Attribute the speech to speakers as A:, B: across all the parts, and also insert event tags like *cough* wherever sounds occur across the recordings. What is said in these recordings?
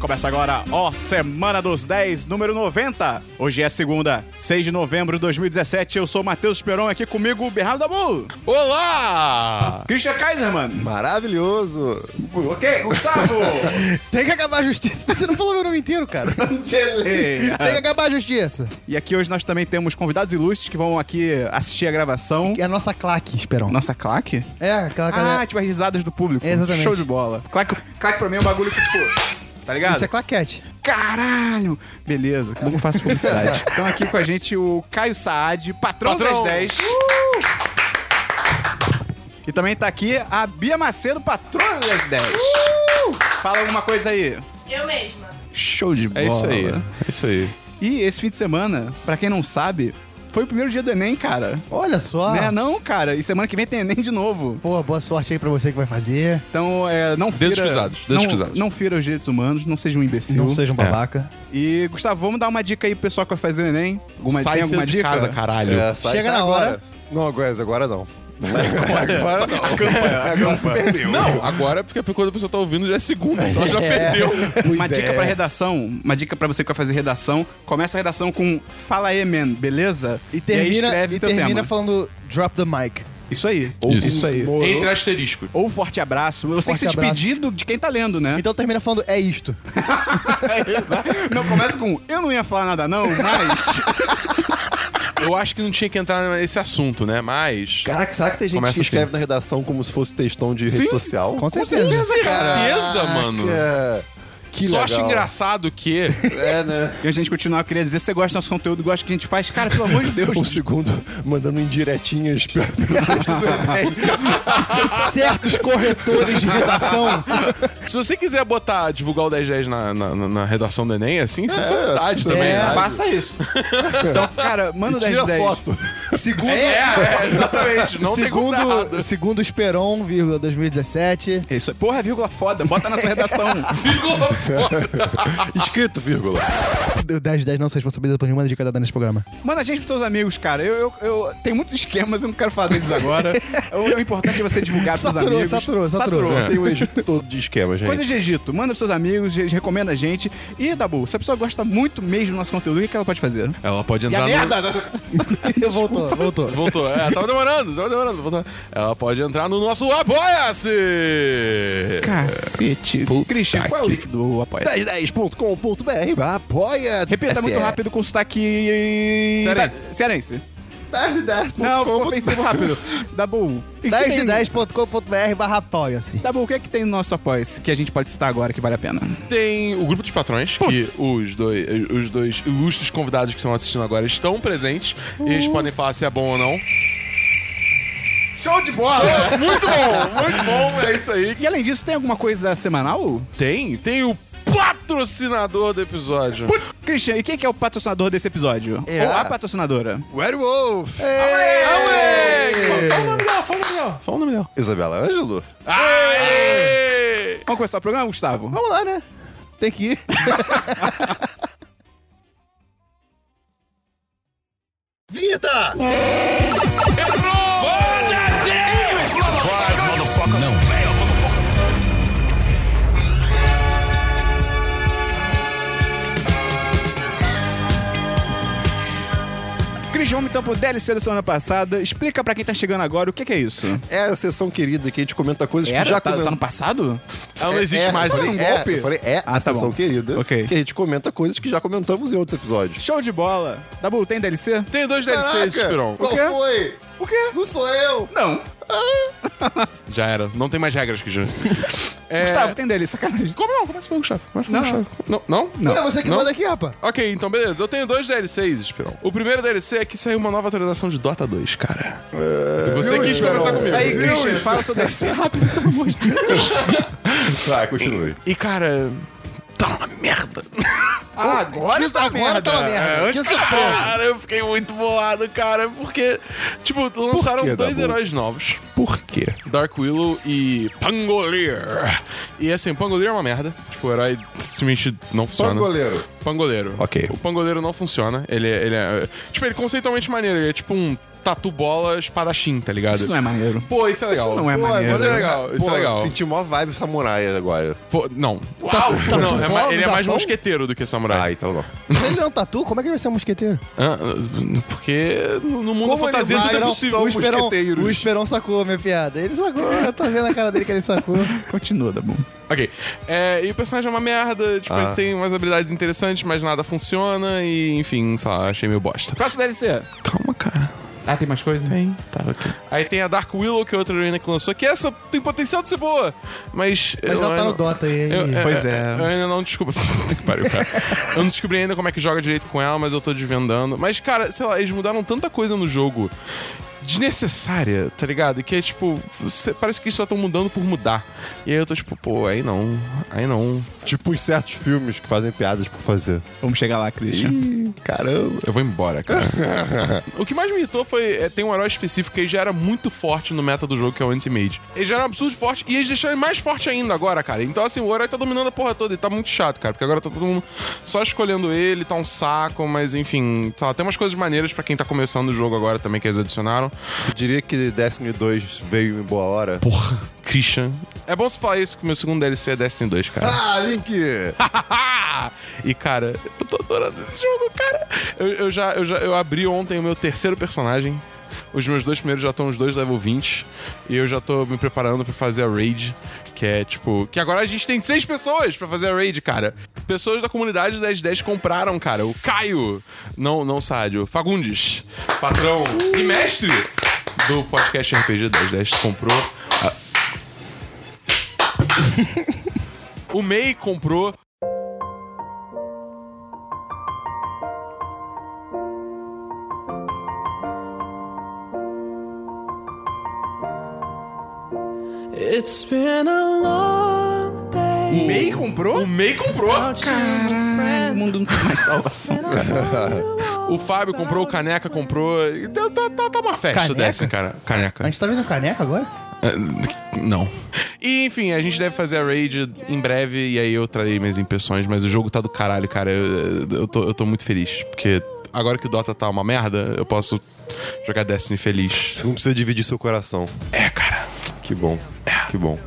A: Começa agora, ó, Semana dos 10, número 90. Hoje é segunda, 6 de novembro de 2017. Eu sou o Matheus Esperon, aqui comigo, Bernardo Dabu.
B: Olá!
A: Christian Kaiser, mano.
C: Maravilhoso!
A: Ok,
D: *laughs*
A: Gustavo.
D: Tem que acabar a justiça. Você não falou meu nome inteiro, cara.
A: Angele.
D: Tem que acabar a justiça.
A: E aqui hoje nós também temos convidados ilustres que vão aqui assistir a gravação.
D: É a nossa claque, Esperão.
A: Nossa, claque?
D: É, aquela galera.
A: Ah, tipo as risadas do público.
D: Exatamente.
A: Show de bola. Claque, claque pra mim é um bagulho que, tipo, tá ligado?
D: Isso é claquete.
A: Caralho! Beleza, como eu faço publicidade? então aqui com a gente o Caio Saad, patrão,
B: Patrão.
A: das 10. E também tá aqui a Bia Macedo, patrona das 10. Fala alguma coisa aí.
E: Eu mesma.
A: Show de bola.
B: É isso aí, é isso aí.
A: E esse fim de semana, pra quem não sabe, foi o primeiro dia do Enem, cara.
D: Olha só.
A: Né? Não, cara. E semana que vem tem Enem de novo.
D: Pô, boa sorte aí pra você que vai fazer.
A: Então, é, não fira...
B: Dedos cruzados, dedos
A: não,
B: cruzados.
A: Não fira os direitos humanos, não seja um imbecil.
D: Não seja um
B: É.
D: babaca.
A: E, Gustavo, vamos dar uma dica aí pro pessoal que vai fazer o Enem? Alguma,
B: Sai
A: tem
B: cedo
A: alguma
B: de
A: dica?
B: casa, caralho.
C: É, sai,
D: Chega
C: sai
D: na
C: agora.
D: hora.
C: Não, agora, agora não. agora não.
A: Acampa,
C: Agora você perdeu.
B: Não, agora é porque quando a pessoa tá ouvindo já é segunda, então já perdeu.
A: Uma dica
B: é.
A: pra redação, uma dica pra você que vai fazer redação. Começa a redação com Fala aí, man, beleza?
D: E termina,
A: aí escreve
D: e
A: teu
D: termina
A: tema.
D: falando drop the mic.
A: Isso aí.
B: Isso.
A: aí.
C: Morou.
B: Entre asterisco.
A: Ou forte abraço. Eu sei que
D: Forte
A: você
D: abraço.
A: despedido de quem tá lendo, né?
D: Então termina falando é isto. Tá
A: Exato. não, começa com Eu não ia falar nada, não,
D: *laughs*
A: mas.
B: Eu acho que não tinha que entrar nesse assunto, né? Mas.
C: Caraca, será que tem gente
B: Começa
C: que escreve
B: assim.
C: na redação como se fosse textão de rede social?
D: Com certeza.
B: certeza, mano.
C: Caraca, Que
B: Só
C: legal.
B: acho engraçado que. *laughs*
C: É, né?
A: e a gente continuar, eu queria dizer, você gosta do nosso conteúdo, gosta do que a gente faz? Cara, pelo amor de
B: *laughs*
A: Deus.
C: Um segundo mandando indiretinhas pra- pro texto do Enem.
D: Certos corretores de redação.
B: Se você quiser botar, divulgar o 1010 na, na, na- na redação do Enem, assim, sem vontade
C: é,
B: também. né?
C: é.
A: Faça
B: *laughs*
A: isso. Então, cara, manda o 10
C: Tira
A: 10.
C: foto.
D: Segundo.
B: É, é, exatamente. Não tem como dar *laughs* errado.
D: segundo, segundo Esperon, vírgula 2017.
A: Isso. é- Porra, vírgula foda, bota na sua redação.
D: *laughs*
C: Escrito, vírgula.
D: O 1010 não se responsabiliza por nenhuma dica dada nesse programa. *laughs*
A: Manda a gente pros seus amigos, cara. Eu, eu, eu tenho muitos esquemas, eu não quero falar deles agora.
D: *laughs*
A: o, o importante é você divulgar pros
D: Saturou,
A: amigos.
D: saturou, saturou.
B: É.
C: Tem um
A: *laughs*
C: Egito todo de esquema, gente.
A: Coisas de Egito, manda pros seus amigos, eles recomenda a gente. E, Dabu, se a pessoa gosta muito mesmo do nosso conteúdo, o que que ela pode fazer?
B: Ela
A: E
B: pode
A: a
B: entrar no.
A: merda!
D: voltou, voltou.
B: Voltou. É, tava demorando, tava demorando. voltou. Ela pode entrar no nosso Apoia-se!
A: Cacete. Christian, qual é o link do apoia
C: 1010.com.br apoia
A: Repita é muito rápido com sotaque...
B: Cearense.
A: Ita- Cearense.
C: 1010.
A: Não, ficou ofensivo rápido. Dabu, o que que tem-
D: 1010.com.br barra assim. apoia-se.
A: Dabu, o que é que tem no nosso apoia-se que a gente pode citar agora que vale a pena?
B: Tem o grupo dos patrões, que os dois, os dois ilustres convidados que estão assistindo agora estão presentes. E eles
A: Uhum.
B: podem falar se é bom ou não.
A: Show de bola!
B: Muito bom, muito bom, é isso aí.
A: E além disso, tem alguma coisa semanal?
B: Tem, tem o patrocinador do episódio.
A: Putz, Christian, e quem que é o patrocinador desse episódio?
D: É
A: Ou a
D: a-
A: patrocinadora?
C: Werewolf. É.
B: é. Aê! Fala o nome dela.
C: Isabela Ângelo.
B: Aê!
A: Vamos começar o programa, Gustavo?
D: Vamos lá, né? Tem que ir.
A: Christian, vamos então pro DLC da semana passada. Explica pra quem tá chegando agora o que, que é isso.
C: É a sessão querida que a gente comenta coisas que
A: tá,
C: já
A: tá no
C: comentamos.
A: passado?
B: Ela não existe mais.
C: eu falei,
B: né?
A: um golpe?
C: É, eu falei, é
A: Ah,
C: a
A: tá
C: sessão
A: bom.
C: querida
A: Ok.
C: que a gente comenta coisas que já comentamos em outros episódios.
A: Show de bola. Dabu, tem DLC?
B: Tem dois DLCs, É Esperon.
C: qual
A: O quê?
C: foi?
A: O quê?
C: Não sou eu.
A: Não.
B: Já era. Não tem mais regras que já. É...
A: Gustavo, tem DLC, sacanagem.
B: Como não? Começa pelo Gustavo. Começa pelo
A: Não.
B: Gustavo. Não? Não?
D: É você que
B: Não?
D: manda aqui, rapaz.
B: Ok, então beleza. Eu tenho dois DLCs, Esperão. O primeiro DLC é que saiu uma nova atualização de Dota 2, cara. E você quis conversar Tá comigo.
A: Aí, Christian, fala o seu DLC rápido, pelo amor de Deus.
C: Vai, continue.
B: E, cara, tá uma merda.
A: Agora
D: Isso agora tá uma
A: É,
D: merda. Que surpresa.
B: Cara, eu fiquei muito bolado, cara, porque, tipo, lançaram
C: quê,
B: dois
C: Dabu?
B: heróis novos.
C: Por quê?
B: Dark Willow e Pangolier. E assim, Pangolier é uma merda. Tipo, o herói simplesmente não funciona.
C: Pangoleiro.
B: Pangoleiro.
C: Ok.
B: O pangoleiro não funciona. Ele, é- ele é. Tipo, ele é conceitualmente maneiro. Ele é tipo um tatu bola espadachim, tá ligado?
A: Isso não é maneiro.
B: Pô, isso é legal.
A: Isso não é maneiro.
B: Isso é legal, isso
C: Pô,
B: é legal.
C: Senti uma vibe samurai agora.
B: Pô, não. Uau!
D: tatu
B: não, é ma-
D: bola no
B: ele é mais
D: Japão?
B: mosqueteiro do que
C: Ah,
B: samurai.
C: então não.
D: Se ele não tatua, como é que ele vai ser um mosqueteiro?
B: Hã? Porque no no mundo da fantasia
C: animais
B: tudo é
C: não
B: possível.
C: são
D: o, Esperon,
C: mosqueteiros.
D: o Esperon sacou a minha piada. Ele sacou, eu tô vendo a cara dele que
A: *laughs*
D: ele sacou.
A: Continua, Dabu.
B: Ok. É, e o personagem é uma merda, tipo,
C: Ah.
B: ele tem umas habilidades interessantes, mas nada funciona e, enfim, sei lá, achei meio bosta.
A: Próximo DLC.
B: Calma, cara.
A: Ah, tem mais coisa?
B: Tem.
A: Tá, ok.
B: Aí tem a Dark Willow, que é outra heroína que lançou, que essa tem potencial de ser boa, mas...
D: Mas
B: eu
D: já tá
B: ainda-
D: no Dota aí.
B: eu-
A: Pois
B: eu-
A: é.
B: Eu ainda não descobri. *laughs* Puta que pariu, cara. Eu não descobri ainda como é que joga direito com ela, mas eu tô desvendando. Mas, cara, sei lá, eles mudaram tanta coisa no jogo desnecessária, tá ligado? Que é tipo, você- parece que eles só estão mudando por mudar. E aí eu tô tipo, pô, aí não, aí não.
C: Tipo os certos filmes que fazem piadas por fazer.
A: Vamos chegar lá, Christian.
C: Ih, caramba.
B: Eu vou embora, cara. o que mais me irritou foi. é, tem um herói específico que ele já era muito forte no meta do jogo, que é o Anti-Mage. Ele já era um absurdo forte e eles deixaram ele mais forte ainda agora, cara. Então, assim, o herói tá dominando a porra toda e tá muito chato, cara. Porque agora tá todo mundo só escolhendo ele, tá um saco, mas enfim. Tá, tem umas coisas maneiras pra quem tá começando o jogo agora também que eles adicionaram.
C: Você diria que Destiny 2 veio em boa hora?
B: Porra, Christian. É bom você falar isso que meu segundo DLC é Destiny 2, cara.
C: Ah, Link!
B: *laughs* e, cara, eu tô adorando esse jogo, cara. Eu, eu já, eu já eu abri ontem o meu terceiro personagem. Os meus dois primeiros já estão os dois level 20. E eu já tô me preparando pra fazer a raid. Que é tipo. Que agora a gente tem seis pessoas pra fazer a raid, cara. Pessoas da comunidade 1010 compraram, cara. O Caio. Não, não, Sádio. Fagundes. Patrão e mestre do podcast RPG 1010 comprou. a- *laughs* O MEI comprou
E: It's been a long day.
A: MEI comprou?
B: O MEI comprou.
A: Caralho, o mundo não tem mais salvação.
B: O Fábio comprou, o Caneca comprou. E Tá, tá- tá- tá uma festa
D: Caneca?
B: dessa, cara.
D: A
B: Caneca.
D: gente tá vendo caneca agora?
B: Ah, Não. E, enfim, a gente deve fazer a raid em breve. E aí eu trarei minhas impressões. Mas o jogo tá do caralho, cara. Eu, eu tô, eu tô muito feliz. Porque agora que o Dota tá uma merda, eu posso jogar Destiny feliz.
C: Você não precisa dividir seu coração.
B: É, cara.
C: Que bom. Que bom.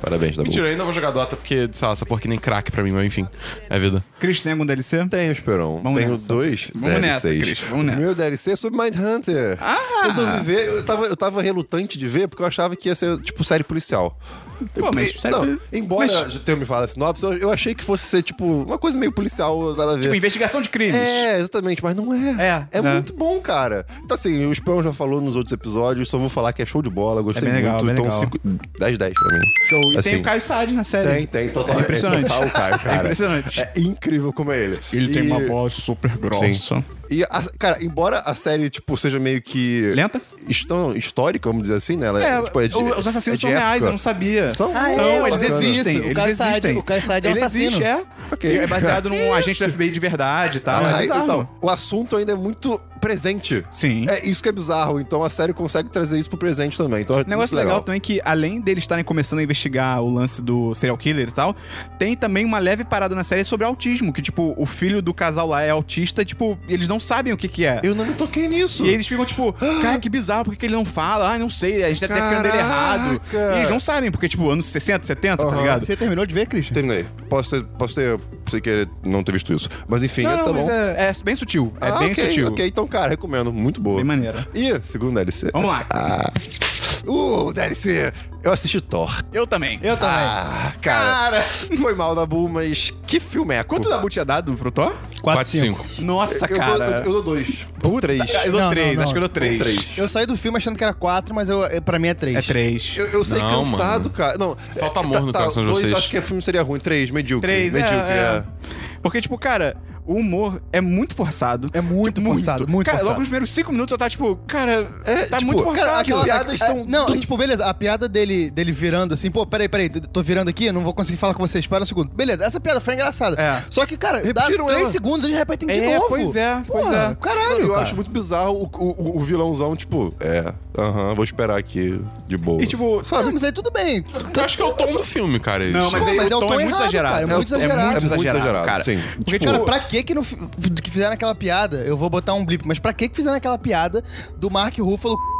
C: Parabéns, Dabu.
B: Mentira, eu ainda vou jogar Dota porque, sei lá, essa porra que nem crack pra mim. Mas enfim, é vida.
A: Christian, tem algum DLC?
C: Tenho, Esperão.
A: Vamos
C: Tenho
A: nessa.
C: dois
A: Vamos
C: DLCs.
A: nessa, Cris, vamos
C: O primeiro
A: nessa.
C: DLC é sobre Mindhunter. Ah! Resolvi ver. Eu tava, eu tava relutante de ver porque eu achava que ia ser, tipo, série policial.
A: Pô, mas
C: E-
A: série
C: não,
A: poli-
C: embora já tenha me falado a sinopse, eu, eu achei que fosse ser, tipo, uma coisa meio policial, nada a ver.
A: Tipo, investigação de crimes.
C: É, exatamente, mas não é.
A: É, né?
C: muito bom, cara. Então, assim, o Esperão já falou nos outros episódios, só vou falar que é show de bola, gostei
A: bem legal,
C: muito.
A: bem
C: então,
A: legal.
C: 5, 10, 10 pra mim.
A: Show. E
C: Assim,
A: tem o Caio Saad na série.
C: Tem, tem, total.
A: É impressionante.
C: É total, Caio, cara.
A: É impressionante.
C: É incrível como é ele.
A: Ele tem
C: E-
A: uma voz super grossa.
C: Sim. E, a- cara, embora a série, tipo, seja meio que...
A: Lenta?
C: Hist- não, histórica, vamos dizer assim, né? Ela,
A: É,
C: tipo, é de-
A: os assassinos
C: é de
A: são reais,
C: época.
A: eu não sabia.
C: São? Ah,
A: são
C: é,
A: eles
C: bacana.
A: existem.
D: Isso, o
A: eles
D: Caio Saad-
A: existem.
D: o Caio Saad é um
A: ele
D: assassino.
A: Existe, é.
C: Ok.
A: E É
C: *laughs*
A: baseado num agente da FBI de verdade e tal.
C: Ah,
A: é bizarro.
C: então, o assunto ainda é muito presente.
A: Sim.
C: É isso que é bizarro. Então a série consegue trazer isso pro presente também. Então, é
A: Um negócio
C: muito
A: legal. também é que, além deles estarem começando a investigar o lance do serial killer e tal, tem também uma leve parada na série sobre autismo, que, tipo, o filho do casal lá é autista, e, tipo, eles não sabem o que que é.
C: Eu não me toquei nisso.
A: E eles ficam tipo, cara, que bizarro, por que, que ele não fala? Ah, não sei, a gente tá tendo ele errado. E
C: Caraca!
A: eles não sabem, porque, tipo, anos 60, 70, tá
C: Aham.
A: ligado?
D: Você terminou de ver, Christian?
C: Terminei. Posso ter, posso ter, sei que não ter visto isso. Mas enfim,
A: Não,
C: é,
A: não,
C: tá
A: mas
C: bom.
A: é, é bem sutil. É
C: Ah,
A: bem
C: ok,
A: sutil.
C: Ok, então, cara, recomendo. Muito boa.
A: Bem maneira.
C: E, segundo DLC.
A: Vamos lá.
C: Ah. Uh, DLC. Eu assisti Thor.
A: Eu também.
D: Eu também.
C: Ah, cara. Foi mal, Dabu, mas que filmeco.
A: Quanto da Bull tinha dado pro Thor?
B: 4-5.
A: Nossa,
C: eu,
A: cara.
C: Dou, eu, eu dou dois. Ou três.
A: Eu dou
D: Não,
A: três,
D: não,
A: acho que eu dou três.
C: Três.
D: Eu saí do filme achando que era 4, mas eu, eu- pra mim é 3.
A: É três.
C: Eu, eu sei
B: Não,
C: cansado,
B: mano.
C: cara. Não, é, tá,
B: Falta amor no coração de
C: dois,
B: vocês.
C: acho que o filme seria ruim. Três, medíocre.
A: Três, é,
C: medíocre,
A: é. Porque, tipo, cara, o humor é muito forçado.
D: É muito
A: Tipo,
D: forçado, muito
A: cara,
D: forçado.
A: Logo nos primeiros cinco minutos eu tava, tipo, cara,
D: É,
A: tá
C: tipo,
A: muito
C: cara,
A: forçado.
C: aquela-
A: aquilo.
C: piadas são
D: Não,
C: do-
D: tipo, beleza, a piada dele, dele virando assim, pô, peraí, peraí, tô virando aqui, não vou conseguir falar com vocês, espera um segundo. Beleza, essa piada foi engraçada.
A: É.
D: Só que, cara, dá
C: Repetiram
D: 3
C: ela.
D: segundos eles repetem de
A: É,
D: novo.
A: pois é, pois
D: Porra,
A: é.
D: Caralho,
C: Eu
D: cara.
C: acho muito bizarro o, o- o vilãozão, tipo, é, Aham, vou esperar aqui de boa.
A: E tipo,
D: Não, mas aí tudo bem.
C: Tipo,
B: Eu acho que é o tom do filme, cara. Isso.
A: Não, mas,
D: Pô,
A: aí
D: mas
A: o
D: é um
A: tom
D: tom
A: é muito
D: errado,
A: exagerado.
D: cara, é muito exagerado.
A: muito
C: É muito
A: exagerado,
C: exagerado,
A: cara.
C: sim.
A: Porque,
C: Tipo,
A: tipo,
D: Cara, pra que que, não, fi- que fizeram aquela piada? Eu vou botar um blip, mas pra que que fizeram aquela piada do Mark Ruffalo?
A: ah,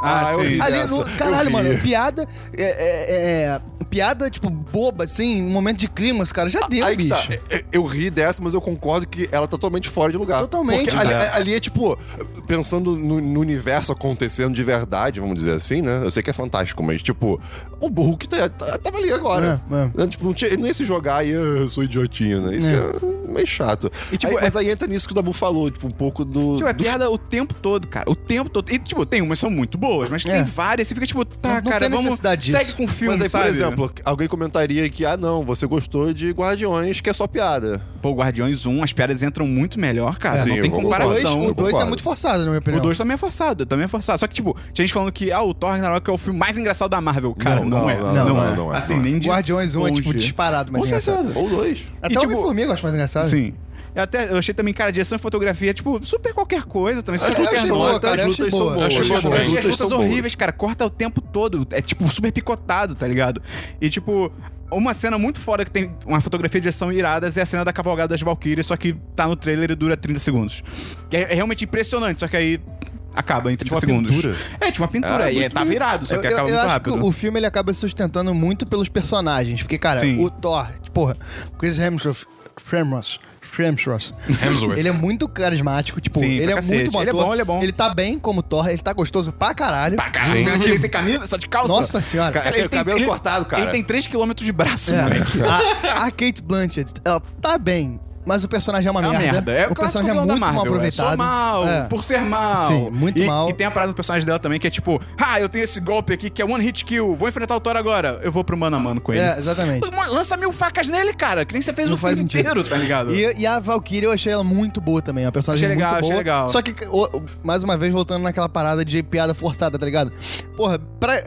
C: Ah, eu
A: sim.
C: vi.
D: Ali
C: essa,
D: no.
C: eu
D: Caralho,
C: vi.
D: mano, piada. É, é- é- piada, tipo, boba, assim, um momento de climas, cara. Já deu,
C: Aí que
D: bicho.
C: tá. É, Eu ri dessa, mas eu concordo que ela tá totalmente fora de lugar.
D: Totalmente,
C: Porque ali,
D: cara.
C: ali é tipo, pensando no, no universo acontecendo de verdade, vamos dizer assim, né? Eu sei que é fantástico, mas tipo, o Hulk tá, tá- tava ali agora.
D: É,
C: Né? Tipo, não tinha, ele não ia se jogar e "Ah, eu sou idiotinho, né? Isso
D: É.
C: que é meio chato.
A: tipo,
C: Aí- mas aí entra nisso que o Dabu falou, tipo, um pouco do.
A: Tipo, é
C: do
A: piada o tempo todo, cara. O tempo todo. E, tipo, tem umas que são muito boas, mas
D: É.
A: tem várias. Você fica, tipo, tá,
D: Não- não
A: cara,
D: tem
A: vamos...
D: necessidade disso.
A: Segue com o filme,
C: Mas aí,
A: sabe?
C: por exemplo, alguém comentaria que, ah, não, você gostou de Guardiões, que é só piada.
A: Pô, Guardiões 1, as piadas entram muito melhor, cara.
C: É,
A: não
C: sim,
A: tem
C: eu vou-
D: Dois,
A: comparação.
D: o 2
C: eu
D: é
C: concordo.
D: muito forçado, na minha
A: O
D: opinião.
A: 2 também é forçado, também é forçado. Só que, tipo, tinha gente falando que, ah, o Thor Ragnarok é o filme mais engraçado da Marvel. Cara, não,
C: Não, não,
A: é.
C: não,
D: não é,
C: não é.
A: Assim,
C: Não é.
A: nem de
D: Guardiões 1 é, tipo,
A: longe.
D: disparado, mas
A: Com
D: engraçado.
A: certeza.
C: Ou dois.
D: Até
A: E,
D: o
A: tipo-
D: Homem-Formiga eu acho mais engraçado.
A: Sim. Eu, até, eu achei também, cara, direção e fotografia, tipo, super qualquer coisa também. Super
D: Eu
A: qualquer
D: achei
A: nota.
D: boa, cara, eu
C: as
D: achei
C: lutas são
D: boa.
C: boas.
B: Achei boa
A: Eu
B: também.
A: achei
C: Tipo, As
A: as
C: lutas
A: lutas
C: são boas.
A: horríveis, cara. Corta o tempo todo. É tipo super picotado, tá ligado? E tipo. Uma cena muito foda que tem uma fotografia de direção iradas é a cena da cavalgada das Valkyrias, só que tá no trailer e dura 30 segundos. Que é, é realmente impressionante, só que aí acaba em 30
C: uma
A: segundos.
C: pintura?
A: É, tipo uma pintura.
C: Ah,
A: e é,
C: muito
A: tá virado, só
D: Eu,
A: que
D: eu-
A: acaba
D: eu
A: muito
D: acho
A: rápido.
D: que o filme ele acaba se sustentando muito pelos personagens. Porque, cara,
A: Sim.
D: o Thor, porra, Chris Hemsworth, Hemsworth, Hemsworth,
B: Hemsworth.
D: ele é muito carismático, tipo,
A: Sim,
D: ele
A: pra
D: é
A: cacete.
D: muito bom
A: Ele é
D: ator,
A: bom, ele é bom.
D: tá bem como Thor, ele tá gostoso pra caralho.
A: Pra caralho,
B: Sim.
A: sendo aquele sem camisa, só de calça.
D: Nossa senhora.
C: Cara, tem o cabelo cortado, cara.
A: Ele tem 3km de braço,
D: É.
A: moleque.
D: a, a Kate Blanchett, ela tá bem, mas o personagem é uma
A: É uma
D: merda.
A: merda. É o,
D: o
A: clássico
D: personagem é
A: vilão
D: muito
A: da Marvel.
D: mal
A: É só
D: aproveitado.
A: mal,
D: É.
A: por ser mal.
D: Sim, muito
A: e,
D: mal.
A: E tem a parada do personagem dela também que é tipo, ah, eu tenho esse golpe aqui que é one hit kill, vou enfrentar o Thor agora. Eu vou pro mano a mano com ele.
D: É, exatamente.
A: Lança mil facas nele, cara, que nem você fez
D: Não
A: o
D: faz
A: filme
D: sentido.
A: inteiro, tá ligado?
D: E, e a Valkyrie eu achei ela muito boa também, a personagem
A: Achei legal,
D: muito boa.
A: achei legal.
D: Só que, o- mais uma vez, voltando naquela parada de piada forçada, tá ligado? Porra, pra...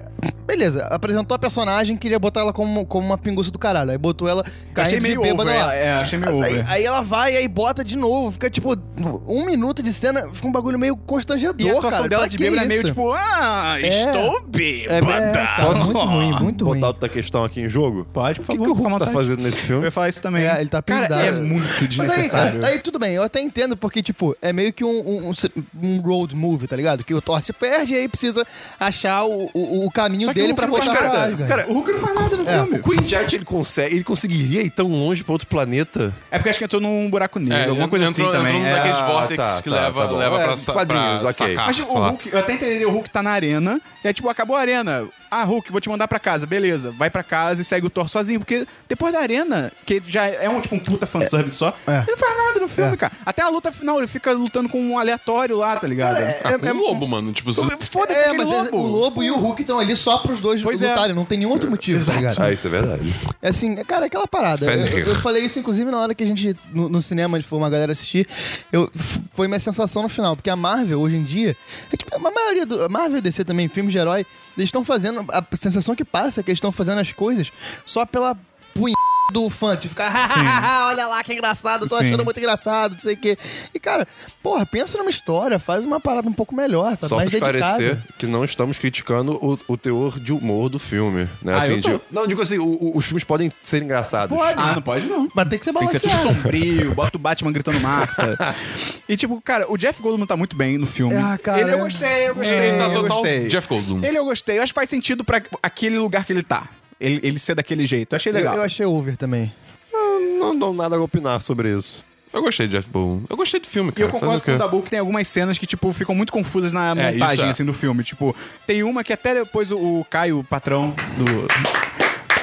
D: beleza, apresentou a personagem, queria botar ela como, como uma pinguça do caralho. Aí botou ela
A: achei
D: caindo de
A: meio
D: bêbada
A: over.
D: lá.
A: É, é, achei meio
D: Aí,
A: over.
D: aí ela vai, aí bota de novo, fica tipo um minuto de cena, fica um bagulho meio constrangedor,
A: e a atuação
D: cara.
A: dela
D: Pra
A: de
D: que
A: bêbada é meio
D: isso?
A: tipo, ah, estou
D: é,
A: bêbada.
D: cara, muito ruim, muito ruim.
C: Botar outra questão aqui em jogo?
A: Pode, por
C: O que,
A: favor,
C: que o
A: fica à
C: Hulk tá
A: vontade.
C: fazendo nesse
A: Eu
C: filme?
A: ia falar isso também.
D: É, ele tá
A: Cara, é
D: pendurado.
A: muito
D: Mas aí,
A: desnecessário.
D: aí tudo bem, eu até entendo, porque, tipo, é meio que um, um- um- um road movie, tá ligado? Que o Thor se perde e aí precisa achar o, o- o caminho
A: Só que
D: dele
A: o
D: pra
A: Hulk
D: voltar
A: não faz
D: pra
A: nada.
D: Asgard.
C: Cara,
A: o Hulk não faz nada no filme.
C: o Queen Jet, ele consegue. Ele conseguiria ir tão longe pra outro planeta?
A: É porque acho que entrou num buraco negro,
B: É,
A: alguma coisa
B: entrou-
A: assim também.
B: entrou num
A: É. tá
B: daquele- Aqueles
C: Ah,
B: vórtices que leva-
C: bom.
B: leva
C: É,
B: pra
C: dos
B: sa-
C: quadrinhos,
B: pra
C: ok.
B: sacar.
A: Mas tipo,
B: sei
A: o
B: lá.
A: Hulk, eu até entenderia, o Hulk tá na arena, e é tipo, acabou a arena. Ah, Hulk, vou te mandar pra casa. Beleza, vai pra casa e segue o Thor sozinho, porque depois da arena, que já é um tipo um puta fanservice só,
D: É.
A: ele não faz nada no filme,
D: É.
A: cara. Até a luta final, ele fica lutando com um aleatório lá, tá ligado?
D: É,
B: Ah,
D: é-
B: com um lobo, mano. Tipo, se-
A: Foda-se
D: é,
A: aquele
D: mas é-
A: lobo.
D: o Lobo e o Hulk estão ali só pros dois
A: Pois é.
D: lutarem, não tem nenhum outro motivo, tá ligado?
C: Ah, isso é verdade.
D: É assim, é, cara, aquela parada. Eu,
C: Fenrir.
D: eu- eu falei isso, inclusive, na hora que a gente, no, no cinema, de foi uma galera assistir, eu, f- foi minha sensação no final, porque a Marvel, hoje em dia, é que a maioria do... A Marvel e DC também, filmes de herói, eles estão fazendo... A sensação que passa é que eles estão fazendo as coisas só pela punhada do fã, de ficar, *laughs* "Ah, olha lá que engraçado, tô
A: Sim.
D: achando muito engraçado, não sei o quê. E, cara, porra, pensa numa história, faz uma parada um pouco melhor, sabe?
C: Só pra
D: Mais
C: esclarecer
D: dedicada.
C: que não estamos criticando o, o teor de humor do filme. Né?
A: Ah,
C: Assim,
A: eu tô.
C: de- não, digo assim, o- o- os filmes podem ser engraçados.
D: Pode.
A: Ah, não pode não.
D: Mas tem que ser
A: Tem que ser tudo
D: balanceado.
A: sombrio, bota o Batman gritando Marta. e tipo, cara, o Jeff Goldblum tá muito bem no filme.
D: Ah, cara,
A: ele eu
D: é.
A: gostei, eu gostei,
B: Ele tá
A: eu
B: total
A: gostei.
B: Jeff Goldblum.
A: Ele eu gostei, eu acho que faz sentido pra aquele lugar que ele tá. Ele, ele ser daquele jeito, eu achei
D: *laughs* Eu,
A: legal.
D: eu achei over também.
C: Não dou nada a opinar sobre isso.
B: Eu gostei de Jeff Goldblum. Eu gostei do filme,
A: E
B: cara.
A: eu
B: Fazer
A: concordo
B: quê?
A: com o Dabu que tem algumas cenas que, tipo, ficam muito confusas na
B: É, isso
A: montagem,
B: é.
A: assim, do filme. Tipo, tem uma que até depois o, o Caio, o patrão do... *laughs*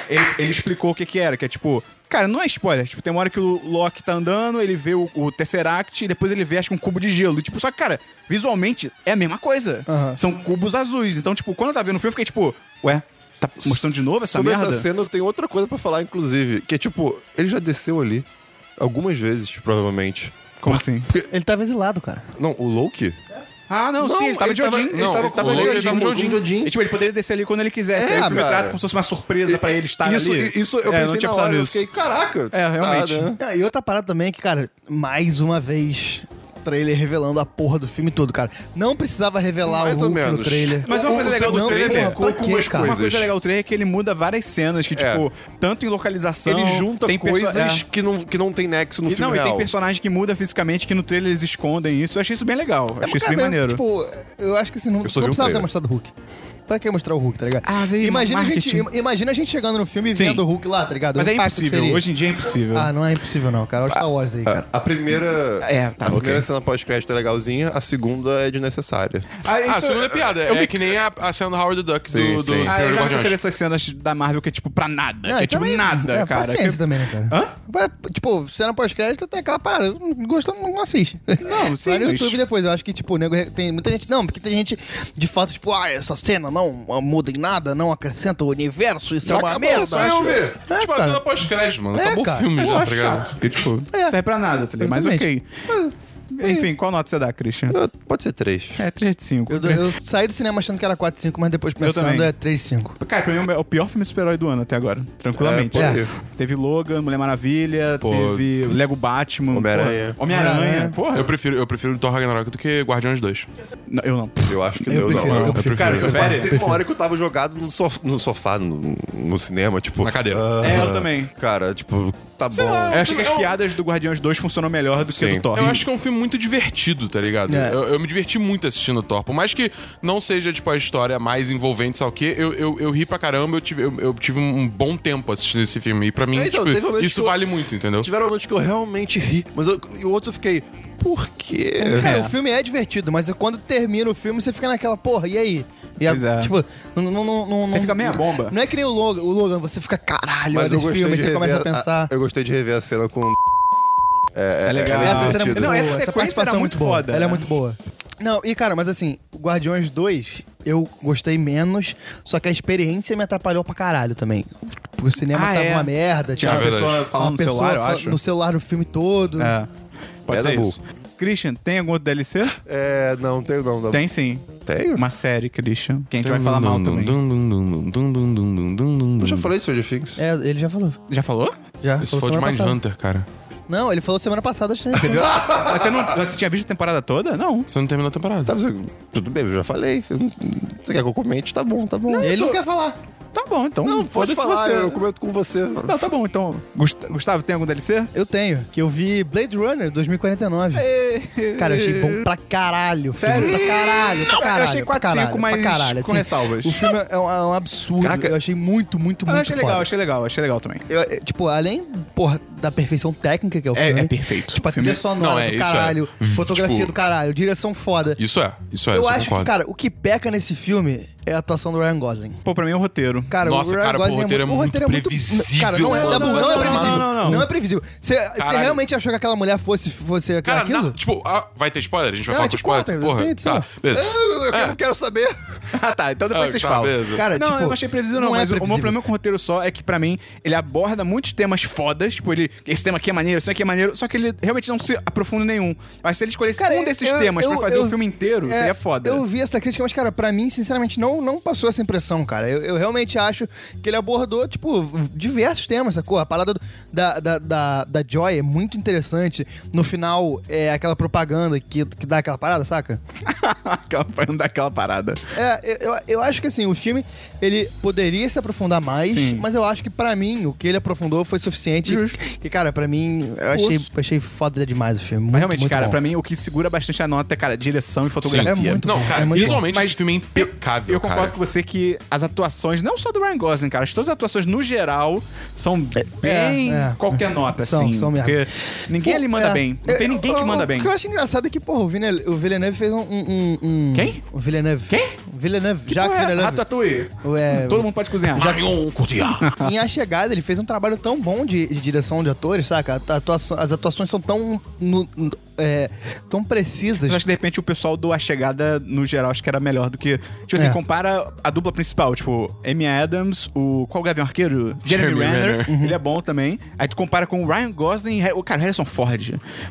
A: Ele, ele explicou o que que era, que é tipo... Cara, não é spoiler. Tipo, tem uma hora que o Loki tá andando, ele vê o, o Tesseract e depois ele vê, acho que um cubo de gelo. E, tipo, só que, cara, visualmente é a mesma coisa.
D: Aham.
A: São cubos azuis. Então, tipo, quando eu tava vendo o filme, eu fiquei tipo... Ué, tá mostrando de novo essa
C: sobre
A: merda?
C: essa cena, eu tenho outra coisa pra falar, inclusive. Que é tipo, ele já desceu ali. Algumas vezes, provavelmente.
A: Como assim?
D: Ele tava exilado, cara.
C: Não, o Loki?
A: Ah, não, sim, ele tava de Odin.
B: Não,
A: ele
B: tava
A: tava de
B: o Loki
A: Odin.
B: tava de Odin.
A: E, tipo, ele poderia descer ali quando ele quisesse.
C: É,
A: aí o filme
C: cara.
A: trata como se fosse uma surpresa pra ele estar
C: isso,
A: ali.
C: Isso eu
A: É,
C: pensei na hora, eu
A: nisso.
C: fiquei, caraca.
A: É, realmente.
C: né?
D: Ah, E outra parada também é que, cara, mais uma vez. trailer revelando a porra do filme todo, cara. Não precisava revelar
C: Mais
D: o
C: ou
D: Hulk no
C: menos.
D: trailer.
A: Mas uma coisa
C: O- o
A: legal do
D: não, um
A: trailer
D: porra,
A: é
D: pra
C: com algumas
D: quê, cara?
A: Uma
C: coisas.
A: coisa legal do trailer é que ele muda várias cenas, que,
C: É.
A: tipo, tanto em localização.
C: Ele junta
A: Então, tem perso-
C: coisas
A: é.
C: que, não, que não tem nexo no
A: E,
C: filme
A: não, e tem
C: real.
A: personagem que muda fisicamente, que no trailer eles escondem isso. Eu achei isso bem legal.
D: É,
A: achei isso
D: cara,
A: bem
D: eu,
A: maneiro.
D: Tipo, eu acho que assim, não, não
C: Eu só vi um
D: precisava ter
C: trailer.
D: mostrado o Hulk. Pra que mostrar o Hulk, tá ligado?
A: Ah, mas aí,
D: imagina, a gente,
A: marketing.
D: imagina a gente chegando no filme e
A: Sim.
D: vendo o Hulk lá, tá ligado? O
A: Mas é
D: impacto que
A: impossível.
D: seria.
A: Hoje em dia é impossível.
D: Ah, não é impossível não, cara. Olha o Star Wars aí, cara.
C: A, a primeira.
A: É, tá,
C: a primeira
A: ok.
C: cena pós-crédito é legalzinha, a segunda é desnecessária.
B: Ah, a segunda é piada.
A: eu
B: é
A: me-
B: que nem a, a cena do Howard the Duck do,
C: Sim,
B: do
A: Ah,
C: sim.
A: eu
B: Primeiro
A: já
B: Guardiões.
A: cansei dessas cenas da Marvel que é tipo pra nada.
D: Não,
A: é
D: e
A: tipo
D: também-
A: nada,
D: é,
A: cara.
D: Paciência
A: Que-
D: também, né, cara?
A: Hã?
D: Mas, Tipo, cena pós-crédito tem aquela parada. Não Gostou, não assiste.
A: Não, sim,
D: *laughs* Vai no
A: mas-
D: YouTube depois. Eu acho que, tipo, o nego re- tem muita gente... Não, porque tem gente, de fato, tipo... Ah, essa cena não ah, muda em nada, não acrescenta o universo. Isso é uma
C: Acabou o
D: merda.
C: filme!
D: É,
B: Tipo, a
D: cara.
B: cena pós-crédito, mano.
D: É,
B: Acabou
D: cara.
B: o filme
A: É
B: já,
A: só
B: tá ligado?
A: chato. Porque, tipo,
D: É.
A: serve pra nada, tá ligado? Mas ok.
D: Exatamente.
A: Enfim, qual nota você dá, Christian?
C: Ah, Pode ser três.
A: É, 3 de 5.
D: Eu, eu saí do cinema achando que era 4, 5, mas depois pensando
A: também.
D: é 3, 5.
A: Cara, pra mim é o pior filme de super-herói do ano até agora. Tranquilamente.
C: É, pode
A: É.
C: ser.
A: Teve Logan, Mulher Maravilha,
B: Pô.
A: teve Lego Batman.
C: Homem-Aranha.
A: porra. Homem-Aranha.
D: Homem-Aranha.
A: Porra.
B: Eu prefiro, eu prefiro Thor Ragnarok do que Guardiões 2.
A: Não, eu não.
C: Eu acho que
D: Eu
C: deu,
D: prefiro,
C: não.
D: eu prefiro.
A: Cara,
B: prefiro.
A: velho.
C: Teve uma hora que eu tava jogado no, sof- no sofá, no, no cinema, tipo.
B: Na cadeira.
C: ah,
A: É, eu também.
C: Cara, tipo, tá bom.
B: lá.
A: Eu acho que as
B: Eu-
A: piadas do Guardiões 2 funcionam melhor do que
C: Sim.
A: do Thor.
B: Eu acho que é um filme muito divertido, tá ligado?
D: É.
B: Eu, eu me diverti muito assistindo o Thor. Por mais que não seja, tipo, a história mais envolvente, sabe o quê? Eu, eu, eu ri pra caramba, eu tive, eu, eu tive um bom tempo assistindo esse filme. E pra mim,
C: É, então, teve
B: tipo,
C: momentos
B: isso
C: que eu-
B: vale muito, entendeu?
C: Tiveram momentos que eu realmente ri, mas eu, e o outro eu fiquei, por quê?
D: Cara,
A: É.
D: o filme é divertido, mas quando termina o filme, você fica naquela, porra, e aí? E a-
A: Pois é.
D: Tipo, não, não, não, não-
A: Você fica meia
D: não-
A: bomba.
D: Não é que nem o Logan, o Logan você fica, caralho, olha esse filme, aí você começa a
C: rever
D: pensar.
C: eu gostei de rever a cena *laughs* com. um
A: É legal.
D: Essa cena é muito
C: divertido.
A: Não,
D: boa.
A: essa
D: essa
A: sequência
D: participação
A: era
D: é
A: muito
D: muito boa.
A: foda.
D: Ela é muito boa. Não, e cara, mas assim, o Guardiões 2, eu gostei menos, só que a experiência me atrapalhou pra caralho também. O cinema
A: Ah,
D: tava
A: é.
D: uma merda,
A: Tinha uma
B: É verdade.
A: pessoa falando
D: uma
A: no
D: pessoa
A: celular, eu
D: fa-
A: acho.
D: no celular o filme todo.
A: É. Pode
C: É
A: ser
C: da
A: isso. Christian, tem algum outro DLC?
C: É, não, tenho não. não.
A: Tem sim.
C: Tenho?
A: Uma série, Christian, que a gente vai falar mal também.
C: Eu já falei isso, de Things.
D: É, ele já falou.
A: Já falou?
D: Já.
B: Isso foi de
D: semana passada.
B: Mindhunter, cara.
D: Não, ele falou semana passada. acho que-
A: Mas você não você tinha visto a temporada toda? Não.
B: Você não terminou a temporada.
C: Tá, você- tudo bem, eu já falei. Eu não- Você quer que eu comente? Tá bom, tá bom.
D: Ele não quer falar.
A: Tá bom, então.
C: Não,
A: foda-se
C: pode falar,
A: você.
C: eu comento com você.
A: Não, tá bom, então. Gust- Gustavo, tem algum DLC?
D: Eu tenho, que eu vi Blade Runner 2049. Cara, eu achei bom pra caralho. o filme,
A: Sério?
D: Pra caralho, pra caralho.
A: Eu achei
D: pra
A: 4,5,
D: caralho,
A: mas
D: pra caralho,
A: com
D: assim,
A: ressalvas.
D: O filme é um, é um absurdo.
C: Caraca.
D: Eu achei muito, muito,
A: Ah,
D: muito
A: eu achei legal,
D: foda.
A: achei legal, achei legal também.
D: Eu, é, tipo, além, porra, da perfeição técnica que é o
A: É-
D: filme.
A: é perfeito.
D: Tipo, a
A: O filme-
D: trilha sonora
B: Não, é,
D: do
B: isso é.
D: caralho,
B: V-
D: fotografia
B: tipo-
D: do caralho, direção foda.
B: Isso é, isso é,
D: eu
B: isso
D: acho
B: concordo.
D: que, cara, o que peca nesse filme é a atuação do Ryan Gosling.
A: Pô, pra mim é o roteiro. *laughs*
D: Cara,
B: Nossa,
D: o Ryan
B: cara, pô,
D: Gosling
B: o roteiro é muito previsível,
D: Cara, não é,
B: mano.
D: não, não,
A: Não,
D: é
A: não,
D: previsível.
A: não,
D: Não,
A: não, não.
D: é previsível. Você você
B: Caralho.
D: realmente achou que aquela mulher fosse, fosse
B: Cara,
D: aquilo?
B: na- tipo, ah, vai ter spoiler? A gente vai
D: Não,
B: falar
D: te
B: com spoiler?
D: conta,
B: porra,
D: tem edição.
B: tá, beleza.
C: Eu não quero saber.
A: Ah, tá. Então depois
B: Ah,
A: vocês
B: tá,
A: falam.
B: beleza.
D: Cara,
A: não,
D: tipo,
A: eu não achei previsível, não.
D: não é
A: mas o- o meu
D: previsível.
A: problema com o roteiro só é que, pra mim, ele aborda muitos temas fodas. Tipo, ele. Esse tema aqui é maneiro, esse aqui é maneiro. Só que ele realmente não se aprofunda em nenhum. Mas se ele escolhesse
D: Cara,
A: um desses
D: eu-
A: temas pra
D: eu-
A: fazer o
D: eu- é,
A: filme inteiro, seria foda.
D: Eu vi essa crítica, mas, cara, pra mim, sinceramente, não, não passou essa impressão, cara. Eu, eu realmente acho que ele abordou, tipo, diversos temas, sacou? A parada do- da, da, da, da Joy é muito interessante. No final, é aquela propaganda que, que dá aquela parada, saca?
A: *laughs* Aquela- pra não dar aquela parada.
D: É, eu, eu, eu acho que assim, o filme ele poderia se aprofundar mais,
A: Sim.
D: mas eu acho que pra mim o que ele aprofundou foi suficiente.
A: Justo.
D: E cara, pra mim eu achei,
A: Osso.
D: achei foda demais o filme. Muito,
A: Mas realmente,
D: muito
A: cara,
D: bom.
A: pra mim, o que segura bastante a nota é, cara, direção e fotografia.
D: É muito
B: Não,
D: bom,
B: cara,
D: é muito bom.
B: visualmente
A: Mas
B: esse filme é impecável,
A: Eu concordo
B: cara.
A: com você que as atuações, não só do Ryan Gosling, cara, as todas as atuações no geral são bem
D: é.
A: qualquer nota,
D: São-
A: assim.
D: são
A: porque
D: merda.
A: ninguém ali manda
D: É.
A: bem. Não tem
D: Eu-
A: ninguém que
D: eu-
A: manda
D: O
A: bem.
D: que eu acho engraçado é que, porra, o Villeneuve, o Villeneuve fez um, um- um- um-
A: Quem?
D: O Villeneuve.
A: Quem?
D: O Villeneuve.
A: Porra,
D: Jacques
A: é essa
D: Villeneuve.
A: Ratatouille.
D: Ué,
A: Todo mundo pode cozinhar. Já...
B: Marion Cotillard.
D: em A Chegada, ele fez um trabalho tão bom de, de direção de atores, saca? A atuação- as atuações são tão, no- no- é, tão precisas.
A: Mas acho que de repente o pessoal do A Chegada, no geral, acho que era melhor do que. Tipo assim,
D: É.
A: compara a dupla principal, tipo, Amy Adams, o. Qual o Gavião Arqueiro? Jeremy,
B: Jeremy
A: Renner.
B: Renner.
D: Uhum.
A: Ele é bom também. Aí tu compara com o Ryan Gosling e. O cara, Harrison Ford.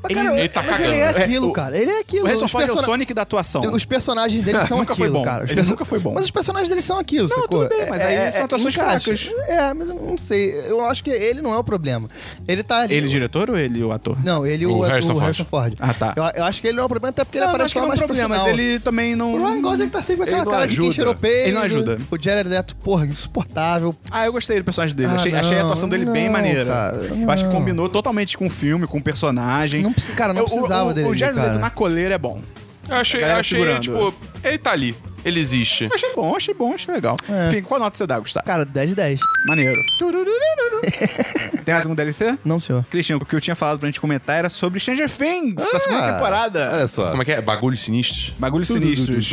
D: Mas, cara,
B: ele tá
D: mas
B: cagando.
D: ele é aquilo,
A: É, o-
D: cara. Ele é aquilo.
A: O Harrison
D: Os
A: Ford é o
D: persona-
A: Sonic da atuação.
D: Os personagens dele são
A: *laughs* Nunca foi
D: aquilo,
A: bom.
D: cara. Os
A: Ele nunca foi bom.
D: Mas os personagens dele são aquilo, não, sacou? É,
A: tudo bem, mas aí são atuações
D: encaixa.
A: fracas.
D: É, mas eu não sei. Eu acho que ele não é o problema. Ele tá ali.
A: Ele, diretor ou ele, o ator?
D: Não, ele e o, o, Harrison, Ford. dele.
A: Ah, tá.
D: Eu, eu acho que ele não é um problema, até porque ele
A: Não,
D: aparece
A: acho que
D: lá
A: não é um
D: mais pro
A: problema, mas
D: final.
A: ele também não.
D: O Ryan Gosling tá sempre com
C: Ele
D: aquela
C: não
D: cara de quem
C: ajuda.
D: cheirou peido.
A: Ele não ajuda.
D: O Jared Leto, porra, insuportável.
A: Ah, eu gostei do personagem dele.
D: Ah,
A: achei, achei a
D: não,
A: atuação dele bem
D: não,
A: maneira.
D: cara,
A: eu acho que
D: não.
A: combinou totalmente com o filme, com o personagem.
D: Não precisa- cara, não
A: Eu- o-
D: precisava
A: o,
D: dele
A: O
D: ali,
A: Jared Leto
D: cara.
A: na coleira é bom.
B: Eu achei,
A: A galera
B: achei
A: segurando.
B: tipo, ele tá ali. Ele existe.
A: Achei bom, achei bom, achei legal.
D: É.
A: Enfim, qual nota você dá, Gustavo?
D: Cara, 10 de 10.
A: Maneiro. Turururururu. *laughs* Tem mais algum DLC?
D: Não, senhor.
A: Christian, o que eu tinha falado pra gente comentar era sobre Stranger Things,
D: Ah.
A: a segunda temporada.
C: Olha só.
B: Como é que é? Bagulho sinistro.
A: Bagulhos sinistros.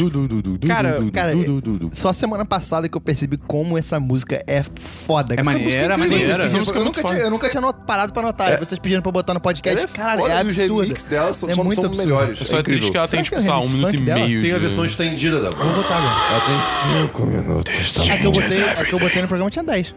A: Cara,
D: Cara, só semana passada que eu percebi como essa música é foda.
A: É maneira,
D: incrível.
A: maneira.
D: Essa
A: Essa música
D: música é
A: é
D: incrível. eu,
A: muito
D: nunca tinha,
A: foda.
D: eu nunca tinha not- parado pra notar. E Vocês pediram pra eu botar no
C: Ela
D: podcast.
C: é
D: Cara,
C: foda
D: é
C: e os
D: absurda.
C: remixes dela são,
D: É
C: são-
D: muito
C: são
D: absurda.
C: melhores.
B: Só é triste
C: incrível.
B: que ela tem,
D: Será que
B: tipo,
D: é o
B: sei lá, um
D: remix
B: minuto e
D: funk dela?
B: meio.
C: Tem a
B: de-
C: versão estendida da Ela
D: botar agora.
C: tem 5 minutos.
D: A É que, eu botei, a que eu botei no programa tinha 10.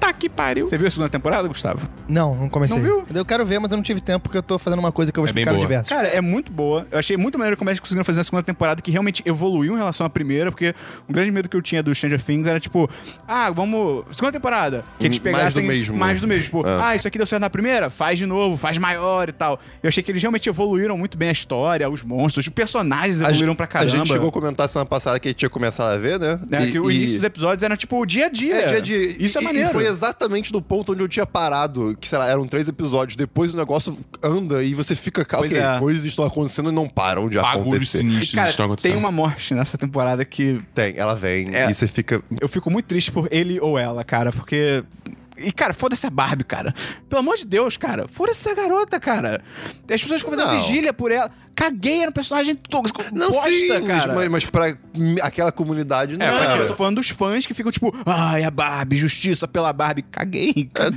B: Tá que pariu.
A: Você viu a segunda temporada, Gustavo?
D: Não, não comecei.
A: Não viu?
D: Eu quero ver, mas eu não tive tempo porque eu tô fazendo uma coisa que eu vou
B: É bem
D: explicar no
B: boa.
D: diverso.
A: Cara, é muito boa. Eu achei muito maneiro como eles conseguiram fazer a segunda temporada que realmente evoluiu em relação à primeira, porque o grande medo que eu tinha do Stranger Things era tipo, ah, vamos. Segunda temporada. Que eles
C: Mais do
A: pegassem
C: mesmo. É.
A: mais do mesmo. Tipo, ah, isso aqui deu certo na primeira? Faz de novo, faz maior e tal. Eu achei que eles realmente evoluíram muito bem a história, os monstros, os personagens evoluíram pra caramba.
C: A gente chegou a comentar semana passada que a gente tinha começado a ver, né?
A: né?
C: E-
A: que o
C: e-
A: início dos episódios era tipo o dia a dia.
C: É, dia de,
A: Isso
C: e-
A: é
C: e
A: maneiro.
C: foi exatamente do ponto onde eu tinha parado, que sei lá, eram três episódios. Depois o negócio anda e você fica, cara,
A: Pois
C: ok,
A: é.
C: coisas estão acontecendo e não param de
B: Bagulho
C: acontecer.
B: sinistro
A: Cara,
B: isso não acontecendo.
A: tem uma morte nessa temporada que
C: Tem, ela vem
A: É.
C: e você fica.
A: eu fico muito triste por ele ou ela, cara, porque. E, cara, foda-se a Barbie, cara. Pelo amor de Deus, cara. Foda-se essa garota, cara. As pessoas ficam fazendo
C: Não.
A: vigília por ela. Caguei, era um personagem to-
C: Não
A: bosta,
C: sim,
A: cara.
C: Mas, mas pra hum, aquela comunidade não.
B: É, pra
A: Eu
C: cara.
A: tô falando dos fãs que ficam tipo, ai, a Barbie, justiça pela Barbie. Caguei.
C: É,
A: cara.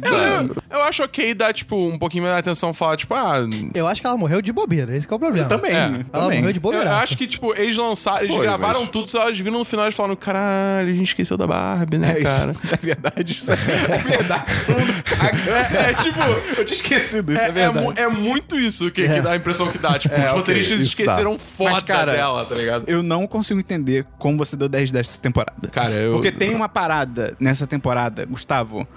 B: Eu acho ok dar, tipo, um pouquinho mais de atenção falar, tipo, ah.
D: Eu acho que ela morreu de bobeira, esse que é o problema.
A: Também,
B: É.
D: Ela
A: também.
D: morreu de
B: Eu,
D: bobeira.
B: acho que, tipo, eles lançaram, eles
C: Foi,
B: gravaram
C: mas-
B: tudo, só elas viram no final e falaram, caralho, a gente esqueceu da Barbie, né,
A: É isso.
B: cara?
A: *laughs* É verdade. Isso é, é verdade. Todo mundo caga.
B: É, é, tipo.
A: Eu tinha esquecido isso, é,
B: É, é
A: verdade.
B: mu- é muito isso que, que
D: É.
B: dá a impressão que dá. Tipo, os
C: ok,
B: roteiristas
C: isso
B: esqueceram foda
A: Mas, cara,
B: dela, tá ligado?
A: Eu não consigo entender como você deu 10 de 10 essa temporada.
B: Cara, eu-
A: Porque tem uma parada nessa temporada, Gustavo.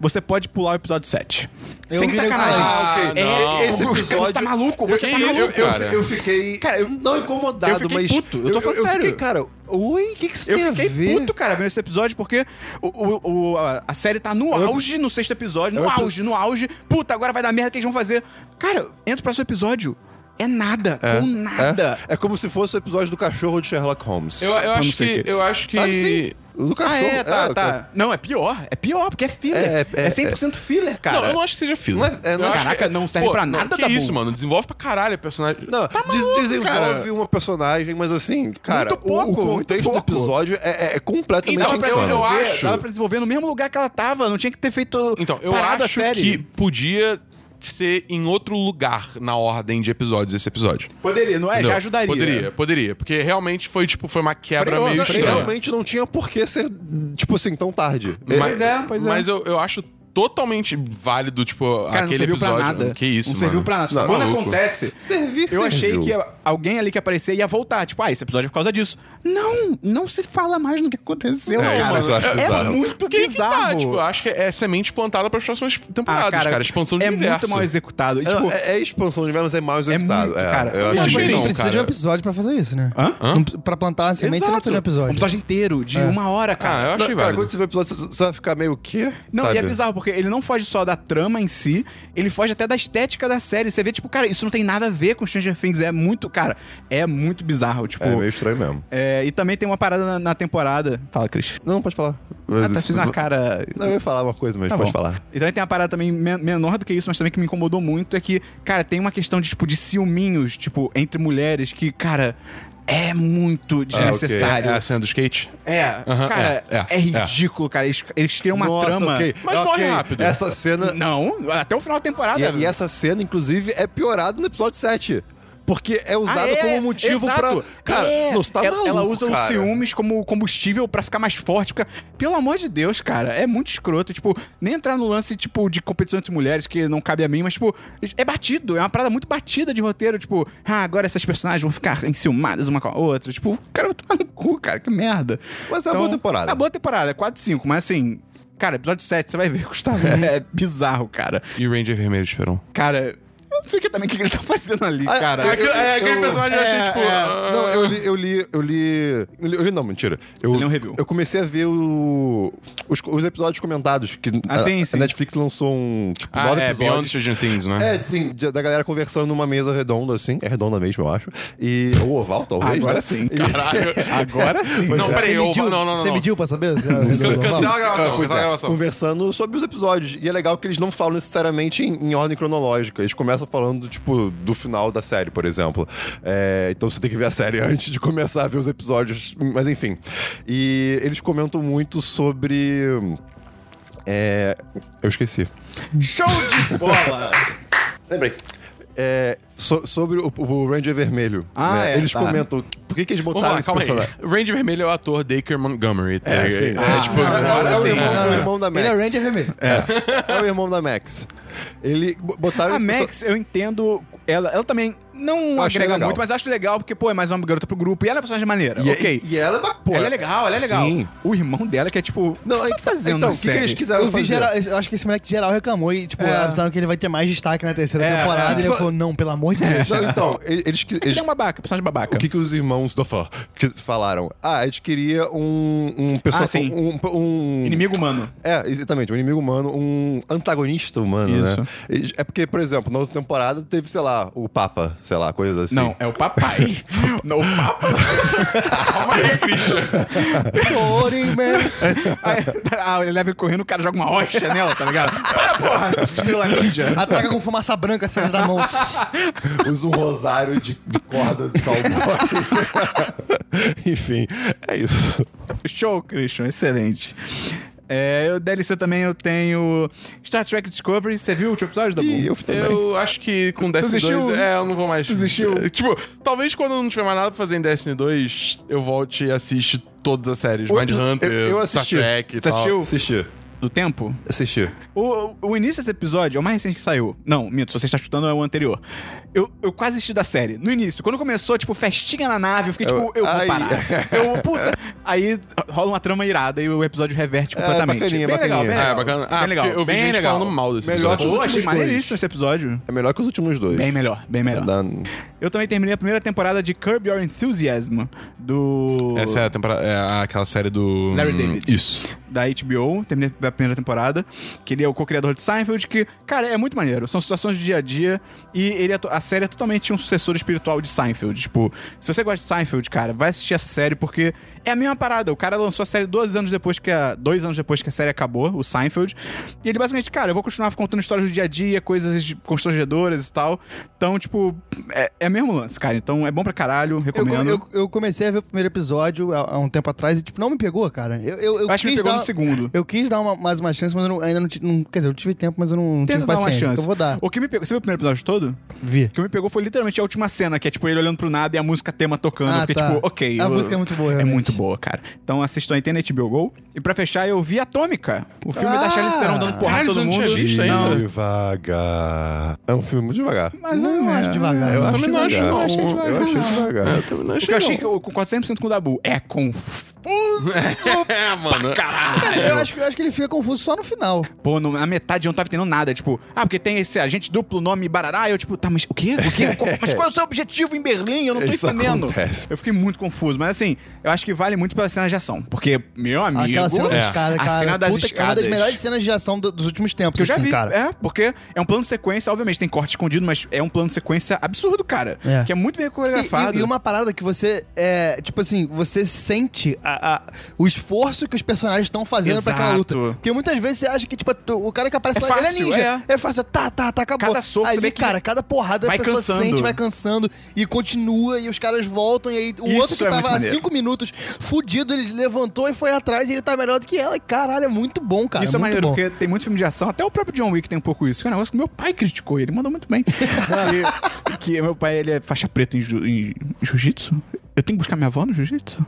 A: Você pode pular o episódio 7.
D: Eu
A: Sem
D: vi nego
A: sacanagem.
B: falar. Ah, não.
A: é, esse episódio... Você tá maluco? Você tá
B: Que
A: maluco?
B: isso,
C: Eu, eu,
B: cara.
C: eu fiquei.
A: Cara, eu-
C: não incomodado,
A: eu fiquei
C: mas.
A: puto, eu tô falando sério.
C: fiquei, cara, oi, o que, que isso
A: Eu
C: tem
A: fiquei
C: a ver?
A: puto, cara, vendo esse episódio, porque o, o- o- a, a série tá no auge no sexto episódio, no auge, no auge. Puta, agora vai dar merda que eles vão fazer. Cara, entra pro próximo episódio. É nada, com nada.
C: É, é como se fosse o episódio do cachorro de Sherlock Holmes.
B: Eu, eu acho
A: sei
B: que.
A: que é isso.
B: Eu acho que.
C: Ah, sim. O do
A: Ah,
C: cachorro.
A: é, tá,
C: o
A: tá. Não, é pior, é pior, porque é filler.
C: É,
A: É,
C: é,
A: 100% filler, cara.
B: Não, eu não acho que seja filler.
C: Não é- é,
B: Eu
C: não é-
B: acho que-
A: Caraca, não serve pra nada,
B: Que
A: Dabu.
B: isso, mano. Desenvolve pra caralho a personagem.
C: Não, des- desenvolve
B: cara.
C: uma personagem, mas assim, cara,
A: Muito
C: o-
A: pouco,
C: o,
A: muito
C: contexto do
A: pouco.
C: episódio é, é- é completamente
B: Então,
A: pra
B: eu-
C: insano.
B: eu
A: desenvolver,
B: acho-
A: Dava pra desenvolver no mesmo lugar que ela tava, não tinha que ter feito
B: Então, eu
A: parada
B: acho
A: série.
B: que podia ser em outro lugar na ordem de episódios esse episódio.
A: Poderia, não é?
B: Entendeu?
A: Já ajudaria.
B: Poderia, poderia. Porque realmente foi, tipo, foi uma quebra
A: Freou, né?
B: meio
C: Não,
B: estranha.
C: realmente não tinha por que ser, tipo assim, tão tarde.
A: Pois é, pois é.
B: Mas eu, eu acho totalmente válido, tipo,
A: Cara, não
B: aquele
A: serviu
B: episódio.
A: pra nada.
B: Que isso,
A: Não
B: mano.
A: serviu pra nada.
C: Não,
A: Quando
B: maluco.
A: acontece,
C: Servir
A: eu achei
C: serviu.
A: que alguém ali que aparecer ia voltar. Tipo, ah, esse episódio é por causa disso. Não, não se fala mais no que aconteceu,
C: É, isso
A: cara.
C: eu acho
A: é
C: bizarro.
A: muito
B: Que que
A: bizarro. Ah,
B: tá? Tipo, eu acho que é semente plantada para as próximas temporadas, cara, Expansão de
A: é
B: universo.
A: muito mal executado. E,
C: É,
A: tipo,
C: é, é expansão de universo, mas é mal executado.
A: muito, cara.
C: eu assim,
A: Não,
D: Não,
C: acho
D: mas
B: Achei
D: você
B: não,
C: que...
D: precisa de um
B: cara.
D: episódio pra fazer isso, né?
A: Hã?
D: Não- pra plantar uma semente, você não precisa de um
A: exato.
D: episódio.
A: Um episódio inteiro, de uma hora, cara.
B: Ah, eu achei
C: Não, cara,
B: válido.
C: quando você vê o episódio, você- você vai ficar meio o quê?
A: Não,
C: Sabe?
A: e é bizarro, porque ele não foge só da trama em si, ele foge até da estética da série. Você vê, tipo, cara, isso não tem nada a ver com Stranger Things. É muito, cara, é muito bizarro, tipo.
C: É meio estranho mesmo.
A: é, e também tem uma parada na, na temporada. Fala, Cris.
C: Não, pode falar.
A: Ah,
C: Mas
A: tá,
C: isso-
A: fiz uma cara.
C: Não, eu ia falar uma coisa, mas
A: Tá
C: pode
A: bom.
C: falar.
A: E também tem uma parada também men- menor do que isso, mas também que me incomodou muito é que, cara, tem uma questão de, tipo, de ciúminhos, tipo, entre mulheres que, cara, é
C: Ah,
A: muito desnecessário.
B: É a cena do skate?
A: É,
B: Aham,
A: cara, é,
B: é, é,
A: ridículo, cara. Eles, eles criam É uma
C: Nossa,
A: trama.
C: ok.
B: Mas morre
C: Ok,
B: rápido.
C: Essa cena...
A: Não, até o final da temporada.
C: E, é e essa cena, inclusive, é piorada no episódio 7. Porque é usada
A: Ah, é,
C: como motivo
A: exato.
C: pra. Cara,
A: É.
C: não, você tá
A: ela,
C: maluco,
A: ela usa
C: cara.
A: os ciúmes como combustível pra ficar mais forte. Porque, pelo amor de Deus, cara, é muito escroto. Tipo, nem entrar no lance, tipo, de competição entre mulheres, que não cabe a mim, mas, tipo, é batido. É uma parada muito batida de roteiro. Tipo, ah, agora essas personagens vão ficar enciumadas uma com a outra. Tipo, cara, vai tomar no cu, cara, que merda.
C: Mas é uma boa temporada.
A: É uma boa temporada, é 4 5, mas assim. *laughs* Cara, episódio 7, você vai ver, Gustavo. É bizarro, cara.
B: E o Ranger Vermelho de um. Esperon.
A: Cara, eu não sei o que também o que que ele tá fazendo ali,
C: Ah,
A: cara.
B: É aquele, é aquele
C: eu-
B: personagem que eu
A: é,
B: achei, tipo.
A: é.
B: ah,
C: Não, eu li, eu li, eu li, eu li- eu li- não, mentira. Eu,
A: Você leu um review.
C: Eu comecei a ver o- os, os episódios comentados, que
A: Ah,
C: a,
A: sim,
C: a
A: sim.
C: Netflix lançou um, tipo,
B: Ah,
C: nove
B: é, Beyond
C: episódios.
B: Stranger Things, né?
C: É, sim, de- da galera conversando numa mesa redonda, assim. É redonda mesmo, eu acho. E. Ou oval, talvez.
A: Agora
C: né?
A: sim.
C: E- é.
A: Agora sim.
B: Não,
D: Você
B: peraí, eu.
D: mediu-
B: Não, não,
D: Você
B: não.
D: mediu pra saber?
B: Can- Cancela a
C: Ah,
B: gravação,
C: pois
B: cancela a
C: é,
B: gravação.
C: Conversando sobre os episódios. E é legal que eles não falam necessariamente em, em ordem cronológica. Eles começam falando, tipo, do final da série, por exemplo. É, então você tem que ver a série *laughs* antes de começar a ver os episódios. Mas enfim. E eles comentam muito sobre. É, eu esqueci.
A: Show de bola!
C: Lembrei. É, so- sobre o, o Ranger Vermelho.
A: Ah,
C: né?
A: é,
C: eles
A: tá.
C: comentam que- por que, que eles
B: Vamos
C: botaram
B: lá,
C: esse
B: calma aí.
C: personagem.
B: Ranger Vermelho é o ator Dacre Montgomery. tá
C: É,
B: ligado?
C: sim.
B: É,
C: é,
B: tipo,
C: tipo, é, é o
A: sim.
C: irmão- é o irmão da Max.
D: Ele é Ranger Vermelho.
C: É o irmão da Max. Ele bo- botaram
A: A
C: esse perso-
A: Max, eu entendo. Ela, ela também não
C: Eu achei
A: agrega
C: legal.
A: muito, mas acho legal, porque, pô, é mais uma garota pro grupo. E ela é uma personagem maneira.
C: E,
A: ok.
C: e, e ela é ba- pô,
A: ela é legal, ela é legal.
C: Sim.
A: O irmão dela, que é tipo.
C: Não,
A: o que você
C: é
A: tá fazendo na
C: Então, o que, que
A: série?
C: eles quiseram
D: Eu vi
C: fazer?
D: geral, eu acho que esse moleque geral reclamou e, tipo,
A: É.
D: avisaram que ele vai ter mais destaque na terceira
A: É.
D: temporada. E ele
C: Tipo-
D: falou, não, pelo amor de
A: *laughs*
D: Deus.
C: Não, então, e- eles, que-
A: Ele
C: eles-
A: é um babaca, personagem babaca.
C: o que, que os irmãos da Fã que falaram? Ah, a gente queria um, um pessoal.
A: Ah, sim.
C: um, um-
A: Inimigo humano.
C: É, exatamente, um inimigo humano, um antagonista humano,
A: Isso.
C: né? E- É porque, por exemplo, na outra temporada teve, sei lá, o Papa, sei lá, coisas assim.
A: Não, é o
C: *laughs*
A: papai. não, o papai.
B: Calma aí, Christian.
D: Sorry, man.
A: Aí, ah, ele leva ele correndo, o cara joga uma rocha nela, tá ligado? Para, porra! Estilo a mídia.
D: Ataca com fumaça branca saindo
A: *laughs*
D: da mão.
C: Usa um rosário de, de corda de cowboy. *laughs* Enfim, é isso.
A: Show, Christian, excelente. É, eu, DLC também eu tenho Star Trek Discovery. Você viu o último episódio da
C: E eu também.
B: Eu acho que com Destiny
A: desistiu?
B: 2. É, eu não vou mais.
A: Desistiu?
B: Tipo, talvez quando não tiver mais nada pra fazer em Destiny 2, eu volte e assiste todas as séries.
C: Outro-
B: Mindhunter,
C: eu- eu
B: Star
C: assisti.
B: Trek e
A: Você
B: tal.
A: assistiu?
C: Assistir.
A: Do tempo?
C: Assistir.
A: O, o início desse episódio é o mais recente que saiu. Não, minto, se você está chutando é o anterior. Eu, eu quase assisti da série. No início, quando começou, tipo, festinha na nave, eu fiquei tipo, eu vou
C: ai.
A: parar. Eu, puta. Aí rola uma trama irada e o episódio reverte completamente.
C: É, bacaninha,
A: bem legal,
C: bacaninha.
A: bem
B: Ah,
A: legal.
B: é bacana. Ah,
A: bem legal.
B: porque eu vi
A: bem
B: gente
A: legal.
B: falando mal desse
C: Melhor
B: episódio.
A: Pô, achei
C: últimos dois.
A: maneiríssimo esse episódio.
C: É melhor que os últimos dois.
A: Bem melhor, bem melhor.
C: Da-
A: Eu também terminei a primeira temporada de Curb Your Enthusiasm do
B: Essa é, a temporada, é aquela série do.
A: Larry David.
B: Isso.
A: da HBO, terminei a primeira temporada, que ele é o co-criador de Seinfeld, que, cara, é muito maneiro. São situações do dia a dia e ele é to- a série é totalmente um sucessor espiritual de Seinfeld. Tipo, se você gosta de Seinfeld, cara, vai assistir essa série porque é a mesma parada. O cara lançou a série dois anos depois que a, dois anos depois que a série acabou, o Seinfeld, e ele basicamente, cara, eu vou continuar contando histórias do dia a dia, coisas de- constrangedoras e tal. Então, tipo, é, é mesmo lance, cara. Então é bom pra caralho,
D: Eu,
A: recomendo.
D: come- eu- eu comecei a ver o primeiro episódio há, há um tempo atrás e, tipo, não me pegou, cara. Eu, eu, eu
A: Acho que me
D: quis
A: pegou
D: dar-
A: no segundo.
D: Eu quis dar uma- mais uma chance, mas eu não- ainda não, ti- não. Quer dizer, eu tive tempo, mas eu não
A: Tenta
D: tive
A: dar uma
D: paciência. Então
A: chance.
D: Eu vou dar.
A: O que me pegou. Você viu o primeiro episódio todo?
D: Vi.
A: O que me pegou foi literalmente a última cena, que é tipo ele olhando pro nada e a música tema tocando.
D: Ah,
A: eu fiquei
D: tá.
A: tipo, ok.
D: A
A: eu-
D: música é muito boa,
A: É
D: realmente.
A: muito boa, cara. Então assistam aí, tem na HBO Go. E pra fechar, eu vi Atômica, o filme
D: Ah!
A: da Charlize Theron dando porrada em
B: Caralho,
A: todo
B: isso né? eu não
A: mundo.
B: tinha visto ainda.
A: Não,
C: Devagar. É um filme muito devagar.
A: mas é,
D: Não, eu acho devagar.
C: Eu
B: também não acho,
C: devagar.
B: não.
C: Eu achei devagar.
B: Eu também não
A: Porque eu achei que eu concordo 100% com o Dabu. É
B: *laughs*
A: confuso.
B: *laughs* É, mano.
D: Cara,
A: é.
D: eu acho, que- eu acho que ele fica confuso só no final.
A: Pô, no- na metade eu não tava entendendo nada. Tipo, ah, porque tem esse agente duplo nome Barará. E eu, tipo, tá, mas o quê? O
C: *laughs*
A: quê? Co- Mas qual é o seu objetivo em Berlim? Eu não tô
C: Isso
A: entendendo.
C: acontece.
A: Eu fiquei muito confuso. Mas assim, eu acho que vale muito pela cena de ação. Porque, meu amigo.
D: Aquela cena
B: É.
D: da escada,
A: A
D: cara.
A: cena das
D: Puta, que- É uma das
A: escadas.
D: melhores cenas de ação do- dos últimos tempos,
A: Que eu já
D: assim,
A: vi,
D: cara.
A: é, porque é um plano de sequência, obviamente, tem corte escondido, mas é um plano de sequência absurdo, cara.
D: É.
A: Que é muito bem coreografado.
D: E, e- e uma parada que você é, tipo assim, você sente a- a- o esforço que os personagens estão fazendo pra aquela luta.
A: Exato.
D: Porque muitas vezes você acha que, tipo, o cara que aparece
A: É
D: lá, ele
A: fácil,
D: é ninja. É. fácil, tá, tá, tá, acabou.
A: Cada soco, você
D: Ali,
A: vê que
D: cara, cada porrada
A: vai
D: a pessoa
A: cansando.
D: sente, vai cansando e continua, e os caras voltam, e aí o
A: Isso
D: outro que
A: é muito
D: tava há
A: maneiro.
D: cinco minutos fudido, ele levantou e foi atrás, e ele tá melhor do que ela. E, Caralho, é muito bom, cara.
A: isso é
D: muito
A: maneiro,
D: bom.
A: porque tem muitos filmes de ação, até o próprio John Wick tem um pouco isso, que é um negócio que meu pai criticou, e
D: *laughs*
A: ele mandou muito bem. que, que meu pai, ele é faixa preta em, ju- em jiu-jitsu. eu tenho que buscar minha avó no
D: *laughs*
A: jiu-jitsu?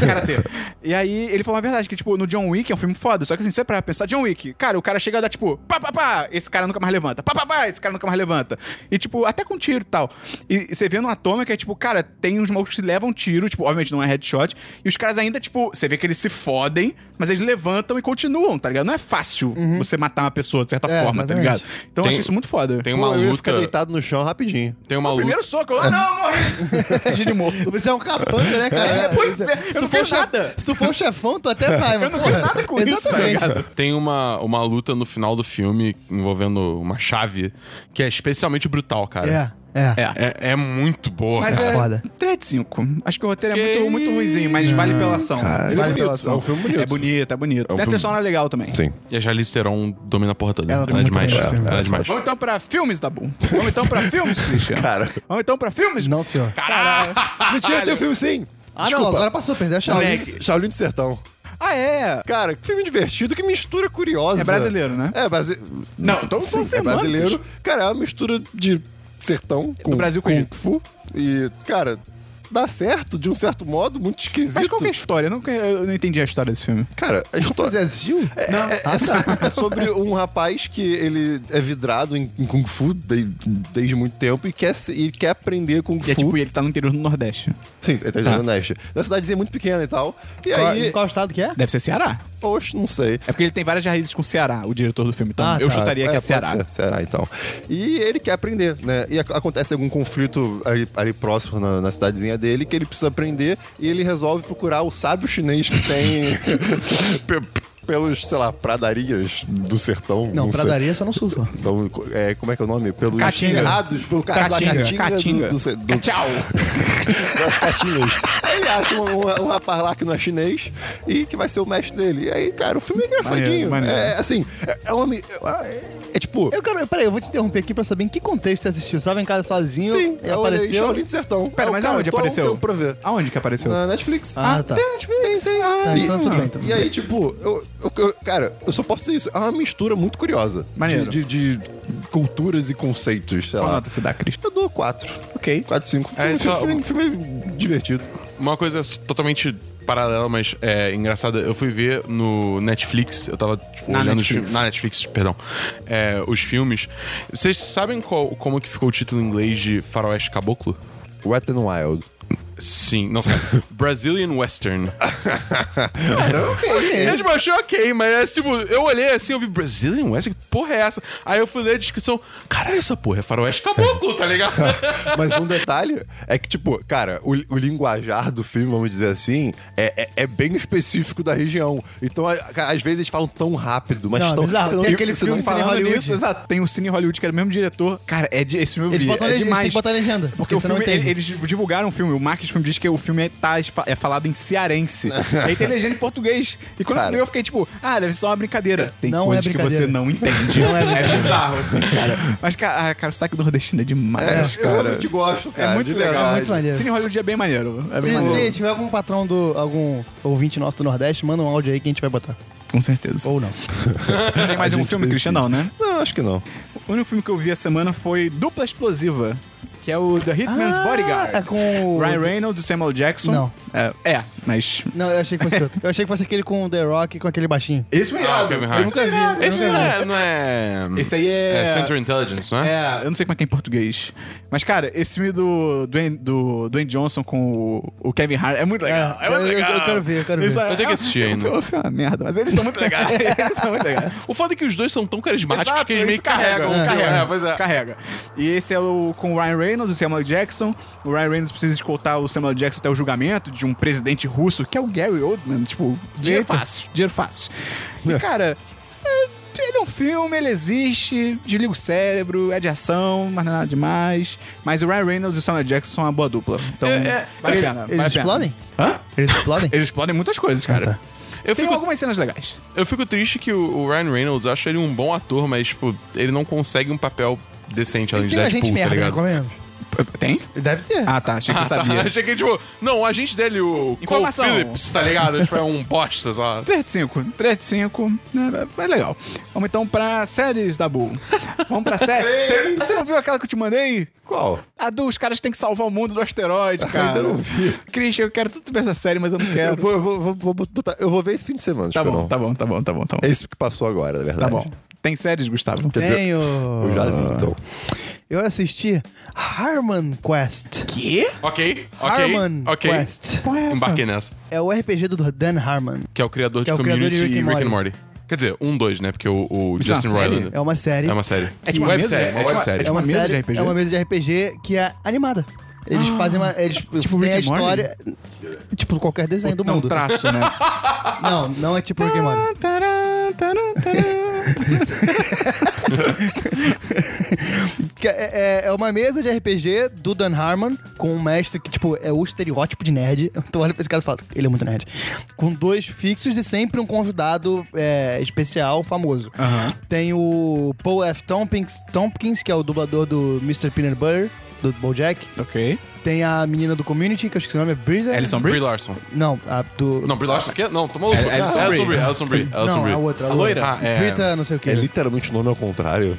A: Karatê. e aí ele falou a verdade, que, tipo, no John Wick é um filme foda. Só que assim, se você parar pra pensar, John Wick, cara, o cara chega a dar, tipo, pá, pá, pá, esse cara nunca mais levanta. Pá, pá, pá, esse cara nunca mais levanta. E, tipo, até com tiro e tal. E, e você vê no Atômica, é tipo, cara, tem uns malucos que levam tiro, tipo, obviamente não é headshot. E os caras ainda, tipo, você vê que eles se fodem, mas eles levantam e continuam, tá ligado? Não é fácil você matar uma pessoa, de certa
D: É,
A: forma, tá
D: exatamente.
A: ligado? Então eu
B: Tem-
A: achei isso muito foda.
B: Tem
C: Pô,
B: uma
C: eu ia ficar
B: luta.
C: deitado no chão rapidinho.
B: Tem uma
A: O
B: luta.
A: primeiro soco, eu, ah, não, eu morri. Giro de morto.
D: Você é um capanga, né, cara?
A: É, *laughs* pois é, eu
D: tu
A: não
D: for
A: quero
D: chef-
A: nada.
D: Se tu for um chefão, tu até vai,
A: *laughs* Eu não quero nada com isso, tá
D: Exatamente.
A: ligado?
B: Tem uma, uma luta no final do filme envolvendo uma chave que é especialmente brutal, cara.
D: É, é.
A: É.
B: É, é muito boa,
A: Mas
B: cara.
A: é
D: Foda.
A: 3 de 5. Acho que o roteiro
B: Que
A: é muito, muito ruimzinho, mas vale pela ação.
C: ele é
A: vale
C: bonito,
A: pela ação.
C: é um filme bonito.
A: É bonito, é bonito.
C: um
A: Tem a
C: filme-
A: trilha sonora legal também.
C: Sim.
B: E a Charlize Theron domina a porra toda.
D: Ela
B: Ela,
D: tá
B: é
D: muito
B: demais.
D: bem nesse filme,
B: ela é
D: ela
B: demais.
A: Vamos então pra filmes, Dabu. Vamos então pra filmes, Christian.
B: *laughs*
C: Cara.
A: Vamos então pra filmes?
D: Não, senhor.
A: Caralho.
C: Mentira, tem um filme sim!
D: Ah, não, agora passou, perdeu a chave.
C: Shaolin, Shaolin do Sertão.
A: Ah, é.
C: Cara, que filme divertido, que mistura curiosa.
A: É brasileiro, né?
C: É, brasi...
A: Não, então
C: Sim, é
A: confirmando,
C: brasileiro. Cara, é uma mistura de sertão com
A: É Brasil com
C: com
A: Egito.
C: fu. E, cara, dá certo de um certo modo, muito esquisito.
A: Mas qual que é a história? Eu não, eu não entendi a história desse filme.
C: Cara, a história...
D: Você assistiu?
C: É, é-
A: tá
C: é so- é sobre um rapaz que ele é vidrado em, em Kung Fu de- desde muito tempo e quer, se- e quer aprender Kung
A: E
C: Fu.
A: é tipo, ele tá no interior do Nordeste.
C: Sim, ele tá jogando Neste. Da cidadezinha muito pequena e tal. E
D: Qual,
C: aí.
D: em qual estado que é?
A: Deve ser Ceará.
C: Oxe, não sei.
A: É porque ele tem várias raízes com Ceará, o diretor do filme. Então
D: Ah,
A: eu
D: tá.
A: chutaria que é
C: pode
A: Ceará.
C: ser, Ceará, então. E ele quer aprender, né? E ac- acontece algum conflito ali, ali próximo na, na cidadezinha dele que ele precisa aprender e ele resolve procurar o sábio chinês que tem *laughs* pe- pelos, sei lá, pradarias do sertão.
D: Não,
C: sei.
D: pradaria é só no sul, só.
C: Então, é, como é que é o nome? Pelos
A: Caatinga.
C: cerrados, pelo ca- pela
A: Caatinga. Caatinga.
C: do, do, do,
A: Tchau.
C: das *laughs* caatingas. Aí ele acha um, um- um rapaz lá que não é chinês e que vai ser o mestre dele. E aí, cara, o filme é
A: Maneiro,
C: engraçadinho.
A: maneiro.
C: É assim, é, é uma. É, é tipo.
D: Eu quero, peraí, eu vou te interromper aqui pra saber em que contexto você assistiu. Você tava em casa sozinho
C: Sim,
D: e
C: eu olhei
D: apareceu.
C: Shaolin do Sertão.
A: Pera,
C: Eu,
A: mas
C: cara,
A: aonde
C: tô há um
A: apareceu?
C: tempo pra ver.
A: Aonde que apareceu?
C: Na Netflix.
D: Ah, tá.
C: Tem Netflix. Tem, tem. Ah,
D: então tudo bem, então
C: e
D: tudo
C: aí, tipo, eu, eu- eu- cara, eu só posso dizer isso. É uma mistura muito curiosa.
A: Maneiro.
C: De, de- de culturas e conceitos, sei
A: Qual
C: lá.
A: nota você dá, Cristo?
C: Eu dou 4.
A: Ok.
C: 4, 5.
B: É,
C: Filme,
B: só-
C: filme, filme divertido.
B: Uma coisa totalmente paralela, mas é engraçada. Eu fui ver no Netflix, eu tava tipo,
A: Na
B: olhando os
A: Netflix.
B: filmes. Na Netflix, perdão. É, os filmes. Vocês sabem qual- como que ficou o título em inglês de Faroeste Caboclo?
C: Wet and Wild.
B: Sim, *laughs* nossa, cara. Brazilian Western.
D: Ok.
B: *laughs* Eu tipo, achei ok, mas tipo, eu olhei assim, eu vi Brazilian Western, que porra é essa? Aí eu fui ler a descrição, caralho, essa porra é Faroeste Caboclo, tá ligado?
C: Mas um detalhe é que, tipo, cara, o, o linguajar do filme, vamos dizer assim, é, é- é bem específico da região. Então, a- cara, às vezes eles falam tão rápido, mas
D: Não, é
C: tão.
D: bizarro.
C: você não-
D: Tem aquele
C: você
D: filme
C: não fala-
D: Cine Hollywood.
A: exato. Tem o Cine Hollywood, que era o mesmo diretor. Cara, é de, esse filme eu
D: Eles
A: vi,
D: botam
A: é
D: legenda,
A: demais.
D: tem que botar legenda,
A: Porque,
D: porque
A: o
D: você não
A: filme, ele-
D: entende.
A: eles divulgaram o filme. O Marcos filme diz que o filme tá, é falado em cearense. e aí tem legenda em português. E quando
C: Cara.
A: eu li, eu fiquei tipo, ah, deve ser uma brincadeira. Tem
D: Não é
A: coisas que
D: brincadeira.
A: você *laughs* não entende.
D: Não é brincadeira.
A: bizarro, assim, cara. Mas, cara, ah, cara, o saque do nordestino é demais,
C: Eu
A: cara.
C: realmente gosto, cara.
A: é muito
C: de
A: legal.
C: verdade.
D: muito maneiro.
A: Cine Hollywood é bem maneiro. É bem
D: Se,
A: maneiro.
D: se tiver algum patrão do. algum ouvinte nosso do Nordeste, manda um áudio aí que a gente vai botar.
A: Com certeza.
D: Ou não.
A: tem mais um filme, Christian? Não, né?
C: Não, acho que não.
A: O único filme que eu vi essa semana foi Dupla Explosiva, que é o The Hitman's Bodyguard.
D: É com o.
A: Ryan Reynolds, Samuel Jackson.
D: Não.
A: É, é, mas.
D: Não, eu achei que fosse outro. Eu achei que fosse aquele com o The Rock e com aquele baixinho.
A: Esse foi
B: Ah, o
A: irado.
B: Kevin
D: Eu
B: Hart.
D: nunca vi. eu
B: *laughs*
D: nunca
B: Esse não
D: vi.
B: é, não é.
A: Esse aí é.
B: É Central Intelligence, não é?
A: É, eu não sei como é que é em português. Mas, cara, esse filme do Dwayne, do Dwayne Johnson com o, o Kevin Hart é muito legal.
D: É,
A: É, muito
D: eu- eu-
A: legal.
D: eu quero ver, eu quero ver.
A: é-
B: Eu tenho que assistir
A: é,
B: ainda.
A: *laughs* Foi foi uma merda, mas eles são muito legais. *laughs* eles são muito legais.
B: O foda é que os dois são tão carismáticos
A: Exato,
B: que eles
A: eles
B: meio que carregam.
A: carregam, né?
B: o filme.
A: carregam.
B: É, pois é.
A: Carrega. E esse é o com o Ryan Reynolds, o Samuel Jackson. O Ryan Reynolds precisa escoltar o Samuel Jackson até o julgamento de um presidente russo, que é o Gary Oldman. Tipo, dinheiro
D: Eita.
A: fácil, dinheiro fácil. E, cara, é, ele é um filme, ele existe, desliga o cérebro, é de ação, mas não é nada demais. Mas o Ryan Reynolds e o Samuel Jackson são uma boa dupla. Então,
B: É, é,
A: vale a
D: Eles,
A: pena.
D: eles
A: vale a pena.
D: explodem?
A: Hã?
D: Eles explodem?
A: Eles explodem muitas coisas, cara.
D: Ah, tá.
B: Eu,
A: Tem
B: fico,
A: algumas cenas legais.
B: eu fico triste que o, o Ryan Reynolds, eu acho ele um bom ator, mas, tipo, ele não consegue um papel decente além
D: Tem
B: de
D: a
B: Deadpool,
D: gente
B: tá
D: merda, né?
B: ligado?
D: Convenhamos.
A: Tem?
D: Deve ter.
A: Ah, tá. Achei que
B: *laughs*
A: você sabia.
B: Eu cheguei, tipo, não, o agente dele, o Cole
A: Informação.
B: Phillips, tá ligado? tipo, é um bosta, só.
A: 3 de 5. 3 de 5. É, é legal. Vamos então pra séries da Bull. Vamos pra
C: *laughs*
A: séries. Você não viu aquela que eu te mandei?
C: Qual?
A: A do, os caras têm que salvar o mundo do asteroide, cara.
C: ainda não vi.
A: Christian, eu quero tanto ver essa série, mas eu não
C: Eu
A: quero.
C: vou, eu vou- vou- vou botar- eu vou ver esse fim de semana,
A: Tá
C: tipo,
A: bom,
C: não.
A: tá bom, tá bom, tá bom, tá bom.
C: É isso que passou agora, na
A: Tá
C: verdade.
A: bom. Tem séries, Gustavo?
C: Quer dizer,
D: Tenho.
C: Eu já
D: Ah.
C: vi, então.
D: Eu assisti Harmon Quest.
A: Quê?
B: Ok, ok,
D: Harmon
B: ok.
D: Quest.
B: Embarquei nessa.
D: É o RPG do Dan Harmon.
B: Que é o criador de
D: Que é o criador
B: Community
D: de Rick
B: e
D: and
B: Rick and Morty. Quer dizer, um, dois, né? Porque o, o
A: Isso é uma
B: Justin
A: série?
B: Roiland...
D: É uma série.
B: É uma série.
A: É tipo uma
B: web
A: mesa?
B: série,
A: É
B: uma
A: tipo
B: web
A: uma-
B: série.
A: é uma- mesa de
D: série-
A: RPG?
D: É uma mesa de RPG que é animada. Eles fazem uma. Eles
A: *gasps* tipo
D: têm a
A: Rick and Morty?
D: história. Tipo, qualquer desenho do
A: Não,
D: mundo.
A: traço,
D: *laughs*
A: né?
D: Não, não é tipo Rick and Morty.
A: Tarã, tarã, tarã.
C: *laughs*
D: Que É, é- é uma mesa de RPG do Dan Harmon, com um mestre que, tipo, é o estereótipo de nerd. *laughs* Então olha pra esse cara e fala, ele é muito nerd. Com dois fixos e sempre um convidado é, especial, famoso. Tem o Paul F. Tompkins, Tompkins, que é o dublador do Mr. Peanut Butter, do BoJack.
A: ok.
D: Tem a menina do Community, que eu esqueci o nome, é Brisa?
A: Alison
B: Brie
A: Brie?
B: Larson.
D: Não, a do...
B: Não, Brie Larson que é? Não, tomou... É,
A: Alison Brie.
B: Alison Brie, Alison Brie,
D: Não,
B: Alison Brie.
D: a outra.
A: A loira?
B: Ah, é.
D: Brita, não sei o quê.
C: É literalmente o nome ao contrário.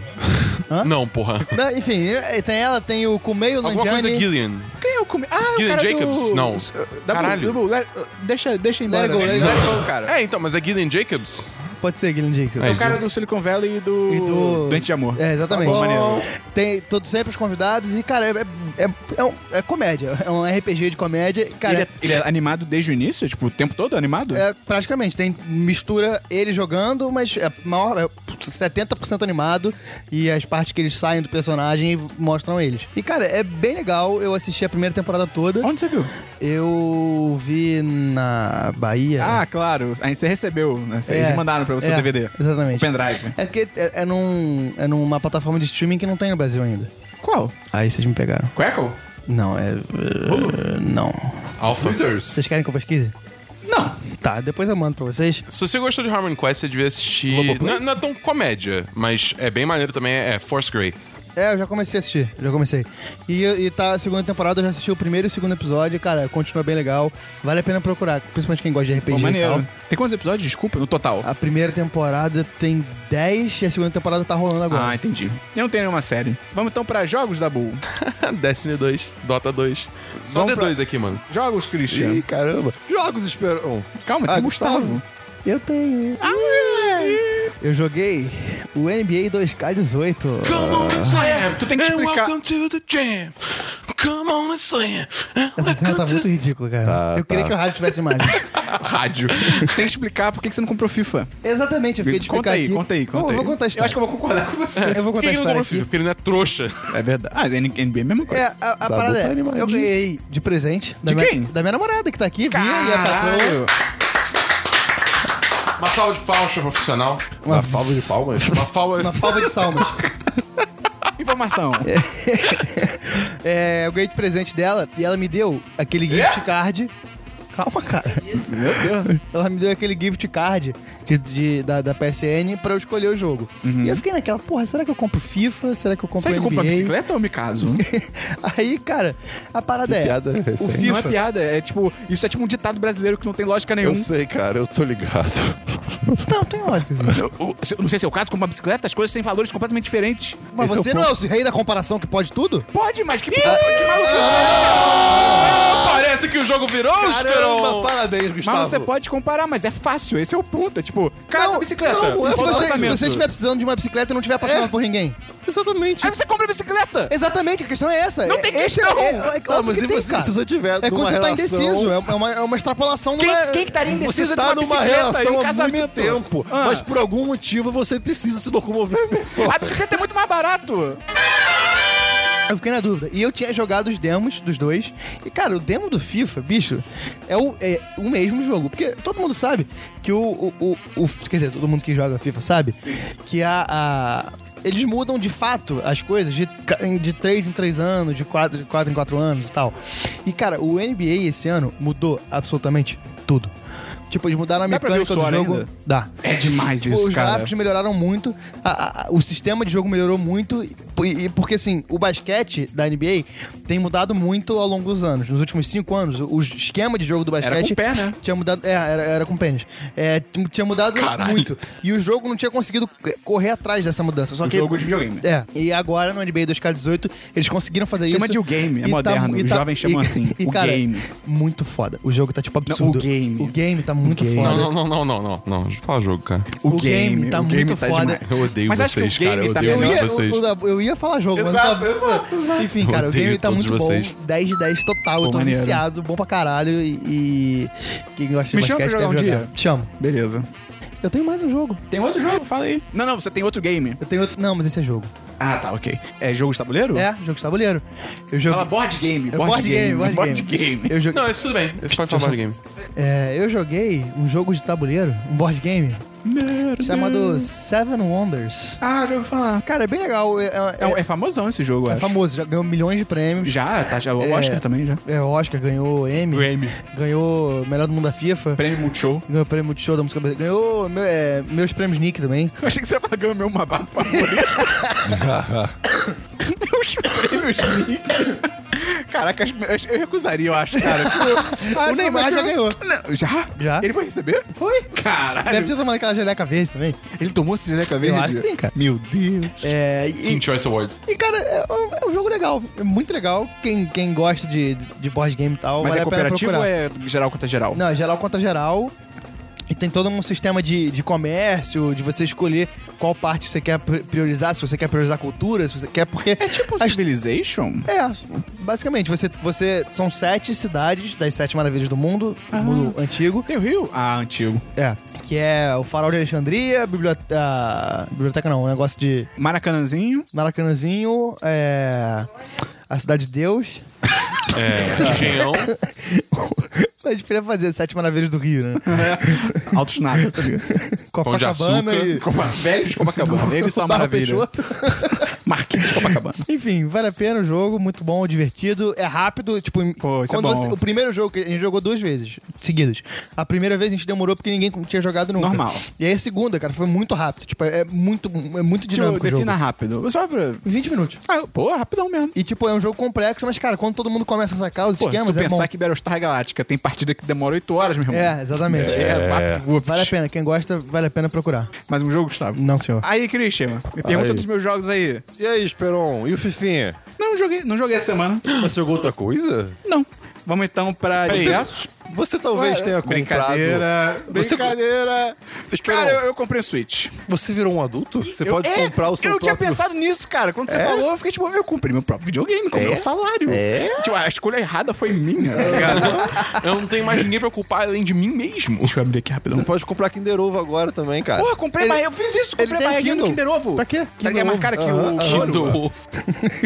B: Não, porra.
D: Não, enfim, é- tem ela, tem o Kumeio
B: Alguma coisa
D: Nanjiani.
B: Gillian.
A: Quem eu comi? Ah,
B: Gillian
A: o cara
B: Jacobs?
A: do...
B: Não.
A: Da
B: Caralho.
A: Bull, da Bull, let- deixa, deixa embora.
D: Let it go, let it go.
A: go, cara.
B: É, então, mas é Gillian Jacobs?
D: Pode ser Guilherme Jacobs.
A: É o cara do Silicon Valley e do...
D: E do-
A: Doente de Amor.
D: É, exatamente.
A: Tá bom, maneiro.
D: Tem todos sempre os convidados e, cara, é, é, é, um- é comédia. É um RPG de comédia. e, Cara,
A: Ele é, ele é animado desde o início? Tipo, o tempo todo animado?
D: é praticamente, tem mistura ele jogando, mas é maior, é 70% animado e as partes que eles saem do personagem e mostram eles. E, cara, é bem legal. Eu assisti a primeira temporada toda.
A: Onde você viu?
D: Eu vi na Bahia.
A: Ah, claro. Aí você recebeu, né? Cê-
D: É,
A: Eles mandaram pra você
D: é,
A: o DVD.
D: Exatamente.
A: O pendrive.
D: É porque é, é num, é numa plataforma de streaming que não tem no Brasil ainda.
A: Qual?
D: Aí vocês me pegaram.
A: Crackle?
D: Não, é. eh, não.
B: Alpha.
D: Vocês querem que eu pesquise?
A: Não.
D: Tá, depois eu mando pra vocês.
B: Se você gostou de Harmon Quest, você devia assistir... Não, é- não é tão comédia, mas é bem maneiro também. É Force Grey.
D: É, eu já comecei a assistir, já comecei. E, e tá a segunda temporada, eu já assisti o primeiro e o segundo episódio, cara, continua bem legal. Vale a pena procurar, principalmente quem gosta de RPG
A: Pô,
D: e tal. Ah.
A: maneiro. Tem quantos episódios? Desculpa, no total.
D: A primeira temporada tem 10 e a segunda temporada tá rolando
A: Ah,
D: agora.
A: entendi. Eu não tenho nenhuma série. Vamos então pra jogos da Bull.
B: Ah, Destiny 2, Dota 2. Só
A: Vamos
B: D2 aqui, mano.
A: Jogos, Christian.
C: Ih, caramba. Jogos esperam.
A: Calma, tem
C: Ah,
A: Gustavo. Ah, é.
D: Eu tenho. Eu joguei o NBA 2K18.
B: Come on and slam.
A: Ah. É, tu tem que explicar-
B: And welcome to the jam. Come on and slam. and
D: Essa cena tá
B: welcome
D: muito
B: to-
D: ridícula, cara.
C: Tá,
D: eu queria
C: tá.
D: que o rádio
A: *laughs*
D: tivesse imagem. *laughs*
A: Rádio. Você tem que explicar por que que você não comprou FIFA.
D: Exatamente, eu fiquei de
A: Conta
D: explicar
A: aí,
D: aqui.
A: conta aí, conta
D: Bom,
A: aí.
D: Eu vou contar a história.
A: Eu acho que eu vou concordar com você.
D: Eu vou
B: Por
D: contar
B: que
D: a
B: ele não comprou
D: história aqui.
B: FIFA? Porque ele não é trouxa.
A: É verdade. Ah, NBA é a mesma coisa.
D: É, a, a parada
C: tá
D: é, eu
C: animadinho.
D: ganhei de presente da
A: De
D: minha,
A: quem?
D: da minha namorada que tá aqui,
A: é
D: Bia, e a patroa.
A: Caralho.
B: Uma salva de faixa profissional.
C: Uma falva de
A: *laughs*
C: palmas.
B: Uma falva...
D: Uma palma de salmas.
A: Informação.
D: É, eu ganhei de presente dela e ela me deu aquele
A: É?
D: gift card. Calma, cara.
A: Meu Deus.
D: Ela me deu aquele gift card de, de- da, da PSN pra eu escolher o jogo. E eu fiquei naquela, porra, será que eu compro FIFA? Será que eu compro
A: Uhum. Será que eu
D: NBA?
A: compro uma bicicleta ou me caso?
D: *laughs* Aí, cara, a parada é.
C: piada
D: o
C: recente.
A: Não é
D: FIFA.
A: piada, é tipo, isso é tipo um ditado brasileiro que não tem lógica
C: Eu
A: nenhuma.
C: sei, cara, eu tô ligado.
D: Não, tem lógica. Assim.
A: Eu- eu- se- não sei se é o caso, como uma bicicleta, as coisas têm valores completamente diferentes.
D: Mas
C: Esse é o
D: você não é o rei da comparação que pode tudo?
A: Pode, mas que, que maluco.
B: Parece que o jogo virou, Esperon!
C: parabéns,
A: Mas você pode comparar, mas é fácil, esse é o ponto. É tipo, casa,
D: Não,
A: bicicleta.
D: não,
A: Aí
D: se, você, se
A: é orçamento. É.
D: você estiver precisando de uma bicicleta e não tiver patrocinado por ninguém.
C: Exatamente.
A: Aí você compra a bicicleta.
D: Exatamente, a questão é essa.
A: Não tem
D: Esse é-
A: questão.
D: é- é- é
C: Ah,
D: claro
C: mas
D: que
C: e
D: tem,
C: você,
D: cara.
C: se você tiver
D: É
C: numa
D: quando você tá
C: relação...
D: indeciso, é uma- é uma, é uma extrapolação
A: Quem,
D: numa-
A: quem que estaria indeciso
C: Você
A: de uma
C: tá numa
A: bicicleta e
C: relação
A: um
C: há muito
A: casamento?
C: tempo,
A: Ah.
C: mas por algum motivo você precisa se locomover.
A: *laughs* A bicicleta é muito mais barato.
D: Eu fiquei na dúvida. E eu tinha jogado os demos dos dois. E, cara, o demo do FIFA, bicho, é o, é o mesmo jogo. Porque todo mundo sabe que o, o, o- o- Quer dizer, todo mundo que joga FIFA sabe que a. a- eles mudam de fato as coisas de, ca- em- de 3 em 3 anos, de 4, de 4 em 4 anos e tal. E, cara, o NBA esse ano mudou absolutamente tudo. Tipo, eles mudaram a
A: Dá pra ver
D: mecânica
A: o Sora
D: do jogo.
A: ainda?
D: Dá.
A: É demais
D: Tipo,
A: isso,
D: os
A: cara.
D: gráficos melhoraram muito, a- a- a- o sistema de jogo melhorou muito, e, e- porque assim, o basquete da NBA tem mudado muito ao longo dos anos. Nos últimos cinco anos, o- o esquema de jogo do basquete.
A: com o pé, né?
D: Tinha mudado. É, era, era com pênis. É, t- tinha mudado muito. E o jogo não tinha conseguido c- correr atrás dessa mudança. Só
A: O
D: que.
A: jogo de videogame.
D: É, e agora no NBA 2K18 eles conseguiram fazer isso. tá
A: Chama de o game, é moderno, os jovens chamam
D: *laughs*
A: assim, o game.
D: Muito foda. O jogo tá tipo
A: Não,
D: absurdo.
A: o game.
D: O game tá muito
A: game.
D: foda.
B: Não, não, não, não, não, não, não. Fala jogo, cara.
D: O game tá muito foda.
A: demais.
B: Eu odeio
A: Mas acho que o
B: vocês, cara.
A: game
B: Eu
A: tá
B: odeio
D: Eu
A: melhor.
B: muito
D: ia,
B: vocês.
D: eu, eu- eu ia falar jogo,
A: Exato,
D: mas não tá- Enfim, cara, o
B: Odeio
D: game tá
B: todos
D: muito
B: vocês.
D: bom. 10 de 10 total. eu
A: Pô,
D: tô
A: maneiro.
D: viciado, bom pra caralho. E, e quem gosta de
A: Me chama pra
D: basquete
A: jogar
D: deve
A: um
D: jogar.
A: dia.
D: Chamo.
A: Beleza.
D: Eu tenho mais um jogo.
A: Tem outro jogo? Fala aí. Não, não, você tem outro game.
D: Eu tenho outro. Não, mas esse é jogo.
A: Ah, tá, ok. É jogo de tabuleiro?
D: É, jogo de tabuleiro. Eu jogo.
A: Fala board game.
D: É
A: Board, game,
D: board game. Eu joguei,
B: Não, isso tudo bem. Você pode falar mais de game.
D: é, eu joguei um jogo de tabuleiro, um board game,
A: Hum.
D: chamado Seven Wonders.
A: Ah, já ouvi falar.
D: Cara, é bem legal. É,
A: É,
D: é-
A: é famosão esse jogo, eu
D: é
A: acho.
D: famoso, já ganhou milhões de prêmios.
A: Já, tá, já. O Oscar
D: É.
A: também, já.
D: É, Oscar, ganhou M, ganhou melhor do mundo da FIFA.
A: Prêmio Multishow.
D: Ganhou o prêmio Multishow da música brasileira. Ganhou meu- é, meus prêmios Nick também.
A: Eu achei que você ia falar ganhou meu mabá favorito. *laughs* Meus prêmios, Nick. Caraca, acho- acho- eu recusaria, eu acho, cara.
D: *laughs*
A: Tipo,
D: O Neymar
A: mas-
D: Ah, já ganhou.
A: Não, já?
D: Já.
A: Ele foi receber?
D: Foi?
A: Caralho.
D: Deve ter tomado aquela geleca verde também.
A: Ele tomou esse geleca Ah, verde?
D: acho que sim, cara.
A: Meu Deus.
D: É, e,
B: Teen Choice Awards.
D: e, cara, é um, é um jogo legal. É muito legal. Quem, quem gosta de, de board game e tal,
A: Mas
D: vale
A: é
D: a pena
A: cooperativo
D: procurar.
A: ou é geral contra geral?
D: Não, é geral contra geral. E tem todo um sistema de, de comércio, de você escolher qual parte você quer pri- priorizar, se você quer priorizar cultura, se você quer porque...
A: É tipo Civilization?
D: É, basicamente, você, você... São sete cidades das sete maravilhas do mundo, do mundo antigo.
A: Tem o Rio? Ah, antigo.
D: É, que é o Farol de Alexandria, biblioteca. Biblioteca não, um negócio de
A: Maracanãzinho.
D: Maracanãzinho, é. A Cidade de Deus.
B: É, Engenhão.
D: A gente podia fazer Sete Maravilhas do Rio,
B: *laughs*
D: né?
A: Altos nada. tá ligado?
D: *laughs*
B: de
D: Copacabana
B: açúcar.
D: e.
A: Copa- Velhos de Copacabana. Eles são a
D: *laughs* Barra
A: maravilha.
D: Peixoto.
A: Marquinhos de
D: *laughs*
A: Copacabana.
D: Enfim, vale a pena o jogo, muito bom, divertido, é rápido, tipo,
A: Pô, isso é
D: quando
A: bom.
D: você- o primeiro jogo que a gente jogou duas vezes seguidas. A primeira vez a gente demorou porque ninguém tinha jogado nunca.
A: Normal.
D: E aí a segunda, cara, foi muito rápido, tipo, é muito é muito
A: Tipo,
D: dinâmico o jogo.
A: defina rápido. Só pra...
D: 20 minutos.
A: Ah, pô, rapidão mesmo.
D: E tipo, é um jogo complexo, mas cara, quando todo mundo começa a sacar os
A: Pô,
D: esquemas,
A: se tu
D: é bom.
A: pensar que Battlestar Galáctica tem partida que demora 8 horas, meu irmão.
D: É, exatamente.
A: É, vapt-vupt.
D: Vale a pena, quem gosta, vale a pena procurar.
A: Mais um jogo, Gustavo?
D: Não, senhor.
A: Aí, Christian, me pergunta
C: Aí.
A: dos meus jogos aí.
C: E aí, Esperon? E o Fifinha?
A: Não joguei, não joguei essa semana.
C: Você jogou outra coisa?
A: Não. Vamos então pra
B: Peraí.
A: desgraços.
C: Você talvez tenha comprado...
A: Brincadeira.
C: Você-
A: Brincadeira.
C: Esperon.
A: Cara, eu, eu comprei o Switch.
C: Você virou um adulto? Você
A: Eu-
C: pode
A: é,
C: comprar o seu
A: Eu tinha
C: próprio...
A: pensado nisso, cara. Quando você falou, eu fiquei tipo, eu comprei meu próprio videogame com o meu salário. É? Tipo, a escolha errada foi minha, tá ligado?
B: Eu não tenho mais ninguém pra culpar além de mim mesmo.
A: Deixa eu abrir aqui rapidão.
C: Você pode comprar Kinder Ovo agora também, cara.
A: Porra, comprei
D: Ele-
A: barriga. Eu fiz isso,
D: ele
A: comprei
D: tem
A: barriguinha no
D: Kindle.
A: Kinder Ovo.
D: Pra quê?
A: Tá ligado?
D: Kinder
A: Mas, cara, que o...
B: Que
A: Kindle.
B: do...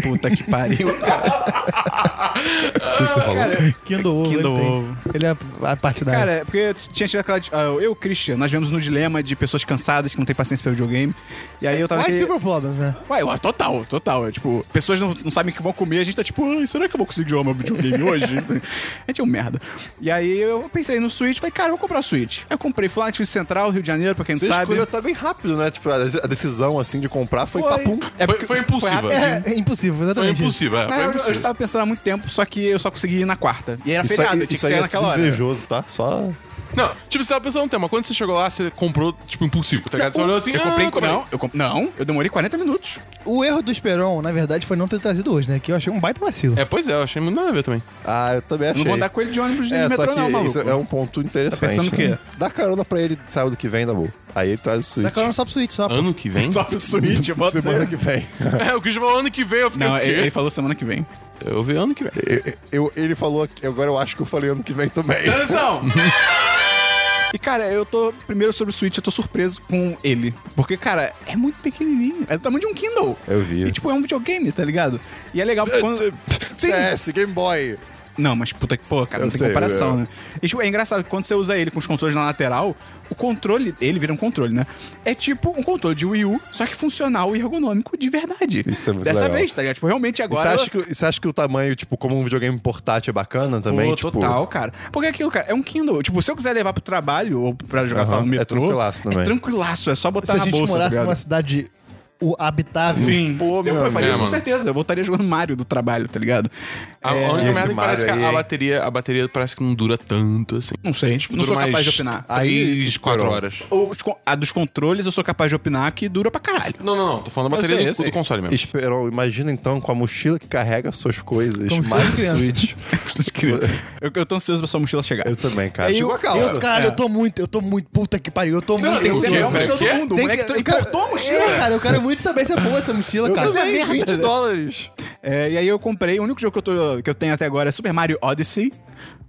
A: Puta que *laughs* pariu, cara.
C: O que, que você falou?
D: Kindle Ovo.
A: Kindle
D: ele tem.
A: Ovo.
D: Ele é a- a parte da.
A: Cara, é porque eu tinha tido aquela. ah, eu e o Christian, nós vivemos no dilema de pessoas cansadas que não têm paciência pra videogame. E aí eu tava.
D: White
A: naquele-
D: People Problems, né?
A: Ué, ué, total, total. É, tipo, pessoas não, não sabem o que vão comer, a gente tá tipo, "Ai, será que eu vou conseguir jogar meu videogame hoje? a gente é um merda. E aí eu pensei no Switch, falei, cara, eu vou comprar o Switch. Aí eu comprei fui lá no Central, Rio de Janeiro, pra quem não
C: Você
A: sabe.
C: escolheu tá bem rápido, né? Tipo, a a decisão, assim, de comprar foi,
A: Foi.
C: papum.
A: É
B: Foi,
A: porque-
B: foi impulsiva.
A: rápido.
D: É, é impossível,
B: Foi
D: exatamente. isso.
B: impulsiva. é,
A: Mas
B: Foi
A: eu, eu
B: impulsiva.
A: estava pensando há muito tempo, só que eu só consegui ir na quarta. E era feriado, eu tinha que
C: aí
A: sair
C: é
A: naquela
C: tudo
A: hora. né?
C: invejoso, tá? Só...
B: Não, tipo, você tava pensando um tema. Quando você chegou lá, você comprou, tipo, impulsivo, tá ligado? Você olhou assim,
A: Eu
B: ah,
A: comprei,
B: comprei.
A: não, eu comp- não, eu demorei 40 minutos.
D: O erro do Esperon, na verdade, foi não ter trazido hoje, né? Que eu achei um baita vacilo.
B: É, pois é, eu achei muito nada a ver também.
A: *laughs*
C: Ah, eu também
A: Eu
C: achei.
A: não vou andar com ele de ônibus nem
C: é,
A: de
C: só
A: metrô,
C: que
A: não, maluco. Tá
C: isso
A: *laughs*
C: é um ponto interessante.
A: pensando o
C: né?
A: quê?
C: Dá carona pra ele sábado que vem, Dabu. Aí ele traz o Switch.
D: Da carona só pro Switch,
A: Ah,
D: só. pô.
B: Ano que vem?
A: Só pro Switch, eu boto.
C: Semana que vem.
B: *laughs* É, o Chris falou ano que vem, eu fiquei.
A: Não, é,
B: o quê?
A: ele, ele falou semana que vem.
B: Eu vi ano que vem.
C: Eu, ele falou, que- agora eu acho que eu falei ano que vem também.
A: Transição! *laughs* E, cara, eu tô. Primeiro sobre o Switch, eu tô surpreso com ele. Porque, cara, é muito pequenininho. É do tamanho de um Kindle.
C: Eu vi. *laughs*
A: E, tipo, é um videogame, tá ligado? E é legal porque quando. Sim.
C: DS, Game Boy.
A: Não, mas puta que pô, cara,
C: Eu
A: não tem
C: sei,
A: comparação,
C: eu-
A: né? E, tipo, é engraçado que quando você usa ele com os controles na lateral, o controle, ele vira um controle, né? É tipo um controle de Wii U, só que funcional e ergonômico de verdade.
C: Isso é muito
A: Dessa
C: legal.
A: vez, tá ligado? Tipo, realmente
C: E Você
A: agora.
C: acha, que, e você acha que o tamanho, tipo, como um videogame portátil é bacana também?
A: Pô,
C: tipo,
A: total, cara. Porque aquilo, cara, é um Kindle. Tipo, se eu quiser levar pro trabalho ou pra jogar
C: Aham,
A: sala no
C: é
A: metrô...
C: tranquilaço também.
A: É tranquilaço, é só botar
D: Se a
A: na
D: gente
A: bolsa, tá
D: morasse
A: ligado?
D: numa cidade o, habitável.
A: Sim.
C: Pô,
A: eu,
C: meu
A: eu faria isso
B: amigo.
A: com
B: É, mano.
A: certeza. Eu voltaria jogando Mario do trabalho, tá ligado?
B: A, a única
C: e esse
B: merda é que parece
C: Mario
B: que a,
C: aí, hein?
B: bateria, a bateria parece que não dura tanto, assim.
A: Não sei. tipo, não
B: Dura
A: sou capaz
B: mais
A: de opinar.
B: Três, quatro
C: Carol.
B: horas.
A: Ou os con- a dos controles eu sou capaz de opinar que dura pra caralho.
B: Não, não, não. Tô falando da
A: Eu
B: bateria
A: sei, eu
B: do,
A: sei.
B: do console mesmo.
C: Esperou, imagina então com a mochila que carrega suas coisas,
D: Como
C: mais
D: mochila de criança.
C: Switch.
A: eu, eu tô ansioso pra sua mochila chegar.
C: Eu também, cara.
A: Eu-
C: Chegou a calça.
D: Eu, caralho, eu tô muito, eu tô muito, puta que pariu, eu tô
A: é. Não,
D: muito.
A: tem que ser a
B: quê,
A: melhor
B: velho?
A: mochila do
B: Quê?
A: mundo. O
D: Tem
A: moleque
D: que-
A: tu
D: eu quero-
A: importou a
D: É,
A: mochila.
D: cara, eu quero muito saber se é boa essa mochila, cara.
A: também.
D: Isso é
A: merda. *laughs*
C: 20 dólares.
A: É, e aí eu comprei, o único jogo que eu, tô- que eu tenho até agora é Super Mario Odyssey.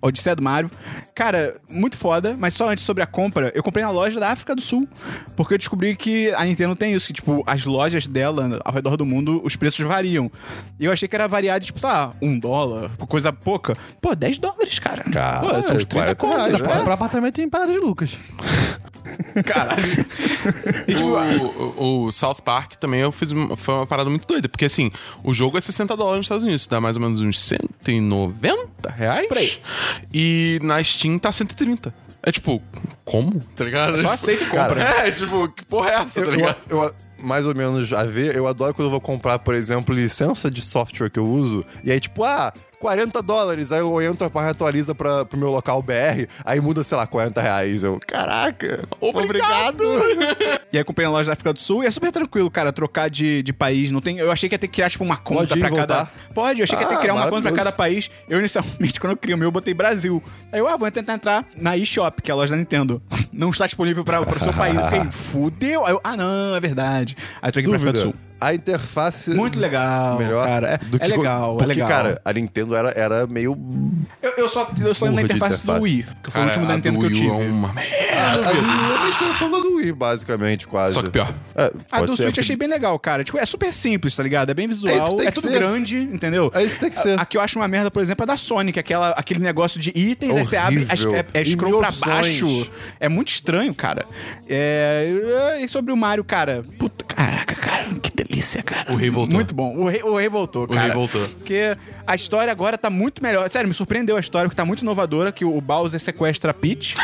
A: Odisseia do Mario. Cara, muito foda, mas só antes sobre a compra, eu comprei na loja da África do Sul, porque eu descobri que a Nintendo tem isso, que, tipo, as lojas dela ao redor do mundo, os preços variam. E eu achei que era variar de, tipo, sei lá, um dólar, coisa pouca. Pô, 10 dólares, cara.
C: Cara,
A: Pô, são uns 30
C: 40 reais,
A: contas,
C: né?
A: pô.
D: Ah, Pra apartamento em Parada de Lucas.
A: Caralho. E, tipo,
B: O, o- o South Park também eu fiz uma- foi uma parada muito doida, porque assim, o jogo é 60 dólares nos Estados Unidos, dá mais ou menos uns 190 reais.
A: Por aí.
B: E na Steam tá 130. É tipo, como? Tá ligado?
A: Só aceita e compra.
B: É, tipo, que porra é essa, tá
C: Eu-
B: ligado?
C: eu- eu- mais ou menos a ver, eu adoro quando eu vou comprar, por exemplo, licença de software que eu uso, e aí tipo, ah, 40 dólares, aí eu entro a página atualiza pra, pro meu local BR, aí muda, sei lá, 40 reais. Eu, caraca, obrigado!
A: E aí eu comprei na loja da África do Sul e é super tranquilo, cara, trocar de, de país. Não tem, eu achei que ia ter que criar, tipo, uma conta
C: Pode ir e
A: pra cada.
C: voltar?
A: Pode, eu achei que ia ter
C: Ah,
A: que criar uma conta pra
C: maravilhoso.
A: cada país. Eu, inicialmente, *laughs* quando eu criei o meu, eu botei Brasil. Aí eu, ah, vou tentar entrar na eShop, que é a loja da Nintendo. *laughs* Não está disponível pra, pro seu país. Eu
C: *laughs*
A: fiquei, fudeu. Aí eu, ah, não, é verdade. Aí eu troquei pra África do
C: Dúvida.
A: Sul.
C: A interface.
A: Muito legal,
C: Melhor
A: cara. É- é legal, é
C: Porque,
A: legal.
C: cara, a Nintendo era, era meio.
A: Eu, eu só, eu só lembro da
C: Burro de
A: interface,
C: interface.
A: do Wii, que foi
B: Cara,
A: o último da
B: a
A: Nintendo que
B: do
A: eu
B: Wii
A: tive.
C: um
B: U É uma merda.
A: Ah,
C: A, a, Wii é uma extensão da do Wii, basicamente, quase.
B: Só que pior.
C: É,
A: A
C: pode
A: do
C: ser,
A: Switch
C: porque-
A: eu achei bem legal, cara. Tipo, é super simples, tá ligado? É bem
C: É isso que
A: visual,
C: tem
A: é
C: que
A: tudo
C: ser.
A: grande, entendeu?
C: É isso que tem que ser.
A: A, a que eu acho uma merda, por exemplo, é da Sonic, aquela, aquele negócio de itens, aí você abre,
C: Horrível.
A: as- é, é
C: E
A: scroll
C: mil
A: pra
C: opções.
A: baixo. É muito estranho, cara. É, e sobre o Mario, cara, puta, caraca, cara, que delícia, cara.
B: O rei voltou.
A: Muito bom. O rei, o rei voltou, cara.
B: rei voltou.
A: Porque a história agora tá muito melhor. Sério, me surpreendeu a história, porque tá muito inovadora, que o Bowser sequestra a
C: *laughs*
A: Peach.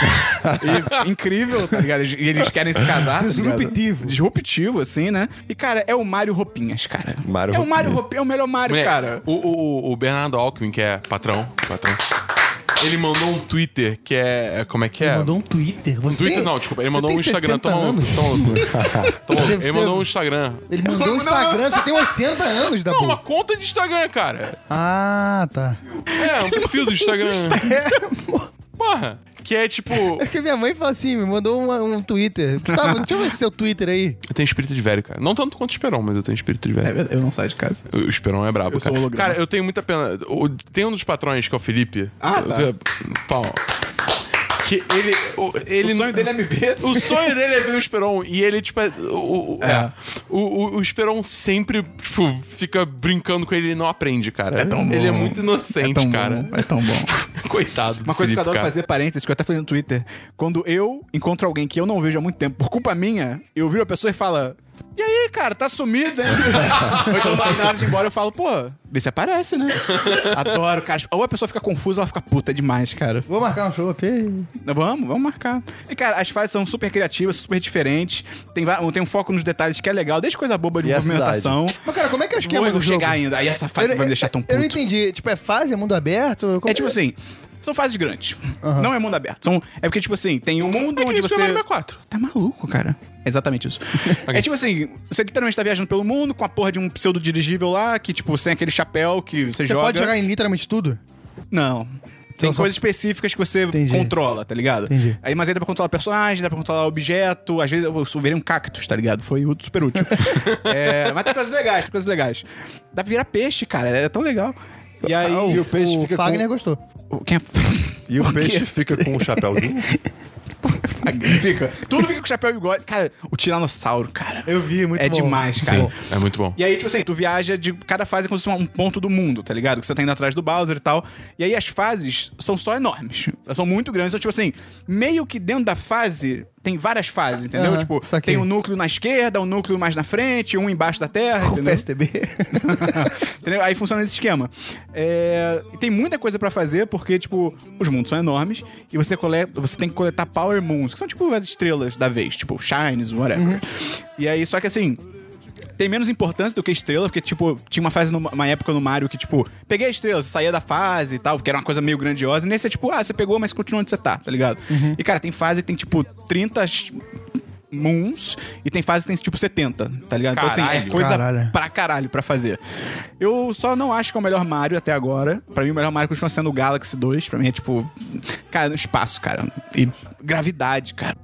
A: E- incrível, tá ligado? E eles querem se casar. tá ligado?
D: Disruptivo.
A: Disruptivo, assim, né? E, cara, é o Mario Roupinhas, cara.
C: Mario
A: é o
C: Roupinha.
A: Mario Roupinhas, é o melhor Mario,
B: Moleque,
A: cara.
B: O, o, o- o Bernardo Alckmin, que é patrão, patrão, ele mandou um Twitter que é. Como é que é?
D: Mandou um Twitter. Você
B: Twitter
D: tem-
B: não, desculpa, ele
D: você
B: mandou um
D: tem
B: Instagram.
D: 60
B: Toma,
D: anos?
B: toma, toma,
D: *laughs* Deve
B: Ele
D: ser-
B: mandou um Instagram.
D: Ele mandou um Instagram, você tem 80 anos, da
B: Não, É uma conta de Instagram, cara.
D: Ah, tá.
B: É, um perfil do
A: *laughs*
B: Instagram. Porra. Que é tipo.
D: Porque minha mãe fala assim, me mandou um, um Twitter. *laughs* Gustavo, deixa eu ver esse seu Twitter aí.
B: Eu tenho espírito de velho, cara. Não tanto quanto o Esperon, mas eu tenho espírito de velho.
A: É verdade, eu não saio de casa.
B: O Esperon é brabo,
A: Eu sou
B: cara.
A: holograma.
B: Cara, eu tenho muita pena. O- Tem um dos patrões, que é o Felipe.
A: Ah, tá.
B: Eu- Pau. Que ele. o- ele
A: O sonho dele é me ver.
B: *laughs* O sonho dele é ver o Esperon. E ele, tipo, é, o, o- é. O, o, o Esperon sempre, tipo, fica brincando com ele e ele não aprende, cara. É
A: tão bom.
B: Ele é muito inocente,
A: é tão
B: cara.
A: Bom, é tão bom.
B: Coitado. do
A: *laughs* Uma coisa que eu
B: Felipe,
A: adoro
B: cara.
A: fazer parênteses, que eu até falei no Twitter. Quando eu encontro alguém que eu não vejo há muito tempo, por culpa minha, eu viro a pessoa e fala. E aí, cara, tá sumido, hein? *laughs* Ou então tá na hora de ir embora, eu falo, pô, vê se aparece, *laughs* né? Adoro, cara. Ou a pessoa fica confusa ou ela fica puta demais, cara.
D: Vou marcar um show, ok?
A: Vamos, vamos marcar. E, cara, as fases são super criativas, super diferentes. Tem, va- tem um foco nos detalhes que é legal, desde coisa boba de
C: E a
A: movimentação.
D: Mas, cara, como é que é o esquema
A: Vou,
D: do
A: vou
D: jogo?
A: chegar ainda. Aí essa fase
D: Eu-
A: vai me
D: eu-
A: deixar tão puto.
D: Eu não entendi. Tipo, é fase? É mundo aberto? Como
A: É tipo assim, são fases grandes.
D: Aham.
A: Não é mundo aberto. São, é porque, tipo assim, tem um mundo
B: É que
A: onde
B: isso que é
A: você.
B: Mario 64.
A: Tá maluco, cara. É exatamente
D: *laughs*
A: isso. É tipo assim, você literalmente tá viajando pelo mundo com a porra de um pseudo dirigível lá, que, tipo, sem aquele chapéu que você,
D: Você
A: joga.
D: pode jogar em literalmente tudo?
A: Não. Tem
D: Então, só-
A: coisas específicas que você
D: Entendi.
A: controla, tá ligado?
D: Entendi.
A: Aí, mas aí dá pra controlar personagem, dá pra controlar objeto. Às vezes eu virei um cactus, tá ligado? Foi útil- super
D: *laughs*
A: útil. É, mas tem coisas legais, tem coisas legais. Dá pra virar peixe, cara. É tão legal. E aí.
C: Ah, o peixe
D: o
C: fica
D: Fagner
C: com...
A: *laughs*
D: gostou.
A: Quem é...
C: E o peixe fica com um chapéuzinho?
A: fica. Tudo fica com chapéu e bigode. Cara, o Tiranossauro, cara.
D: Eu vi, muito
A: É
D: bom.
A: demais, cara.
B: É muito bom.
A: E aí, tipo assim, tu viaja de cada fase como se fosse um ponto do mundo, tá ligado? Que você tá indo atrás do Bowser e tal. E aí as fases são só enormes. Elas são muito grandes. Então, tipo assim, meio que dentro da fase tem várias fases, entendeu?
D: Aham,
A: tipo,
D: saquei.
A: tem um núcleo na esquerda, um núcleo mais na frente, um embaixo da terra,
D: *laughs* O
A: entendeu?
D: PSDB.
A: *laughs* Entendeu? Aí funciona esse esquema. É, e tem muita coisa pra fazer, porque, tipo, os mundos são enormes e você, coleta, você tem que coletar Power Moons, que são, tipo, as estrelas da vez, tipo, Shines, whatever. E aí, só que assim. Tem menos importância do que estrela, porque, tipo, tinha uma fase, numa uma época no Mario que, tipo, peguei a estrela, você saía da fase e tal, que era uma coisa meio grandiosa. E nesse é tipo, ah, você pegou, mas continua onde você tá, tá ligado? E, cara, tem fase que tem, tipo, 30 moons e tem fase que tem, tipo, 70, tá ligado? então, assim, é
B: Caralho.
A: coisa
D: Caralho.
A: pra caralho pra fazer. Eu só não acho que é o melhor Mario até agora. Pra mim, o melhor Mario continua sendo o Galaxy 2. Pra mim é tipo. Cara, no espaço, cara. E gravidade, cara.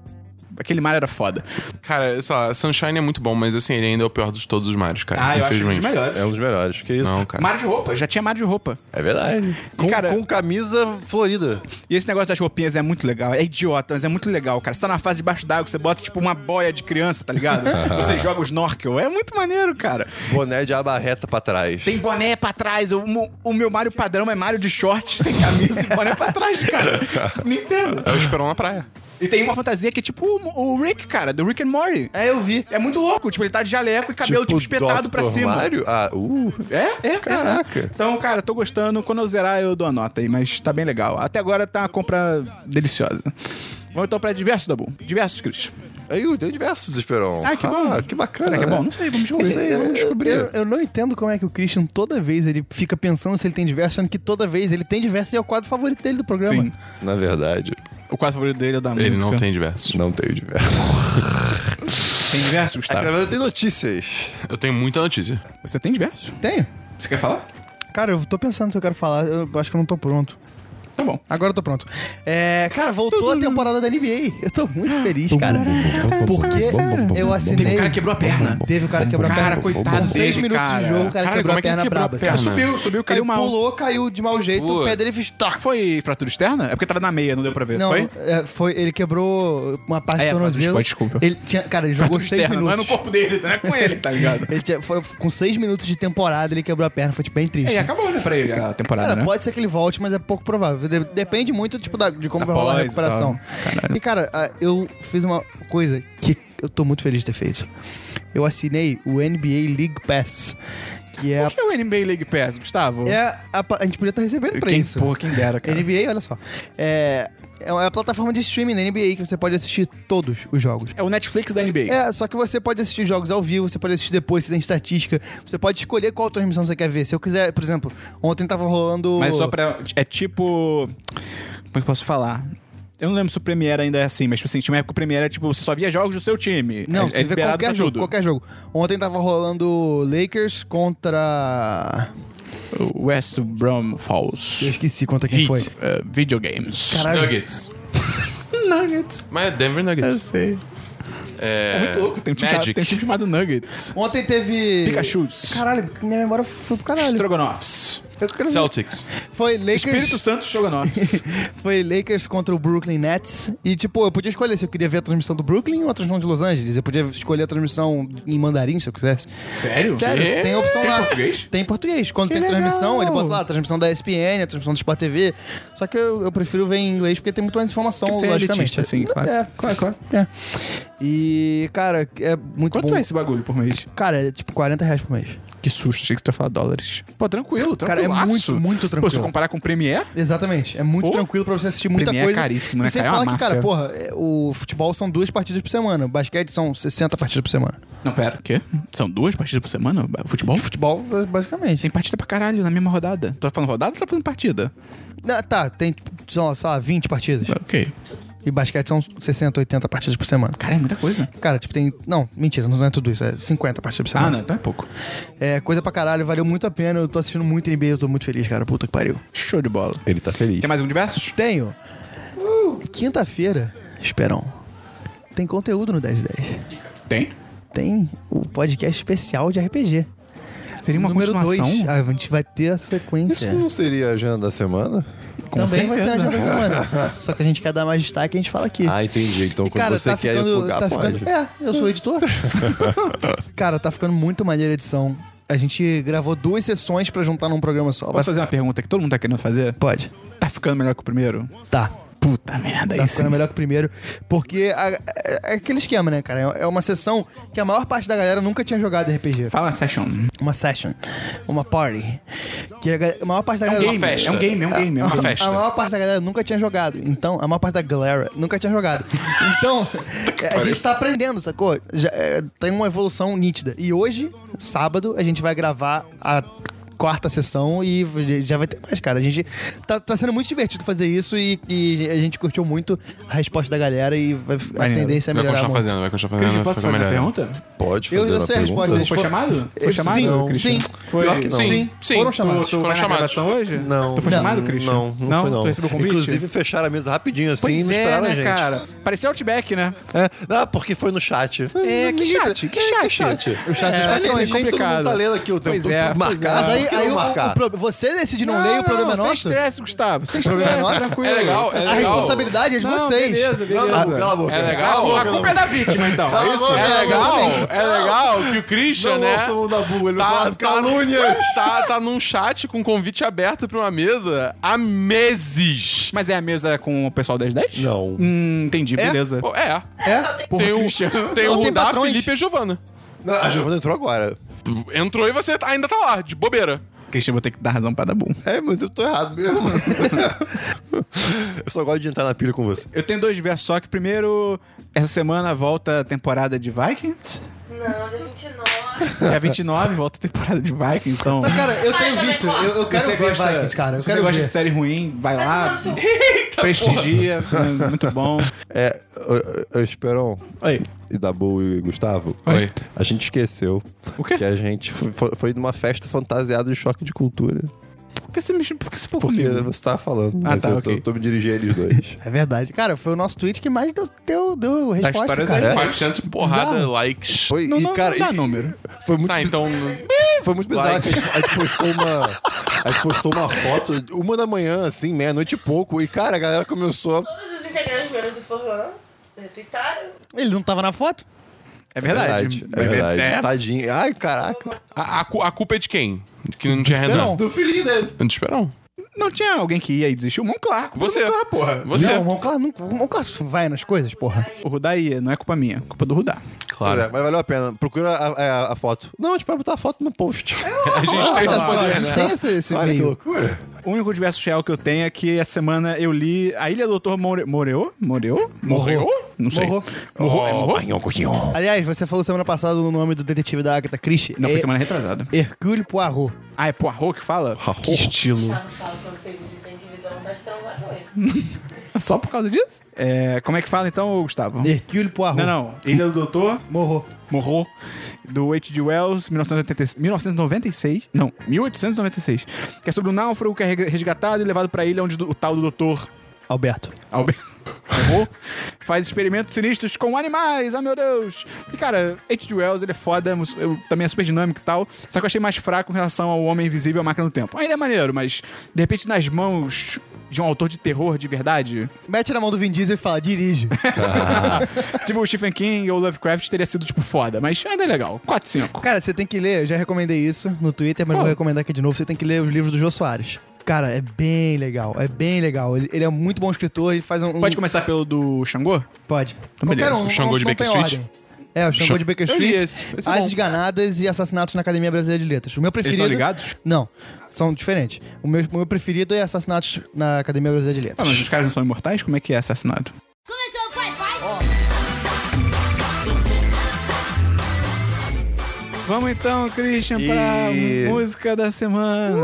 A: Aquele Mario era foda.
B: Cara, sei lá, Sunshine é muito bom, mas assim, ele ainda é o pior de todos os Marios, cara. infelizmente.
A: melhores.
C: É um dos melhores, que isso.
B: Não, cara.
A: Mario de roupa, já tinha Mario de roupa.
C: É verdade. Com,
A: cara-
C: com camisa florida.
A: E esse negócio das roupinhas é muito legal. É idiota, mas é muito legal, cara. Você tá na fase debaixo d'água, você bota tipo uma boia de criança, tá
C: *laughs*
A: ligado? você joga o snorkel. É muito maneiro, cara.
C: Boné de aba reta pra trás.
A: Tem boné pra trás. O, mo- o meu Mario padrão é Mario de short, *laughs* sem camisa e boné pra trás, cara. Nintendo.
B: É o Esperão na praia.
A: E tem uma fantasia que é tipo o, o Rick, cara, do Rick and Morty.
D: É, eu vi.
A: É muito louco, tipo, ele tá de jaleco e cabelo tipo, espetado
C: Dr.
A: pra cima.
C: Mario? Ah, uh.
A: É, é,
C: Caraca.
A: é. Então, cara, tô gostando. Quando eu zerar, eu dou a nota aí, mas tá bem legal. Até agora tá uma compra deliciosa. Vamos então pra diversos, Dabu. Diversos, Cris.
C: Aí, uh, tem diversos, Esperon.
A: Ah, que bom.
C: Ah, que bacana.
A: Será que é
C: né?
A: bom? Não sei, vamos
C: Não
A: descobrir.
C: sei, vamos descobrir.
D: Eu, eu não entendo como é que o Christian, toda vez, ele fica pensando se ele tem diverso, sendo que toda vez ele tem diverso e é o quadro favorito dele do programa.
A: Sim.
C: Na verdade,
A: O quadro favorito dele é o da
B: Ele
A: música.
B: não tem diversos.
C: não tenho diversos.
A: Tem diversos,
B: É
C: Na
A: Gustavo?
C: verdade, tem notícias.
B: Eu tenho muita notícia.
A: Você tem diversos?
D: Tenho.
A: Você quer falar?
D: Cara, eu tô pensando se eu quero falar, eu acho que eu não tô pronto.
A: Tá bom.
D: Agora eu tô pronto. É, cara, voltou
A: Uhum.
D: a *laughs* temporada da NBA. Eu tô muito feliz, cara. Porque eu assinei.
A: O cara quebrou a perna.
D: Teve o cara que quebrou a perna.
A: Cara, coitado
D: Com seis
A: dele,
D: minutos
A: cara.
D: de jogo, o cara
B: Caralho,
D: quebrou
B: como é
D: a
B: que ele
D: perna
B: quebrou a
D: braba.
B: perna?
D: assim.
A: Subiu, subiu,
D: Ele
A: caiu uma onda.
D: pulou, caiu de mau jeito, o
B: Putz.
D: pé dele fez toc.
A: Tá, Foi fratura externa? É porque tava na meia, não deu pra ver.
D: Não,
A: foi?
D: é, foi, ele quebrou uma parte
A: É,
D: do tornozelo.
A: pode, desculpa.
D: Ele tinha, cara, ele jogou
A: Fratura
D: seis
A: externa, não é
D: minutos.
A: no corpo dele, não é com ele, tá
D: *laughs*
A: ligado?
D: Ele tinha- foi- com seis minutos de temporada, ele quebrou a perna. Foi, tipo, bem triste.
A: E acabou, né, pra ele a temporada,
D: Cara,
A: né?
D: pode ser que ele volte, mas é pouco provável. De- depende muito, tipo, da- de como
A: Da
D: vai rolar a
A: pós e tal. né?
D: recuperação. E, cara, ah, eu fiz uma coisa que eu tô muito feliz de ter feito. Eu assinei o NBA League Pass, que é...
A: O que é o NBA League Pass, Gustavo?
D: a, é a, pa- a gente podia estar recebendo pra
A: quem,
D: isso.
A: Porra, quem dera, cara.
D: NBA, olha só. É, é uma plataforma de streaming da NBA que você pode assistir todos os jogos.
A: É o Netflix da NBA.
D: É, só que você pode assistir jogos ao vivo, você pode assistir depois, você tem estatística, você pode escolher qual transmissão você quer ver. Se eu quiser, por exemplo, ontem tava rolando.
A: Mas só pra... É tipo... Como é que eu posso falar? Eu não lembro se o Premiere ainda é assim, mas tipo assim, tinha uma época que o Premiere era tipo, você só via jogos do seu time.
D: Não,
A: é,
D: você
A: é
D: vê
A: liberado pra
D: qualquer jogo,
A: tudo.
D: qualquer jogo. Ontem tava rolando Lakers contra.
A: West Brom
D: Eu
A: Falls.
D: esqueci contra quem
B: Heat.
D: foi.
A: eh, videogames.
D: Caralho.
B: Nuggets.
A: Nuggets.
B: Mas é Denver
A: Eu
B: Nuggets.
A: sei.
B: É,
A: Muito louco. Tem um time, chamado,
B: Magic.
A: tem um time chamado Nuggets.
D: Ontem teve.
A: Pikachus.
D: Caralho, minha memória foi pro caralho.
A: Strogonoffs.
D: Eu quero-
B: Celtics.
D: Foi Lakers.
A: Espírito Santo Strogonoffs.
D: *laughs* Foi Lakers contra o Brooklyn Nets. E, tipo, eu podia escolher se eu queria ver a transmissão do Brooklyn ou a transmissão de Los Angeles. Eu podia escolher a transmissão em mandarim, se eu quisesse.
A: *laughs* Sério?
D: Sério,
B: quê?
D: tem a opção lá.
A: português?
D: Tem em português. Quando tem
A: legal!
D: transmissão, ele bota lá a transmissão da ESPN, a transmissão do Sport TV. Só que eu, eu prefiro ver em inglês porque tem muito mais informação,
A: Porque você é
D: logicamente.
A: elitista, assim, claro.
D: É,
A: Claro, claro.
D: é. E, cara, é muito
A: Quanto
D: bom.
A: é esse bagulho por mês?
D: Cara, é tipo 40 reais por mês.
A: Que susto, achei que tu ia falar dólares. Pô, tranquilo,
D: Cara, é
A: tranquilo.
D: muito, muito
A: Pô, se eu
D: tranquilo.
A: comparar com o Premiere,
D: Exatamente. É muito
A: Pô.
D: tranquilo pra você assistir muita
A: Premier é
D: coisa.
A: caríssimo, né,
D: E sem
A: cara? É uma
D: falar que, cara,
A: máfia.
D: porra, é, o futebol são duas partidas por semana. O basquete são 60 partidas por semana.
A: Não, pera. O quê? São duas partidas por semana? Futebol?
D: Futebol, é, basicamente.
A: Tem partida pra caralho na mesma rodada. Tu tá falando rodada ou tá falando partida?
D: Ah, tá, tem, tipo, são, sei lá, 20 partidas.
A: Ok.
D: E basquete são 60, 80 partidas por semana.
A: Cara, é muita coisa.
D: Cara, tipo, tem. Não, mentira, não é tudo isso. É 50 partidas por
A: Ah,
D: semana.
A: não, então é pouco.
D: É coisa pra caralho, valeu muito a pena. Eu tô assistindo muito NBA, eu tô muito feliz, cara. Puta que pariu.
A: Show de bola.
C: Ele tá feliz.
A: Tem mais um diversos?
D: Tenho. Quinta-feira, Esperão. Tem conteúdo no 1010.
A: Tem.
D: Tem o podcast especial de RPG.
A: Seria uma
D: Número
A: continuação?
D: dois. Ah, a gente vai ter a sequência.
C: Isso não seria a agenda da semana?
A: Com
D: Também vai ter
A: certeza.
D: na agenda da
A: *laughs*
D: semana. Só que a gente quer dar mais destaque, a gente fala aqui.
C: Ah, entendi. Então,
D: E,
C: quando
D: cara,
C: você
D: tá
C: quer
D: ficando,
C: divulgar,
D: tá
C: pode.
D: ficando- É, eu sou
A: *laughs*
D: o editor. cara, tá ficando muito maneira a edição. A gente gravou duas sessões pra juntar num programa só. Vai-
A: Posso fazer uma pergunta que todo mundo tá querendo fazer?
D: Pode.
A: Tá ficando melhor que o primeiro?
D: Tá.
A: Puta merda,
D: Tá
A: isso.
D: ficando melhor que o primeiro. Porque a- é- é aquele esquema, né, cara? É uma sessão que a maior parte da galera nunca tinha jogado RPG.
A: Fala session.
D: Uma session. Uma party. Que a, ga- a maior parte da galera.
A: Game, é um game, é um game, é um
D: A-
A: game.
B: festa.
D: A maior parte da galera nunca tinha jogado. Então, a maior parte da galera nunca tinha jogado. Então, a gente tá aprendendo, sacou? Já, é, tem uma evolução nítida. E hoje, sábado, a gente vai gravar a quarta sessão e v- já vai ter mais, cara. A gente tá, tá sendo muito divertido fazer isso e, e a gente curtiu muito a resposta da galera e vai- a
A: Maneiro.
D: tendência é
B: Vai
D: melhorar
B: continuar
D: muito.
B: fazendo, vai continuar
A: Cris,
B: fazendo.
A: posso
B: fica
A: fazer uma
B: melhor.
A: pergunta?
C: Pode
D: Eu
C: fazer
D: já sei a
C: pergunta?
D: resposta.
A: Foi
D: For-
A: chamado? Foi
D: Sim,
A: chamado, né, Christian?
D: sim.
A: Foi...
C: Pior que não.
D: Sim,
B: Sim.
D: foram
A: Tu,
D: chamados.
A: tu
B: Foram
A: vai na
B: chamados.
A: gravação hoje?
C: Não.
A: Tu foi
D: Não.
A: chamado, Christian?
C: Não, não, foi não.
A: Tu recebeu o convite?
C: Inclusive, fecharam a mesa rapidinho, assim,
A: Pois
C: não
A: é,
C: esperaram
A: né,
C: a gente.
A: cara? Parecia Outback, né?
C: É. Ah, porque foi no chat.
A: É, que
C: Ninguém-
A: chat, que
C: é,
A: chat.
D: O chat dos
A: É,
C: Tá
A: é
D: patrões.
C: lendo, nem todo mundo
A: complicado.
C: tá lendo aqui o tempo
A: Pois
C: todo,
A: é,
C: tudo
A: pois
C: marcado.
D: Mas aí,
C: Por que
D: aí
C: não
D: o, o
C: marcar?
D: pro- você decide não, ler, o problema é
A: Sem
D: nosso.
A: estresse, Gustavo. Sem
D: problema é
A: estresse,
D: nosso?
A: tranquilo.
B: É legal, é
D: A
B: legal.
D: responsabilidade é de
A: Não,
D: vocês.
A: Beleza,
C: Não, não,
A: beleza.
C: pelo amor de
B: É
C: Deus.
B: legal.
A: A culpa é da vítima, então.
C: Cala a
A: Isso.
C: boca,
B: É
C: cala a
B: legal,
C: boca.
B: é legal que o Christian,
C: Não
B: né?
C: ouçam o Dabu,
A: Tá
C: ele vai falar calúnias.
B: Tá, tá num chat com convite aberto pra uma mesa há meses.
A: Mas é a mesa com o pessoal das 10?
C: Não.
A: Hum, entendi, beleza.
B: Pô, É.
D: É?
A: Porra, um-
B: tem o,
A: *laughs* Christian.
B: tem
D: Não,
B: o
D: tem
B: Rudá,
D: patrões.
B: Felipe e a Giovana.
C: Não, A Giovana entrou agora.
B: Entrou e você ainda tá lá, de bobeira.
A: Christian, vou ter que dar razão pra Dabu.
C: É, mas eu tô errado mesmo. *laughs* eu só gosto de entrar na pilha com você.
A: Eu tenho dois versos só que primeiro, essa semana volta a temporada de Vikings.
F: Não, dia
E: *laughs*
F: 29.
A: *laughs* Dia 29 volta a temporada de Vikings, então.
D: Mas, cara, eu tenho
F: Ai, também
D: visto. Eu, eu
F: gosto.
A: se
D: quero
A: você
D: ver
A: gosta,
D: Vikings, cara. Eu
A: se você
D: quero
A: gosta
D: ver.
A: de série ruim, vai lá,
E: Ah.
F: Não, seu-
A: prestigia, é muito bom.
C: É, ô, ô, ô, Esperon
A: *laughs* Aí,
C: e Dabu e Gustavo,
B: Oi.
C: a gente esqueceu
A: o quê?
C: que a gente fo- fo- foi numa festa fantasiada de choque de cultura.
A: Por que você me por que você falou
C: Porque
A: comigo?
C: você tava falando.
A: Ah,
C: mas
A: tá,
C: eu
A: ok.
C: tô, tô me dirigindo a eles dois.
D: É verdade. Cara, foi o nosso tweet que mais deu, deu, deu resposta,
A: história
D: cara.
A: da-
B: 400 porrada
D: Bizarro.
B: likes.
C: Foi,
A: Não,
C: e,
A: não,
C: cara,
A: não dá
C: e-
A: número.
C: foi muito
B: Tá, então.
C: Foi muito bizarro *laughs*
B: Like.
C: que a gente, a gente postou uma. A gente postou uma foto, uma da manhã, assim, meia-noite e pouco, e cara, a galera começou. a-
F: Todos os integrantes menos o Forlan retweetaram.
D: Ele não tava na foto?
A: É verdade.
C: É verdade.
A: É,
C: Tadinho. Ai, caraca.
B: A, a cu- a culpa é de quem? De Que não tinha Renan.
D: Esperão.
C: Do filhinho dele.
B: Do Esperão.
A: É, Não tinha alguém que ia e desistiu? Monclar.
B: Você.
A: Monclar, porra.
B: Você.
D: Não, o Monclar não, o Monclar vai nas coisas, porra.
A: O Rudá ia, não é culpa minha, é culpa do Rudá.
C: Pois
B: Claro.
C: é, mas valeu a pena. Procura a, é, a- a foto. Não, a gente vai botar a foto
A: *laughs*
C: no post.
B: A gente tem
D: Olha
B: esse
D: só, a
B: poder,
D: gente
B: né?
D: tem esse, esse
C: Olha que
D: meio.
C: loucura.
A: O único diverso real que eu tenho é que essa semana eu li A Ilha do Dr. More... Moreu? Moreu? Morreu? Não sei.
D: Morrou.
A: Morrou? É, morrou?
D: Aliás, você falou semana passada o nome do detetive da Agatha Christie.
A: Não, foi
D: É
A: semana retrasada.
D: Hercule Poirot.
A: Ah, é Poirot que fala? Que estilo.
F: Gustavo fala quando você visita tem que me dar vontade de transar com ele.
A: *laughs* Só por causa disso? É, como é que fala então, Gustavo?
D: Hercule Poirot.
A: Não, não. Ilha do Doutor
D: Morrou.
A: Morrou, do H.G. Wells, 1986, 1996. Não, 1896. Que é sobre um náufrago que é re- resgatado e levado pra ilha onde do- o tal do Doutor
D: Alberto.
A: Albert Morrou faz experimentos sinistros com animais. Ah, meu Deus. E, cara, H.G. Wells, ele é foda, mus- eu- também é super dinâmico e tal. Só que eu achei mais fraco em relação ao Homem Invisível e a Máquina do Tempo. Ainda é maneiro, mas, de repente, nas mãos de um autor de terror de verdade, *laughs*
D: Mete na mão do Vin Diesel e fala, dirige.
A: tipo o Stephen King ou Lovecraft, teria sido, tipo, foda. Mas ainda é legal. 4, 5.
D: Cara, você tem que ler, eu já recomendei isso no Twitter, mas
A: Pô.
D: vou recomendar aqui de novo. Você tem que ler os livros do Jô Soares. Cara, é bem legal, é bem legal. Ele, ele é um muito bom escritor, ele faz um. um-
A: Pode começar pelo do Xangô?
D: Pode.
A: beleza.
D: um,
B: Tá O Xangô
D: não-
B: de
D: não
B: Baker
D: tem
B: Street?
D: ordem. É, o Xangô de Baker
B: Eu li
D: Street,
B: esse, esse é
D: As
B: bom.
D: Esganadas e Assassinatos na Academia Brasileira de Letras. O meu preferido...
A: ligados?
D: Não, são diferentes. O meu, o meu preferido é Assassinatos na Academia Brasileira de
A: Ah,
D: Letras.
A: mas os caras não são imortais? Como é que é assassinado?
G: Começou, vai, vai!
A: Vamos então, Christian,
C: E- Uh!
A: pra música da semana.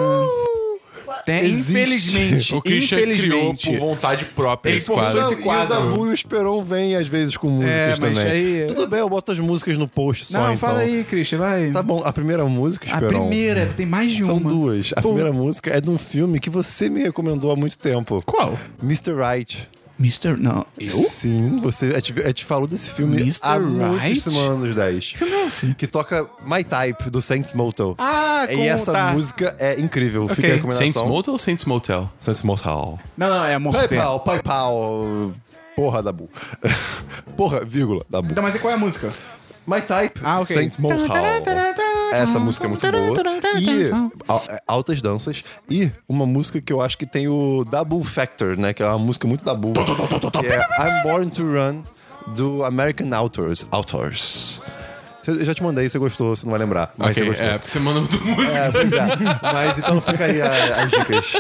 A: Tem,
C: Existe. *laughs*
A: infelizmente,
B: O Christian criou
A: infelizmente.
B: por vontade própria
A: Ele
B: esse
A: forçou
B: quadro.
A: esse
C: Não,
A: quadro.
C: E é o Dabu e o Esperon vêm às vezes com músicas
A: É, mas
C: também.
A: aí-
C: Tudo bem, eu boto as músicas no post só.
A: Não,
C: então.
A: fala aí, Christian, vai.
C: Tá bom, a primeira música,
A: a
C: Esperon.
A: primeira, tem mais de
C: São
A: uma.
C: duas. A
A: Pô.
C: primeira música é de um filme que você me recomendou há muito tempo.
A: Qual?
C: Mr. Right.
A: Mr. Não.
C: Sim, você. A gente, a gente falou desse filme
A: Mr.
C: há
A: Right?
C: muitos anos 10.
A: filme é esse?
C: Que toca My Type, do Saints Motel.
A: Ah,
C: E
A: com-
C: essa
A: tá.
C: música é incrível. Fica
A: Ok.
C: a recomendação.
B: Saints Motel ou Saints Motel?
C: Saints Motel.
A: Não, não, é Morte.
C: PayPal, PayPal. Porra, Dabu. *laughs* Porra, vírgula, Dabu.
A: Então, mas e qual é a música?
C: My Type,
A: Ah, ok.
C: Saints Motel. Essa música é muito boa. E al- altas danças. E uma música que eu acho que tem o Double Factor, né? Que é uma música muito Double. Que é I'm Born to Run, do American Authors. Authors. Cê- Eu já te mandei, você gostou, você não vai lembrar. Mas
B: Ok,
C: você gostou.
B: é, porque você manda muito *laughs* música.
C: É, pois é. *laughs* Mas então fica aí a- as dicas.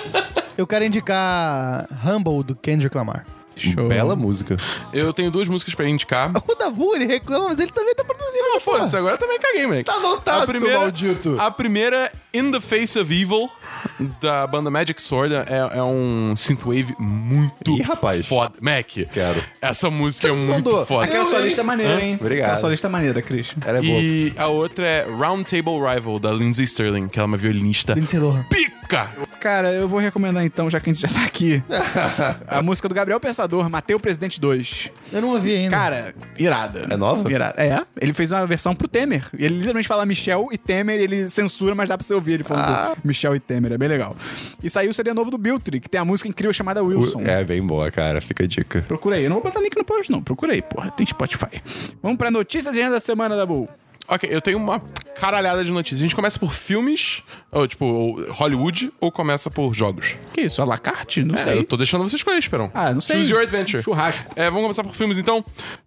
D: Eu quero indicar Humble, do Kendrick Lamar.
A: Show.
C: Bela música.
B: Eu tenho duas músicas pra indicar.
D: O Dabu, ele reclama, mas ele também tá produzindo.
B: Não, foda-se, agora eu também caguei, moleque. Tá
C: anotado, seu maldito.
B: A primeira, In the Face of Evil, da banda Magic Sword, é, é um synthwave muito
C: Ih, rapaz.
B: foda. Mac,
C: Quero.
B: essa música é muito
C: mandou.
B: foda.
A: Aquela sua lista é maneira, hein?
C: Obrigado.
A: Aquela sua lista é maneira, Christian.
C: Ela é boa.
B: E a outra é Round Table Rival, da Lindsay Sterling, que ela é uma violinista
D: Lindsay Lohan.
B: pica.
A: Cara, eu vou recomendar então, já que a gente já tá
B: *laughs*
A: aqui, a música do Gabriel Pensador, Matei o Presidente 2.
D: Eu não ouvi ainda.
A: Cara, irada.
C: É nova?
A: Irada. É. Ele fez uma versão pro Temer. E Ele literalmente fala Michel e Temer, ele censura, mas dá pra você ouvir ele falando
B: Ah.
A: do Michel e Temer. É bem legal. E saiu o CD novo do Biltre, que tem a música incrível chamada Wilson.
C: É bem boa, cara. Fica a dica.
A: Procura aí. Eu não vou botar link no post, não. Procura aí, porra. Tem Spotify. Vamos pra notícias e agenda da semana, Dabu.
B: Ok, eu tenho uma caralhada de notícias. A gente começa por filmes, ou tipo, ou Hollywood, ou começa por jogos?
A: Que isso? A la carte? Não
B: É,
A: sei.
B: eu tô deixando vocês escolher, Esperão.
A: Ah, não sei.
B: Choose your adventure.
A: Churrasco.
B: É, vamos começar por filmes então.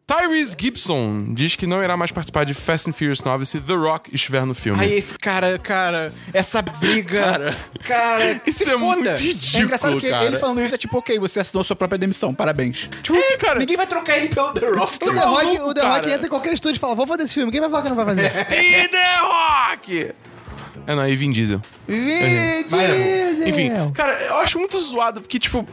B: Tyrese Gibson diz que não irá mais participar de Fast and Furious 9 se The Rock estiver no filme.
A: Ai, esse cara, cara, essa briga. Cara,
B: isso
A: se
B: é
A: foda.
B: muito
A: É
B: ridículo,
A: engraçado que
B: cara.
A: ele falando isso é tipo, ok, você assinou sua própria demissão, parabéns. Tipo,
B: É, cara.
A: ninguém vai trocar ele pelo The Rock.
D: O The Rock,
B: maluco,
D: o The Rock
B: cara. É.
D: entra em qualquer estúdio e fala: vou fazer esse filme. Quem vai falar que não vai fazer?
B: E The Rock! É, não, e Vin Diesel.
A: É.
D: Vin
B: Enfim,
D: Diesel.
B: cara, eu acho muito zoado, porque, tipo,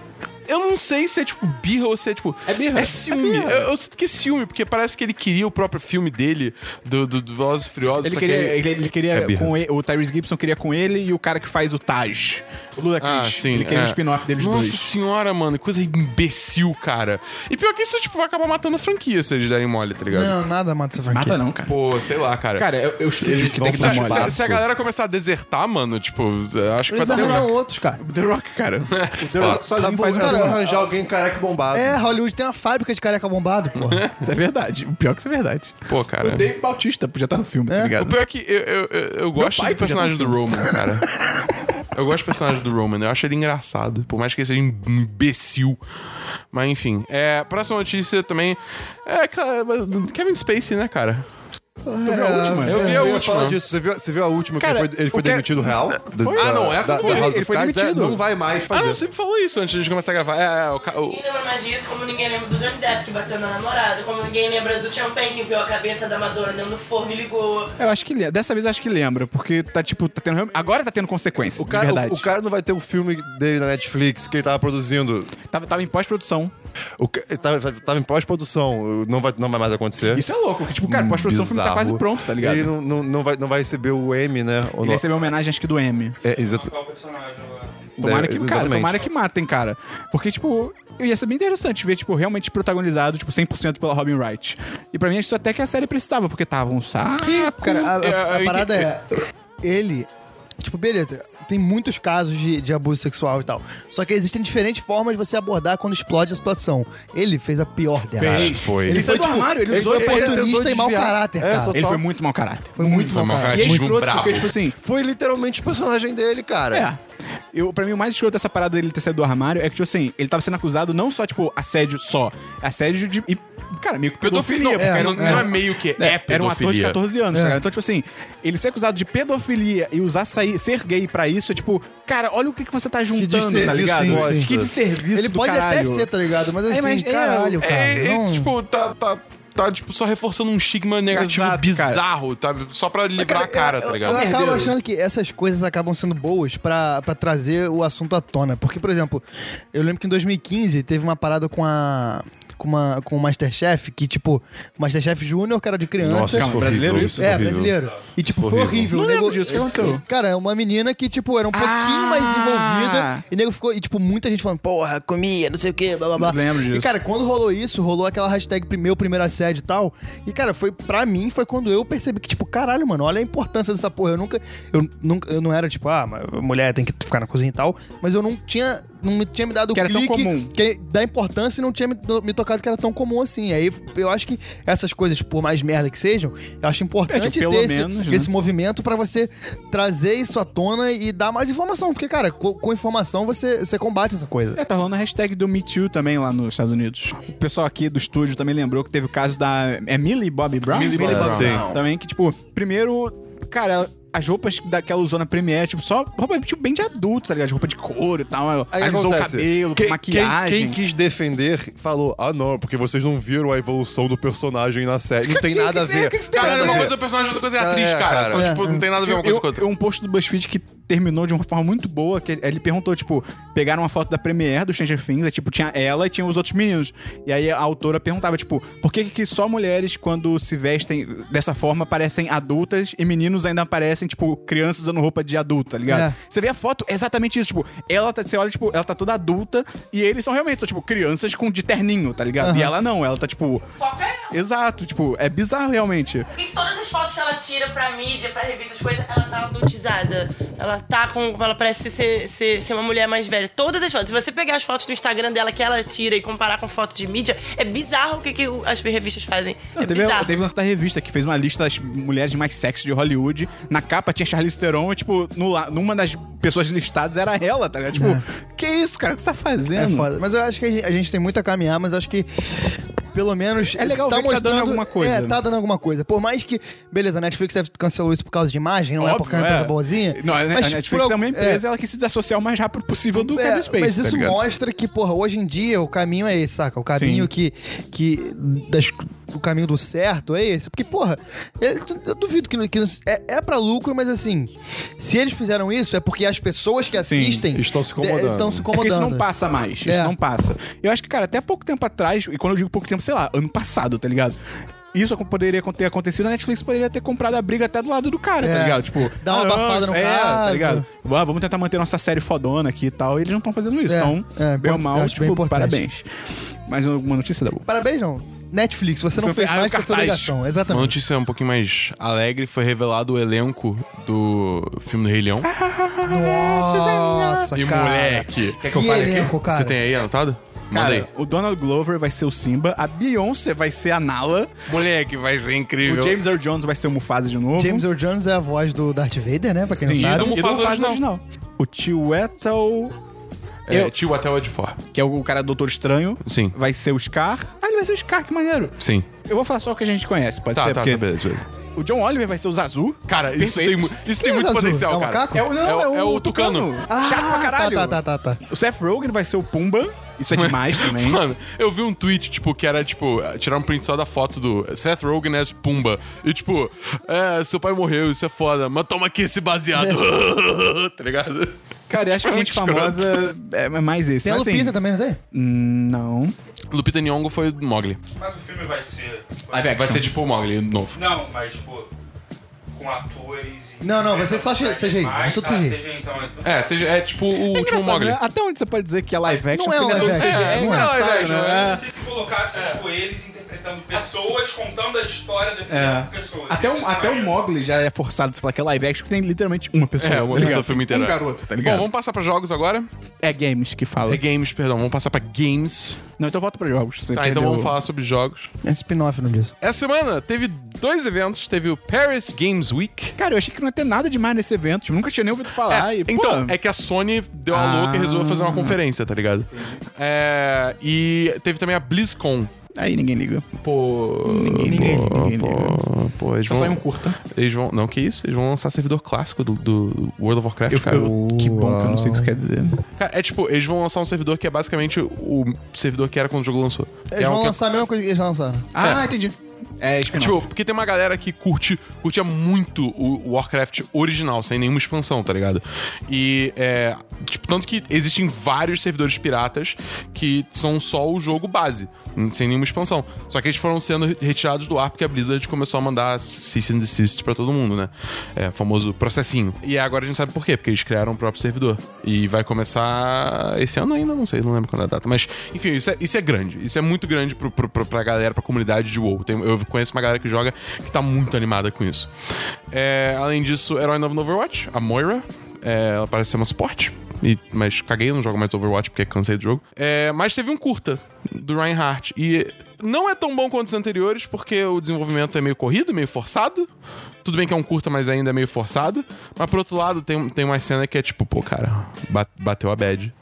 B: eu não sei se é, tipo, birra ou se é, tipo...
A: É birra.
B: É ciúme.
A: É birra.
B: eu, eu sinto que é ciúme, porque parece que ele queria o próprio filme dele, do, do, do Velozes e Furiosos,
A: Ele
B: só
A: queria, é
B: que... aí-
A: ele, ele queria
C: birra.
A: com ele- o Tyrese Gibson queria com ele e o cara que faz o Taj, o Luda
B: Ah,
A: Chris.
B: sim.
A: ele queria
B: é.
A: um spin-off deles
B: Nossa
A: dois.
B: senhora, mano, que coisa imbecil, cara. E pior que isso, tipo, vai acabar matando a franquia se eles derem mole, tá ligado?
D: Não, nada mata essa franquia.
A: Mata não, cara.
B: Pô, sei lá, cara.
A: Cara, eu, eu estúdio que tem
C: vão
A: que
C: se
A: dar
B: se,
A: mole.
C: matar.
B: se- se a galera começar a desertar, mano, tipo, eu acho que
D: Eles
B: vai dar
D: arranjam
B: uma...
D: outros, cara.
A: The Rock, cara.
B: *laughs*
A: O The Rock sozinho faz um
C: cara,
A: filme.
C: arranjar alguém careca e bombado.
D: É, Hollywood tem uma fábrica de careca bombado,
A: *laughs*
D: porra.
A: Isso é verdade. O pior que isso é verdade.
B: Pô, cara.
A: O Dave Bautista podia estar no filme, tá
B: O
A: ligado?
B: pior é que eu, eu, eu, eu gosto
A: pai
B: do personagem
A: podia
B: do
A: ter
B: Roman, cara. Eu gosto do personagem do Roman, eu acho ele engraçado, por mais que ele seja um imbecil. Mas enfim, é, próxima notícia também é ca- Kevin Spacey, né, cara? É.
A: Tu viu a última?
C: Eu, vi a última.
B: última.
C: disso. Você viu, você viu a última
A: Cara,
C: que ele foi, ele foi
A: o que- é-
C: demitido real? Da-
B: Ah, não, essa foi.
C: House
A: Ele
C: of
A: foi
C: Cards, é,
A: demitido.
C: Não vai mais
B: Ah,
C: fazer.
B: não, você me falou isso antes de começar a gravar. É, é, o, ca- o-
F: Ninguém lembra mais disso, como ninguém lembra do Johnny Depp que bateu na namorada, como ninguém lembra do Champagne que viu a cabeça da Madonna dentro do forno e ligou.
A: Eu acho que lembra. Dessa vez eu acho que lembra, porque tá tipo, tá tendo. Agora tá tendo consequência.
C: o,
A: de
C: cara,
A: verdade.
C: o, o cara não vai ter um filme dele na Netflix que ele tava produzindo.
A: Tava, tava em pós-produção.
C: O, ca- ele tava, tava em pós-produção. Não vai, não vai mais acontecer.
A: Isso é louco, porque, tipo, cara, pós-produção o filme tá
C: Bizarro.
A: quase pronto, tá ligado?
C: Ele
A: Ele,
C: não, não, não vai, não vai receber o M, né? Ou não-
A: recebeu homenagem, acho que do M.
C: É, exato-
G: Qual personagem agora?
A: Tomara
C: É,
A: que, cara,
C: exatamente.
A: tomara que matem, cara. Porque, tipo, ia ser bem interessante ver, tipo, realmente protagonizado, tipo, 100% pela Robin Wright. E pra mim, isso até que a série precisava, porque tava um saco.
D: Sim, cara, a, a-
B: É,
D: a
B: eu
D: parada é. Ele. Tipo, beleza, tem muitos casos de, de abuso sexual e tal. Só que existem diferentes formas de você abordar quando explode a situação. Ele fez a pior delas.
A: Fez.
C: foi.
A: Ele saiu do armário, ele usou
D: foi
A: ele-
D: oportunista e mau
C: desviar.
D: caráter,
C: É,
D: cara.
C: total.
A: Ele foi muito mau caráter.
D: Foi muito
B: Foi
D: mal,
B: mau
D: cara.
A: E é
B: Juju
A: escroto,
B: um brabo.
A: porque, tipo assim,
C: Foi literalmente o personagem dele, cara.
A: É. Eu, pra mim, o mais escroto dessa parada dele ter saído do armário é que, tipo assim, ele tava sendo acusado não só, tipo, assédio só, assédio de. E, cara, meio que
B: Pedofilia,
A: pedofilia. porque
B: porque não,
A: era um-
B: não é meio que é,
A: É, era um ator de
B: pedofilia.
A: 14 anos,
D: É.
A: cara. Então, tipo assim, ele ser acusado de pedofilia e usar sair, ser gay pra isso é tipo, cara, olha o que, que você tá juntando, tá
C: desserviço,
A: ligado?
C: sim, sim.
A: Que desserviço
D: Ele
A: do
D: pode até
A: caralho.
D: ser, tá ligado? Mas assim,
A: mas é,
D: caralho, cara.
B: É, é,
D: não-
B: tipo, tá, tá, tá, tipo, só reforçando um estigma negativo
A: Exato,
B: bizarro, tá? Só pra livrar a cara, tá ligado?
D: é, Eu, eu acabo
A: Merdeiro.
D: achando que essas coisas acabam sendo boas pra, pra trazer o assunto à tona. Porque, por exemplo, eu lembro que em 2015 teve uma parada com a. Com, uma, com o Masterchef, que tipo, Masterchef Júnior, cara de criança.
C: Nossa, isso foi
A: Brasileiro
C: horrível,
A: isso?
C: foi
D: é,
C: horrível.
D: brasileiro. E, tipo, foi horrível.
A: Não
D: O nego-
A: lembro disso, o que aconteceu?
D: Cara, é uma menina que, tipo, era um pouquinho
A: Ah!
D: mais envolvida. E nego ficou, e, tipo, muita gente falando, porra, comia, não sei o quê, blá blá blá.
A: Lembro disso.
D: E, cara, quando rolou isso, rolou aquela hashtag meu primeiro assédio e tal. E, cara, foi pra mim, foi quando eu percebi que, tipo, caralho, mano, olha a importância dessa porra. Eu nunca. Eu, nunca, eu não era, tipo, ah, mas mulher tem que ficar na cozinha e tal. Mas eu não tinha. Não me tinha me dado o
A: Que era tão
D: clique
A: comum.
D: que- da importância e não tinha me, me tocado que era tão comum assim. Aí eu acho que essas coisas, por mais merda que sejam, eu acho importante
A: É, tipo, pelo
D: ter esse-
A: menos,
D: esse,
A: né?
D: movimento pra você trazer isso à tona e dar mais informação. Porque, cara, co- com, informação você, você combate essa coisa.
A: É, tá rolando a hashtag do Me Too também lá nos Estados Unidos. O pessoal aqui do estúdio também lembrou que teve o caso da. É Millie Bobby Brown?
B: Millie Bobby
C: Brown.
A: Sim. Também que, tipo, primeiro, cara, ela- as roupas da- que ela usou na Premiere, tipo, só roupa tipo, bem de adulto, tá ligado? Roupa de couro e tal. Ela
C: Aí
A: alisou o
C: acontece,
A: cabelo,
C: quem-
A: maquiagem.
C: Quem, quem quis defender falou: ah, não, porque vocês não viram a evolução do personagem na série. Não tem nada a ver.
A: que- que-
C: Não tem
B: Cara,
C: nada
D: assim.
B: uma
C: a ver.
B: coisa é o personagem, outra coisa é a atriz,
C: É,
B: cara.
C: cara.
B: São,
D: É.
B: tipo, não tem nada a ver uma coisa
A: eu,
B: com outra.
A: eu- um post do BuzzFeed que terminou de uma forma muito boa, que ele perguntou, tipo, pegaram uma foto da Premiere do Stranger Things, aí, tipo, tinha ela e tinha os outros meninos. E aí a autora perguntava, tipo, por que que só mulheres, quando se vestem dessa forma, parecem adultas e meninos ainda parecem, tipo, crianças usando roupa de adulto, tá ligado?
D: É.
A: Você vê a foto, é exatamente isso, tipo, ela tá, você olha, tipo, ela tá toda adulta e eles são realmente, são, tipo, crianças com de terninho, tá ligado? E ela não, ela tá, tipo...
F: Foca é ela.
A: Exato, tipo, é bizarro realmente.
F: Por que que todas as fotos que ela tira pra mídia, pra revistas, coisas, ela tá adultizada? Ela tá com. Ela parece ser, ser, ser uma mulher mais velha. Todas as fotos. Se você pegar as fotos do Instagram dela que ela tira e comparar com fotos de mídia, é bizarro o que, que o- as revistas fazem.
A: Não,
F: é
A: teve, um-
F: bizarro.
A: teve o lance da revista que fez uma lista das mulheres mais sexy de Hollywood. Na capa tinha Charlize Theron e, tipo, no la- numa das pessoas listadas era ela, tá ligado? Tipo, que isso, cara? O que você tá
D: É
A: fazendo?
D: foda. Mas eu acho que a gen- a gente, tem muito a caminhar, mas acho que. Pelo menos.
A: É legal ver que tá dando alguma coisa.
D: É, tá dando alguma coisa. Por mais que. Beleza, a Netflix deve- cancelou isso por causa de imagem, não é
A: Óbvio,
D: porque é uma empresa boazinha.
A: Não, a,
D: mas
A: a
D: por
A: Netflix
D: al-
A: é uma empresa ela quer se desassociar o mais rápido possível do
D: É,
A: Kevin Space.
D: mas
A: tá
D: isso
A: ligado?
D: mostra que, porra, hoje em dia o caminho é esse, saca? O caminho
A: Sim.
D: que. que das- o caminho do certo é esse. Porque, porra, eu, eu duvido que. não- que não- é, é pra lucro, mas assim. Se eles fizeram isso, é porque as pessoas que assistem.
C: estão se
D: de-
C: incomodando.
D: Estão se
A: É porque
D: incomodando.
A: isso não passa mais. Isso
D: É.
A: não passa. Eu acho que, cara, até pouco tempo atrás, e quando eu digo pouco tempo, sei lá, ano passado, tá ligado? Isso poderia ter acontecido, a Netflix poderia ter comprado a briga até do lado do cara, tá
D: É.
A: ligado? Tipo,
D: Dá uma abafada
A: não,
D: no
A: é, tá
D: caso.
A: ligado? Ah, vamos tentar manter nossa série fodona aqui e tal. E eles não estão fazendo isso.
D: É,
A: então,
D: é,
A: bem ou
D: importante,
A: mal,
D: bem
A: tipo,
D: importante.
A: parabéns. Mais alguma notícia da boa?
D: Parabéns, não. Netflix, você não
A: Você
D: fez
A: fez- ah,
D: mais
A: é o
D: que a sua
A: cartaz.
D: obrigação.
B: Uma
D: Exatamente.
B: notícia um pouquinho mais alegre, foi revelado o elenco do filme do Rei Leão.
D: Nossa,
B: e
D: cara.
B: moleque. Quer que eu
D: Que
B: fale
D: elenco,
B: aqui?
D: cara.
B: Você tem aí anotado? Manda
A: Cara,
B: aí.
A: o Donald Glover vai ser o Simba, a Beyoncé vai ser a Nala,
B: Moleque, vai ser incrível.
A: o James Earl Jones vai ser o Mufasa de novo.
D: James Earl Jones é a voz do Darth Vader, né? Pra quem
A: Sim, e
D: não sabe.
A: do
B: E do
A: Mufasa
B: Mufasa
A: original.
B: original.
A: O Tio Wetal
B: É,
A: eu-
B: Tio até o Edfor.
A: que é o cara do Doutor Estranho.
B: Sim.
A: Vai ser o Scar. Ah, ele vai ser o Scar, que maneiro.
B: Sim.
A: Eu vou falar só o que a gente conhece, pode
B: Tá,
A: ser?
B: tá, tá,
A: porque
B: beleza, beleza.
A: o John Oliver vai ser o Zazu.
B: Cara, isso tem, mu- isso tem
D: é
B: muito
D: Zazu?
B: potencial,
D: É um
B: cara.
D: macaco?
A: É o, não, é,
B: um
A: o, Tucano. é
D: Ah,
A: um Chato pra caralho. Então,
D: Tá, tá, tá, tá.
A: O Seth Rogen vai ser o Pumba. Isso é demais também.
B: Mano, eu vi um tweet, tipo, que era, tipo, tirar um print só da foto do Seth Rogen as Pumba. E, tipo, é, seu pai morreu, isso é foda, mas toma aqui esse baseado. *laughs* tá ligado?
A: Cara, eu acho que a gente
B: Muito é escroto.
A: famosa é é mais esse.
D: Tem a
A: Mas, assim,
D: Lupita também, não tem?
A: hum, Não.
B: Lupita Nyong'o foi o Mogli.
G: Mas o filme vai ser.
B: Vai ser, tipo, o Mogli novo.
G: Não, mas, tipo, com atores e.
D: Não, não, vai ser só CGI,
G: Ah,
D: é tudo
G: ah,
D: CGI.
G: CGI, então.
B: É, seja, é tipo o
A: É
B: último
A: engraçado,
B: Mogli.
A: né? Até onde você pode dizer que é live action
D: é
A: se ele
D: live
A: todo
D: action,
A: CGI? É,
D: não é.
A: engraçado,
B: Não é live
A: né?
G: Se se colocasse, tipo, eles interpretando pessoas, contando a história de
A: É.
G: pessoas.
A: Até,
D: um
G: Isso
A: o,
G: é
A: até o
G: maneiro.
A: Mogli já é forçado a falar que é live action, porque tem literalmente uma pessoa.
B: É, uma
A: tá ligado?
B: pessoa o filme inteiro.
A: Um garoto, tá
B: Bom,
A: ligado?
B: vamos passar pra jogos agora.
A: É games que fala.
B: É games, perdão. Vamos passar pra games.
A: Não, então volta pra jogos. Você
B: Tá, então
A: perdeu-
B: vamos falar sobre jogos.
D: É spin-off não disso.
B: Essa semana teve dois eventos. Teve o Paris Games Week.
A: Cara, eu achei que não ia ter nada demais nesse evento. Tipo, nunca tinha nem ouvido falar.
B: É,
A: e, pô,
B: então, é que a Sony deu a
A: Ah.
B: louca e resolveu fazer uma conferência, tá ligado? É, e teve também a BlizzCon.
A: Aí ninguém liga.
B: Pô.
A: Ninguém liga,
B: pô,
A: ninguém liga.
B: pô, pô, eles
A: Só sai
B: vão,
A: um curta.
B: eles vão. Não, que isso? Eles vão lançar servidor clássico do, do World of Warcraft,
A: Eu,
B: cara.
A: eu- que bom que eu não sei o que isso quer dizer.
B: Cara, é tipo, eles vão lançar um servidor que é basicamente o servidor que era quando o jogo lançou.
D: Eles
B: é um
D: vão
B: que-
D: lançar a mesma coisa que eles já lançaram.
A: Ah, entendi. É, spin-off.
B: Tipo, porque tem uma galera que curte, curtia muito o Warcraft original, sem nenhuma expansão, tá ligado? E é, Tipo, tanto que existem vários servidores piratas que são só o jogo base, sem nenhuma expansão. Só que eles foram sendo re- retirados do ar porque a Blizzard começou a mandar cease and desist pra todo mundo, né? É, o famoso processinho. E agora a gente sabe por quê, porque eles criaram o próprio servidor. E vai começar esse ano ainda, não sei, não lembro quando é a data. Mas, enfim, isso é, isso é grande. Isso é muito grande pro, pro, pro, pra galera, pra comunidade de WoW. Tem- eu conheço uma galera que joga que tá muito animada com isso. É, além disso, herói novo no Overwatch, a Moira. É, ela parece ser uma suporte. E, mas caguei, eu não jogo mais Overwatch porque cansei do jogo. É, mas teve um curta do Reinhardt. E não é tão bom quanto os anteriores, porque o desenvolvimento é meio corrido, meio forçado. Tudo bem que é um curta, mas ainda é meio forçado. Mas por outro lado, tem, tem uma cena que é tipo, pô, cara, ba- bateu a bad.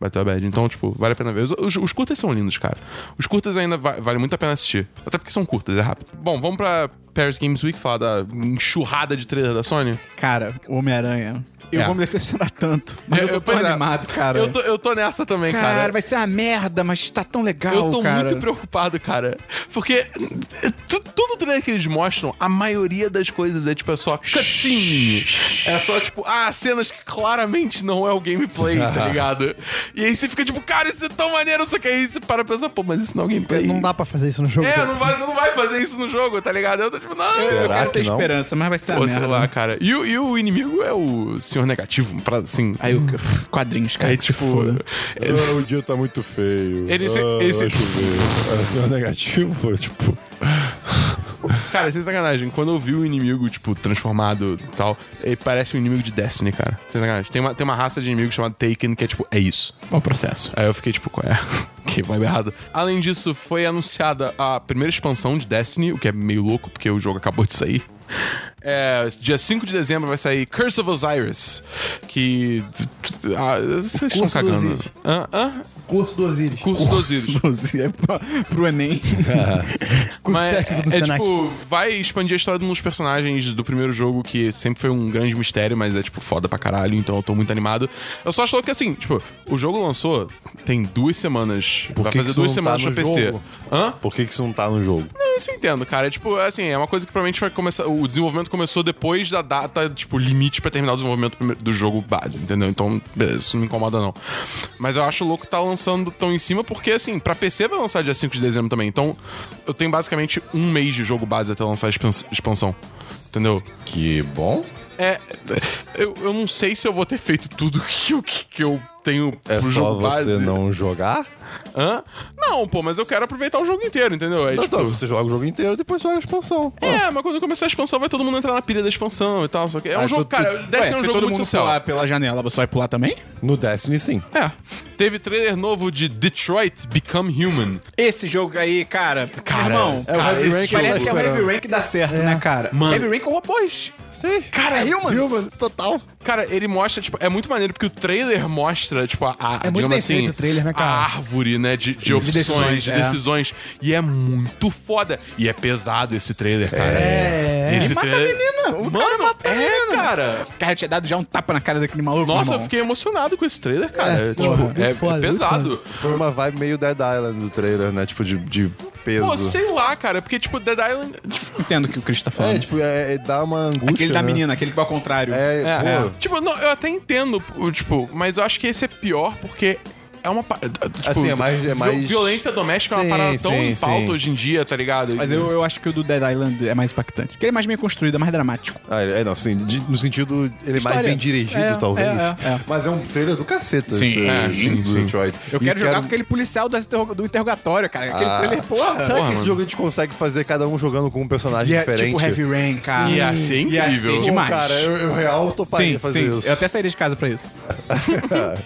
B: Bateu a bad. Então, tipo, vale a pena ver. Os, os- os curtas são lindos, cara. Os curtas ainda va- vale muito a pena assistir. Até porque são curtas, é rápido. Bom, vamos pra Paris Games Week falar da enxurrada de trailer da Sony?
A: Cara, Homem-Aranha. Eu
B: É.
A: vou me decepcionar
B: *laughs*
A: tanto. Mas eu, tô tão
B: pois é.
A: animado, cara.
B: Eu tô, eu tô nessa também,
A: Cara,
B: cara.
A: vai ser uma merda, mas tá tão legal,
B: Eu tô
A: cara.
B: muito preocupado, cara. Porque tu- todo trailer que eles mostram, a maioria das coisas é tipo, é só cutscene. É só tipo, ah, cenas que claramente não é o gameplay,
A: *laughs*
B: tá ligado? E aí você fica tipo, cara, isso é tão maneiro, só que aí você para e pensa, pô, mas isso não é o gameplay.
D: Não dá pra fazer isso no jogo.
B: É,
D: cara.
B: não vai, você não vai fazer isso no jogo, tá ligado? Eu tô tipo, não.
A: Eu
C: Será
A: quero ter
C: que não?
A: esperança, mas vai ser uma
B: Pô, sei
A: merda.
B: lá, cara. E, o- e o inimigo é o senhor negativo, pra, assim.
A: Aí o pff, quadrinhos, cara.
B: aí,
A: que se
B: tipo.
A: foda.
C: Ah, o dia tá muito feio.
B: Ele se-
C: ah,
B: ele se-
C: vai chover. Esse é negativo, tipo...
B: Cara, sem sacanagem, quando eu vi o inimigo, tipo, transformado e tal, ele parece um inimigo de Destiny, cara. Sem sacanagem. Tem uma, tem uma raça de inimigos chamada Taken que é tipo, é isso.
A: É o
B: *laughs*
A: processo.
B: Aí eu fiquei tipo, qual é? que vibe errada. Além disso, foi anunciada a primeira expansão de Destiny, o que é meio louco, porque o jogo acabou de sair. É, dia 5 de dezembro vai sair Curse of Osiris, que... Ah, vocês estão
D: Curso do
B: cagando.
D: Osiris.
B: Hã? Hã?
D: Curso do Osiris.
B: Curso do Osiris.
A: Doze é pra- pro Enem.
D: Curso
B: Mas
D: técnico do
B: é,
D: Senac.
B: tipo, vai expandir a história de um dos personagens do primeiro jogo, que sempre foi um grande mistério, mas é, tipo, foda pra caralho, então eu tô muito animado. Eu só acho louco que, assim, tipo, o jogo lançou tem duas semanas. vai
C: que
B: fazer
C: isso
B: duas
C: não tá
B: semanas
C: no
B: pra PC.
C: jogo?
B: Hã?
C: Por que que isso não tá no jogo?
B: Não, Isso eu entendo, cara. É tipo, assim, é uma coisa que provavelmente vai começar. O desenvolvimento começou depois da data, tipo, limite pra terminar o desenvolvimento prime- do jogo base, entendeu? Então, beleza, isso não me incomoda, não. Mas eu acho louco tá lançando tão em cima, porque, assim, pra PC vai lançar dia 5 de dezembro também. Então, eu tenho basicamente um mês de jogo base até lançar a expans- expansão. Entendeu?
C: Que bom.
B: É. Eu, eu não sei se eu vou ter feito tudo *laughs* que, eu- que, que eu tenho
C: É
B: pro
C: só
B: jogo
C: você
B: base.
C: não jogar?
B: Hã? Não, pô, mas eu quero aproveitar o jogo inteiro, entendeu? É,
C: Não,
B: tipo,
C: então, você joga o jogo inteiro e depois joga a expansão.
B: É, mas quando começar a expansão, vai todo mundo entrar na pilha da expansão e tal. Só que é um
C: Ah,
B: jogo,
C: tu- tu-
B: cara, Destiny é um
A: se
B: jogo
A: todo
B: muito
A: mundo
B: social.
A: pular pela janela, você vai pular também?
C: No Destiny, sim.
B: É. Teve trailer novo de Detroit Become Human.
A: Esse jogo aí, cara. Cara, irmão,
C: É o
B: Cara,
C: Heavy
B: esse
C: Rain que
A: parece
C: eu tô
A: que é o
C: esperando.
A: Heavy Rank que dá certo, né, cara?
B: Mano.
A: Heavy Rank ou robôs.
C: Sim.
A: Cara, é Humans.
C: Humans, total.
B: Cara, ele mostra, tipo, é muito maneiro porque o trailer mostra, tipo, a, a
D: É muito
B: digamos
D: bem
B: assim,
D: feito o trailer, né, cara?
B: a árvore, né, de, de opções,
A: decisões,
B: de
A: é.
B: decisões. E é muito foda. E é pesado esse trailer, cara. É. Esse
A: E mata a menina. O
B: Mano,
A: cara mata a
B: é,
A: menina.
B: cara.
A: Cara, eu tinha dado já um tapa na cara daquele maluco,
B: Nossa, eu
A: irmão.
B: fiquei emocionado com esse trailer, cara.
D: É,
B: tipo,
D: porra, muito
B: é,
D: foda,
B: é
D: muito
B: pesado.
C: Foi uma vibe meio Dead Island do trailer, né? Tipo, de, de peso.
B: Pô, sei lá, cara, porque, tipo, Dead Island.
A: entendo o que o Chris tá falando.
C: É, tipo, é, é- dá uma angústia,
A: aquele da
C: né?
A: menina, aquele que vai ao contrário.
C: É,
B: É,
C: pô...
B: Tipo, não, eu até entendo, o- tipo, mas eu acho que esse é pior porque é uma. pa- Tipo,
C: Assim, é mais- é
B: vi-
C: mais-
B: Violência doméstica é
C: Sim,
B: uma parada tão
C: sim,
B: em pauta
C: sim.
B: hoje em dia, tá ligado?
A: Mas eu, eu acho que o do Dead Island é mais impactante. Porque ele é mais bem construído, é mais dramático.
C: Ah, ele- é, não, assim, de- no sentido, ele é mais
A: História.
C: bem dirigido,
A: É,
C: talvez.
A: é, é, é.
C: Mas é um trailer do caceta,
A: Sim,
C: esse,
B: é, sim,
C: do
B: sim.
C: Detroit.
A: Eu
C: E
A: quero jogar com aquele policial das interro- do interrogatório, cara. Aquele
C: Ah.
A: trailer, porra.
C: Será
B: Porra,
C: que esse
B: mano.
C: jogo a gente consegue fazer cada um jogando com um personagem
A: E é
C: diferente?
A: tipo Heavy Rain, cara.
B: Ia ser
A: assim
B: incrível.
A: ser
C: Pô,
A: demais.
C: Cara, eu, eu real toparia
A: Sim,
C: fazer
A: sim.
C: isso.
A: Eu até sairia de casa pra isso.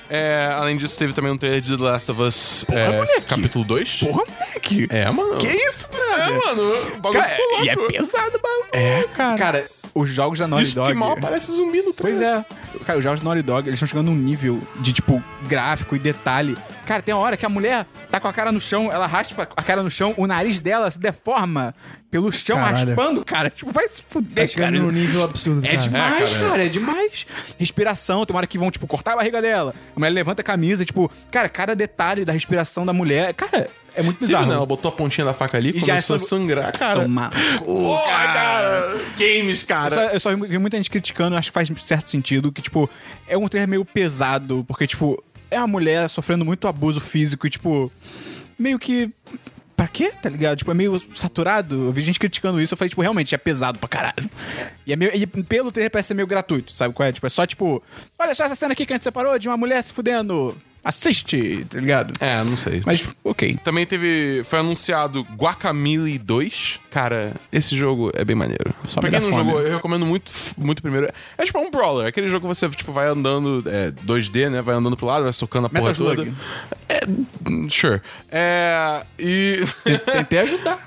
B: É, além disso, teve também um trailer de The Last of Us é, capítulo 2.
A: Porra, moleque.
B: É, mano.
A: Que isso,
B: É,
A: brother?
B: mano. O bagulho
A: Cara,
B: ficou
A: e é
B: louco.
A: pesado, bagulho.
B: É, cara.
A: Cara, os jogos da Naughty
B: Isso
A: Dog...
B: que mal parece zumbi no trailer.
A: Pois é. Cara, os jogos do Naughty Dog, eles estão chegando num nível de, tipo, gráfico e detalhe. Cara, tem uma hora que a mulher tá com a cara no chão, ela raspa a cara no chão, o nariz dela se deforma pelo chão
D: Caralho.
A: raspando, cara. Tipo, vai se fuder,
D: Tá chegando
A: cara.
D: num nível absurdo,
A: É
D: cara.
A: demais,
B: É,
A: cara.
B: cara.
A: é demais. Respiração, tem uma hora que vão, tipo, cortar a barriga dela. A mulher levanta a camisa, tipo, cara, cada detalhe da respiração da mulher. Cara, É muito
B: Sim,
A: bizarro.
B: né? Ela botou a pontinha da faca ali e
A: já é
B: começou a
A: sobre-
B: sangrar, cara.
A: Tomar. um
B: Ô, cara. Games,
A: Eu
B: cara.
A: só, eu só vi muita gente criticando, acho que faz certo sentido, que, tipo, é um trailer meio pesado, porque, tipo, é uma mulher sofrendo muito abuso físico e, tipo, meio que. Pra quê? Tá ligado? Tipo, é meio saturado. Eu vi gente criticando isso, eu falei, tipo, realmente é pesado pra caralho. E, é meio, e pelo trailer parece ser meio gratuito, sabe qual é? Tipo, é só tipo, olha só essa cena aqui que a gente separou de uma mulher se fudendo. Assiste, tá ligado?
B: É, não sei.
A: Mas, tipo, ok.
B: Também teve. Foi anunciado Guacamole 2. Cara, esse jogo é bem maneiro.
A: Só
B: pra
A: me
B: quem
A: dá
B: não
A: fome.
B: jogou, eu recomendo muito, muito primeiro. É tipo um brawler, aquele jogo que você tipo, vai andando é, 2D, né? Vai andando pro lado, vai socando a
A: Metal
B: porra toda.
A: Slug.
B: Hum, Sure. É. E. *laughs*
A: Tentei ajudar.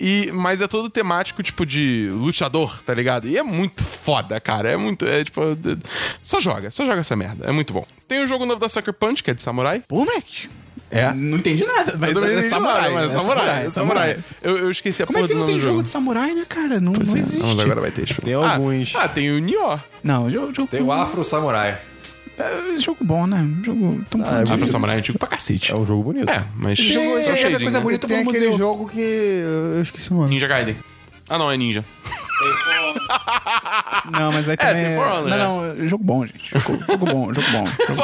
B: e, mas é todo temático, tipo, de lutador, tá ligado? E é muito foda, cara. É muito. É tipo. d- Só joga, só joga essa merda. É muito bom. Tem o jogo novo da Sucker Punch, que é de samurai.
A: Pô, moleque.
B: É.
A: Não entendi nada, mas é,
B: Eu também não entendi nada,
A: samurai,
B: mas
A: é
B: samurai, é samurai. Eu, eu esqueci a
A: Como é
B: porra
A: que
B: do
A: não
B: nome
A: tem
B: do
A: jogo
B: jogo. é,
A: de samurai, né, cara? Não, não existe.
B: Não, mas agora vai ter. tipo.
C: Tem
B: Ah,
C: alguns.
B: Ah, tem o Nió.
A: Não, jogo, jogo,
C: Tem o Afro Samurai.
A: é jogo bom, né? Jogo tão
C: é
A: falando.
C: bonito.
B: Afro Samurai é antigo pra cacete.
C: É um jogo bonito.
B: É, mas.
A: Tem-
B: só
A: tem coisa
B: shading, né?
A: bonita. Bonito
D: Tem
A: pro
D: aquele
A: museu.
D: jogo que. Eu esqueci o nome.
B: Ninja Gaiden. Ah, não, é Ninja.
A: Não, mas aí também... é-
B: tem For Honor, né?
A: não, não, jogo bom, gente. Jogo, jogo bom, jogo bom. Jogo... Você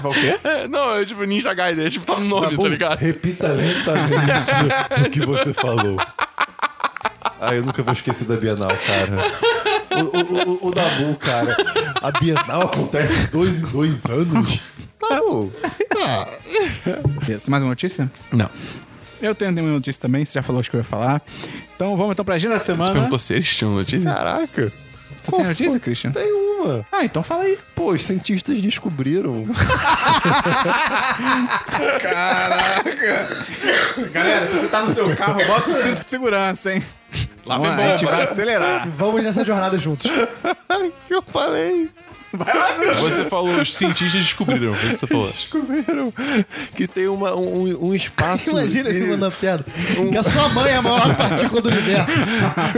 A: fala o quê?
B: É, não, é tipo Ninja Gaiden. É tipo, tá no nome, tá ligado?
C: Repita lentamente *laughs* o que você falou. Ah, eu nunca vou esquecer da Bienal, cara. O, o, o, o Dabu, cara. A Bienal acontece dois em dois anos. Dabu. Ah,
A: Yes, Mais uma notícia?
B: Não.
A: Eu tenho uma notícia também, você já falou as que eu ia falar. Então vamos então pra agenda da
B: Você
A: semana.
B: perguntou se eles tinham notícia?
C: caraca.
A: Você tem notícia, Christian?
C: Tem uma.
A: Ah, então fala aí.
C: Pô, os cientistas descobriram. *laughs*
A: Galera, se você tá no seu carro, bota o cinto de segurança, hein?
B: Lá
A: Vamos
B: vem
A: lá, Ah, a gente
B: bomba.
A: vai acelerar.
D: Vamos nessa jornada *laughs* juntos.
C: que eu falei.
B: Você falou, os cientistas descobriram. Foi isso que você falou.
C: Descobriram que tem uma, um,
A: *laughs*
C: um espaço.
D: Imagina ele mandando piada.
C: Um-
D: Que a sua mãe é a
C: *laughs*
D: maior partícula do universo.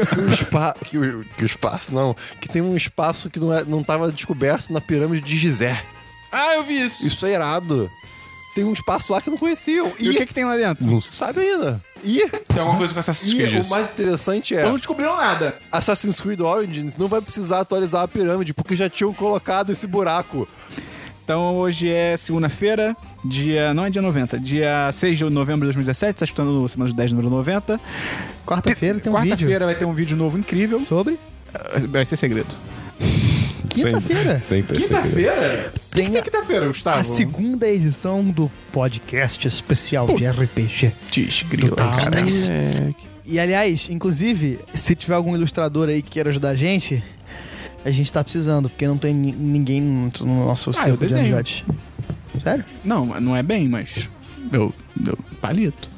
C: que o, um espa que, o, que o espaço, não. Que tem um espaço que não, é, não tava descoberto na pirâmide de Gizé.
B: Ah, eu vi isso.
C: Isso é irado. Tem um espaço lá que não conheciam.
A: E o
C: E,
A: que que tem lá dentro?
C: não se sabe ainda. E,
B: Tem alguma coisa com Assassin's
C: e
B: Creed.
C: o
B: isso.
C: mais interessante é:
A: Então não descobriram nada.
C: Assassin's Creed Origins não vai precisar atualizar a pirâmide, porque já tinham colocado esse buraco.
A: Então hoje é segunda-feira, dia. Não é dia 90, dia 6 de novembro de 2017, tá escutando o Semana de 10, número 90.
D: Quarta-feira tem um vídeo.
A: Quarta-feira vai ter um vídeo novo incrível.
D: Sobre?
A: Vai ser segredo.
D: Quinta-feira.
C: Sempre, tá
A: Quinta-feira?
D: Tem
A: Tem quinta-feira, Gustavo.
D: a segunda edição do podcast especial de RPG.
A: Tis, grilo, cara. É.
D: E aliás, inclusive, se tiver algum ilustrador aí que queira ajudar a gente, a gente tá precisando, porque não tem ni- ninguém no no nosso
A: Ah, eu
D: círculo de
A: desenho.
D: amizade. Sério?
A: Não, não é bem, mas. Meu, meu palito.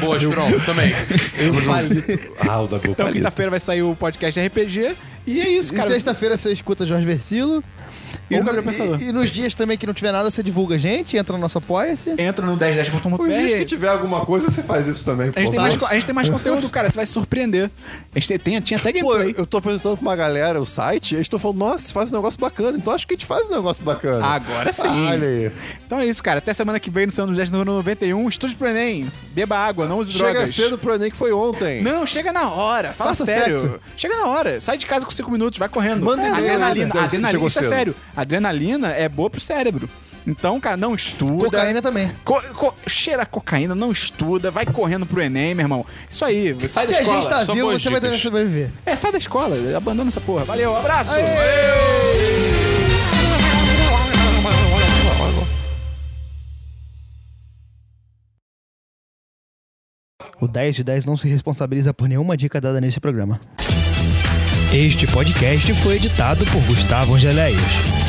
B: Boa,
A: *laughs*
B: Giron, também.
C: Eu falei. Ah, o da Gol
A: Então,
C: Palito.
A: quinta-feira vai sair o podcast RPG. E é isso, cara.
D: e sexta-feira você escuta Jorge Versilo. E,
A: Ou
D: no-
A: Gabriel Pensador.
D: e- e nos dias também que não tiver nada, você divulga a gente, entra no nosso apoia-se.
A: Entra no 1010.com.br.
C: Os dias que tiver alguma coisa, você faz isso também. por
A: A gente, tem
C: favor.
A: mais, co- a gente *laughs* tem mais conteúdo, cara. Você vai se surpreender. A gente tem, tinha até
C: Pô,
A: gameplay.
C: eu, eu tô apresentando pra uma galera o site, e eles estão falando, nossa, faz um negócio bacana. Então acho que a gente faz um negócio bacana.
A: Agora sim.
C: Ah, olha aí.
A: Então é isso, cara. Até semana que vem no São José de número 91. Estude pro Enem. um. Beba água, não use
C: Chega
A: drogas.
C: cedo pro Enem que foi ontem.
A: Não, chega na hora. Fala
D: Faça
A: sério.
D: sexo.
A: Chega na hora. Sai de casa com cinco minutos, vai correndo. É,
C: Manda e-mail,
A: adrenalina.
C: Zé, se
A: adrenalina,
C: chegou
A: isso é
C: cedo.
A: sério. Adrenalina é boa pro cérebro. Então, cara, não estuda.
D: Cocaína também.
A: Co co- cheira a cocaína, não estuda, vai correndo pro Enem, meu irmão. Isso aí, sai
D: Se
A: da
D: a gente
A: escola.
D: tá
B: são
D: vivo,
B: boas
D: você vai
B: dicas.
D: também sobreviver.
A: É, sai da escola, abandona essa porra. Valeu, abraço!
D: O 10 de 10 não se responsabiliza por nenhuma dica dada nesse programa. Este podcast foi editado por Gustavo Angeléias.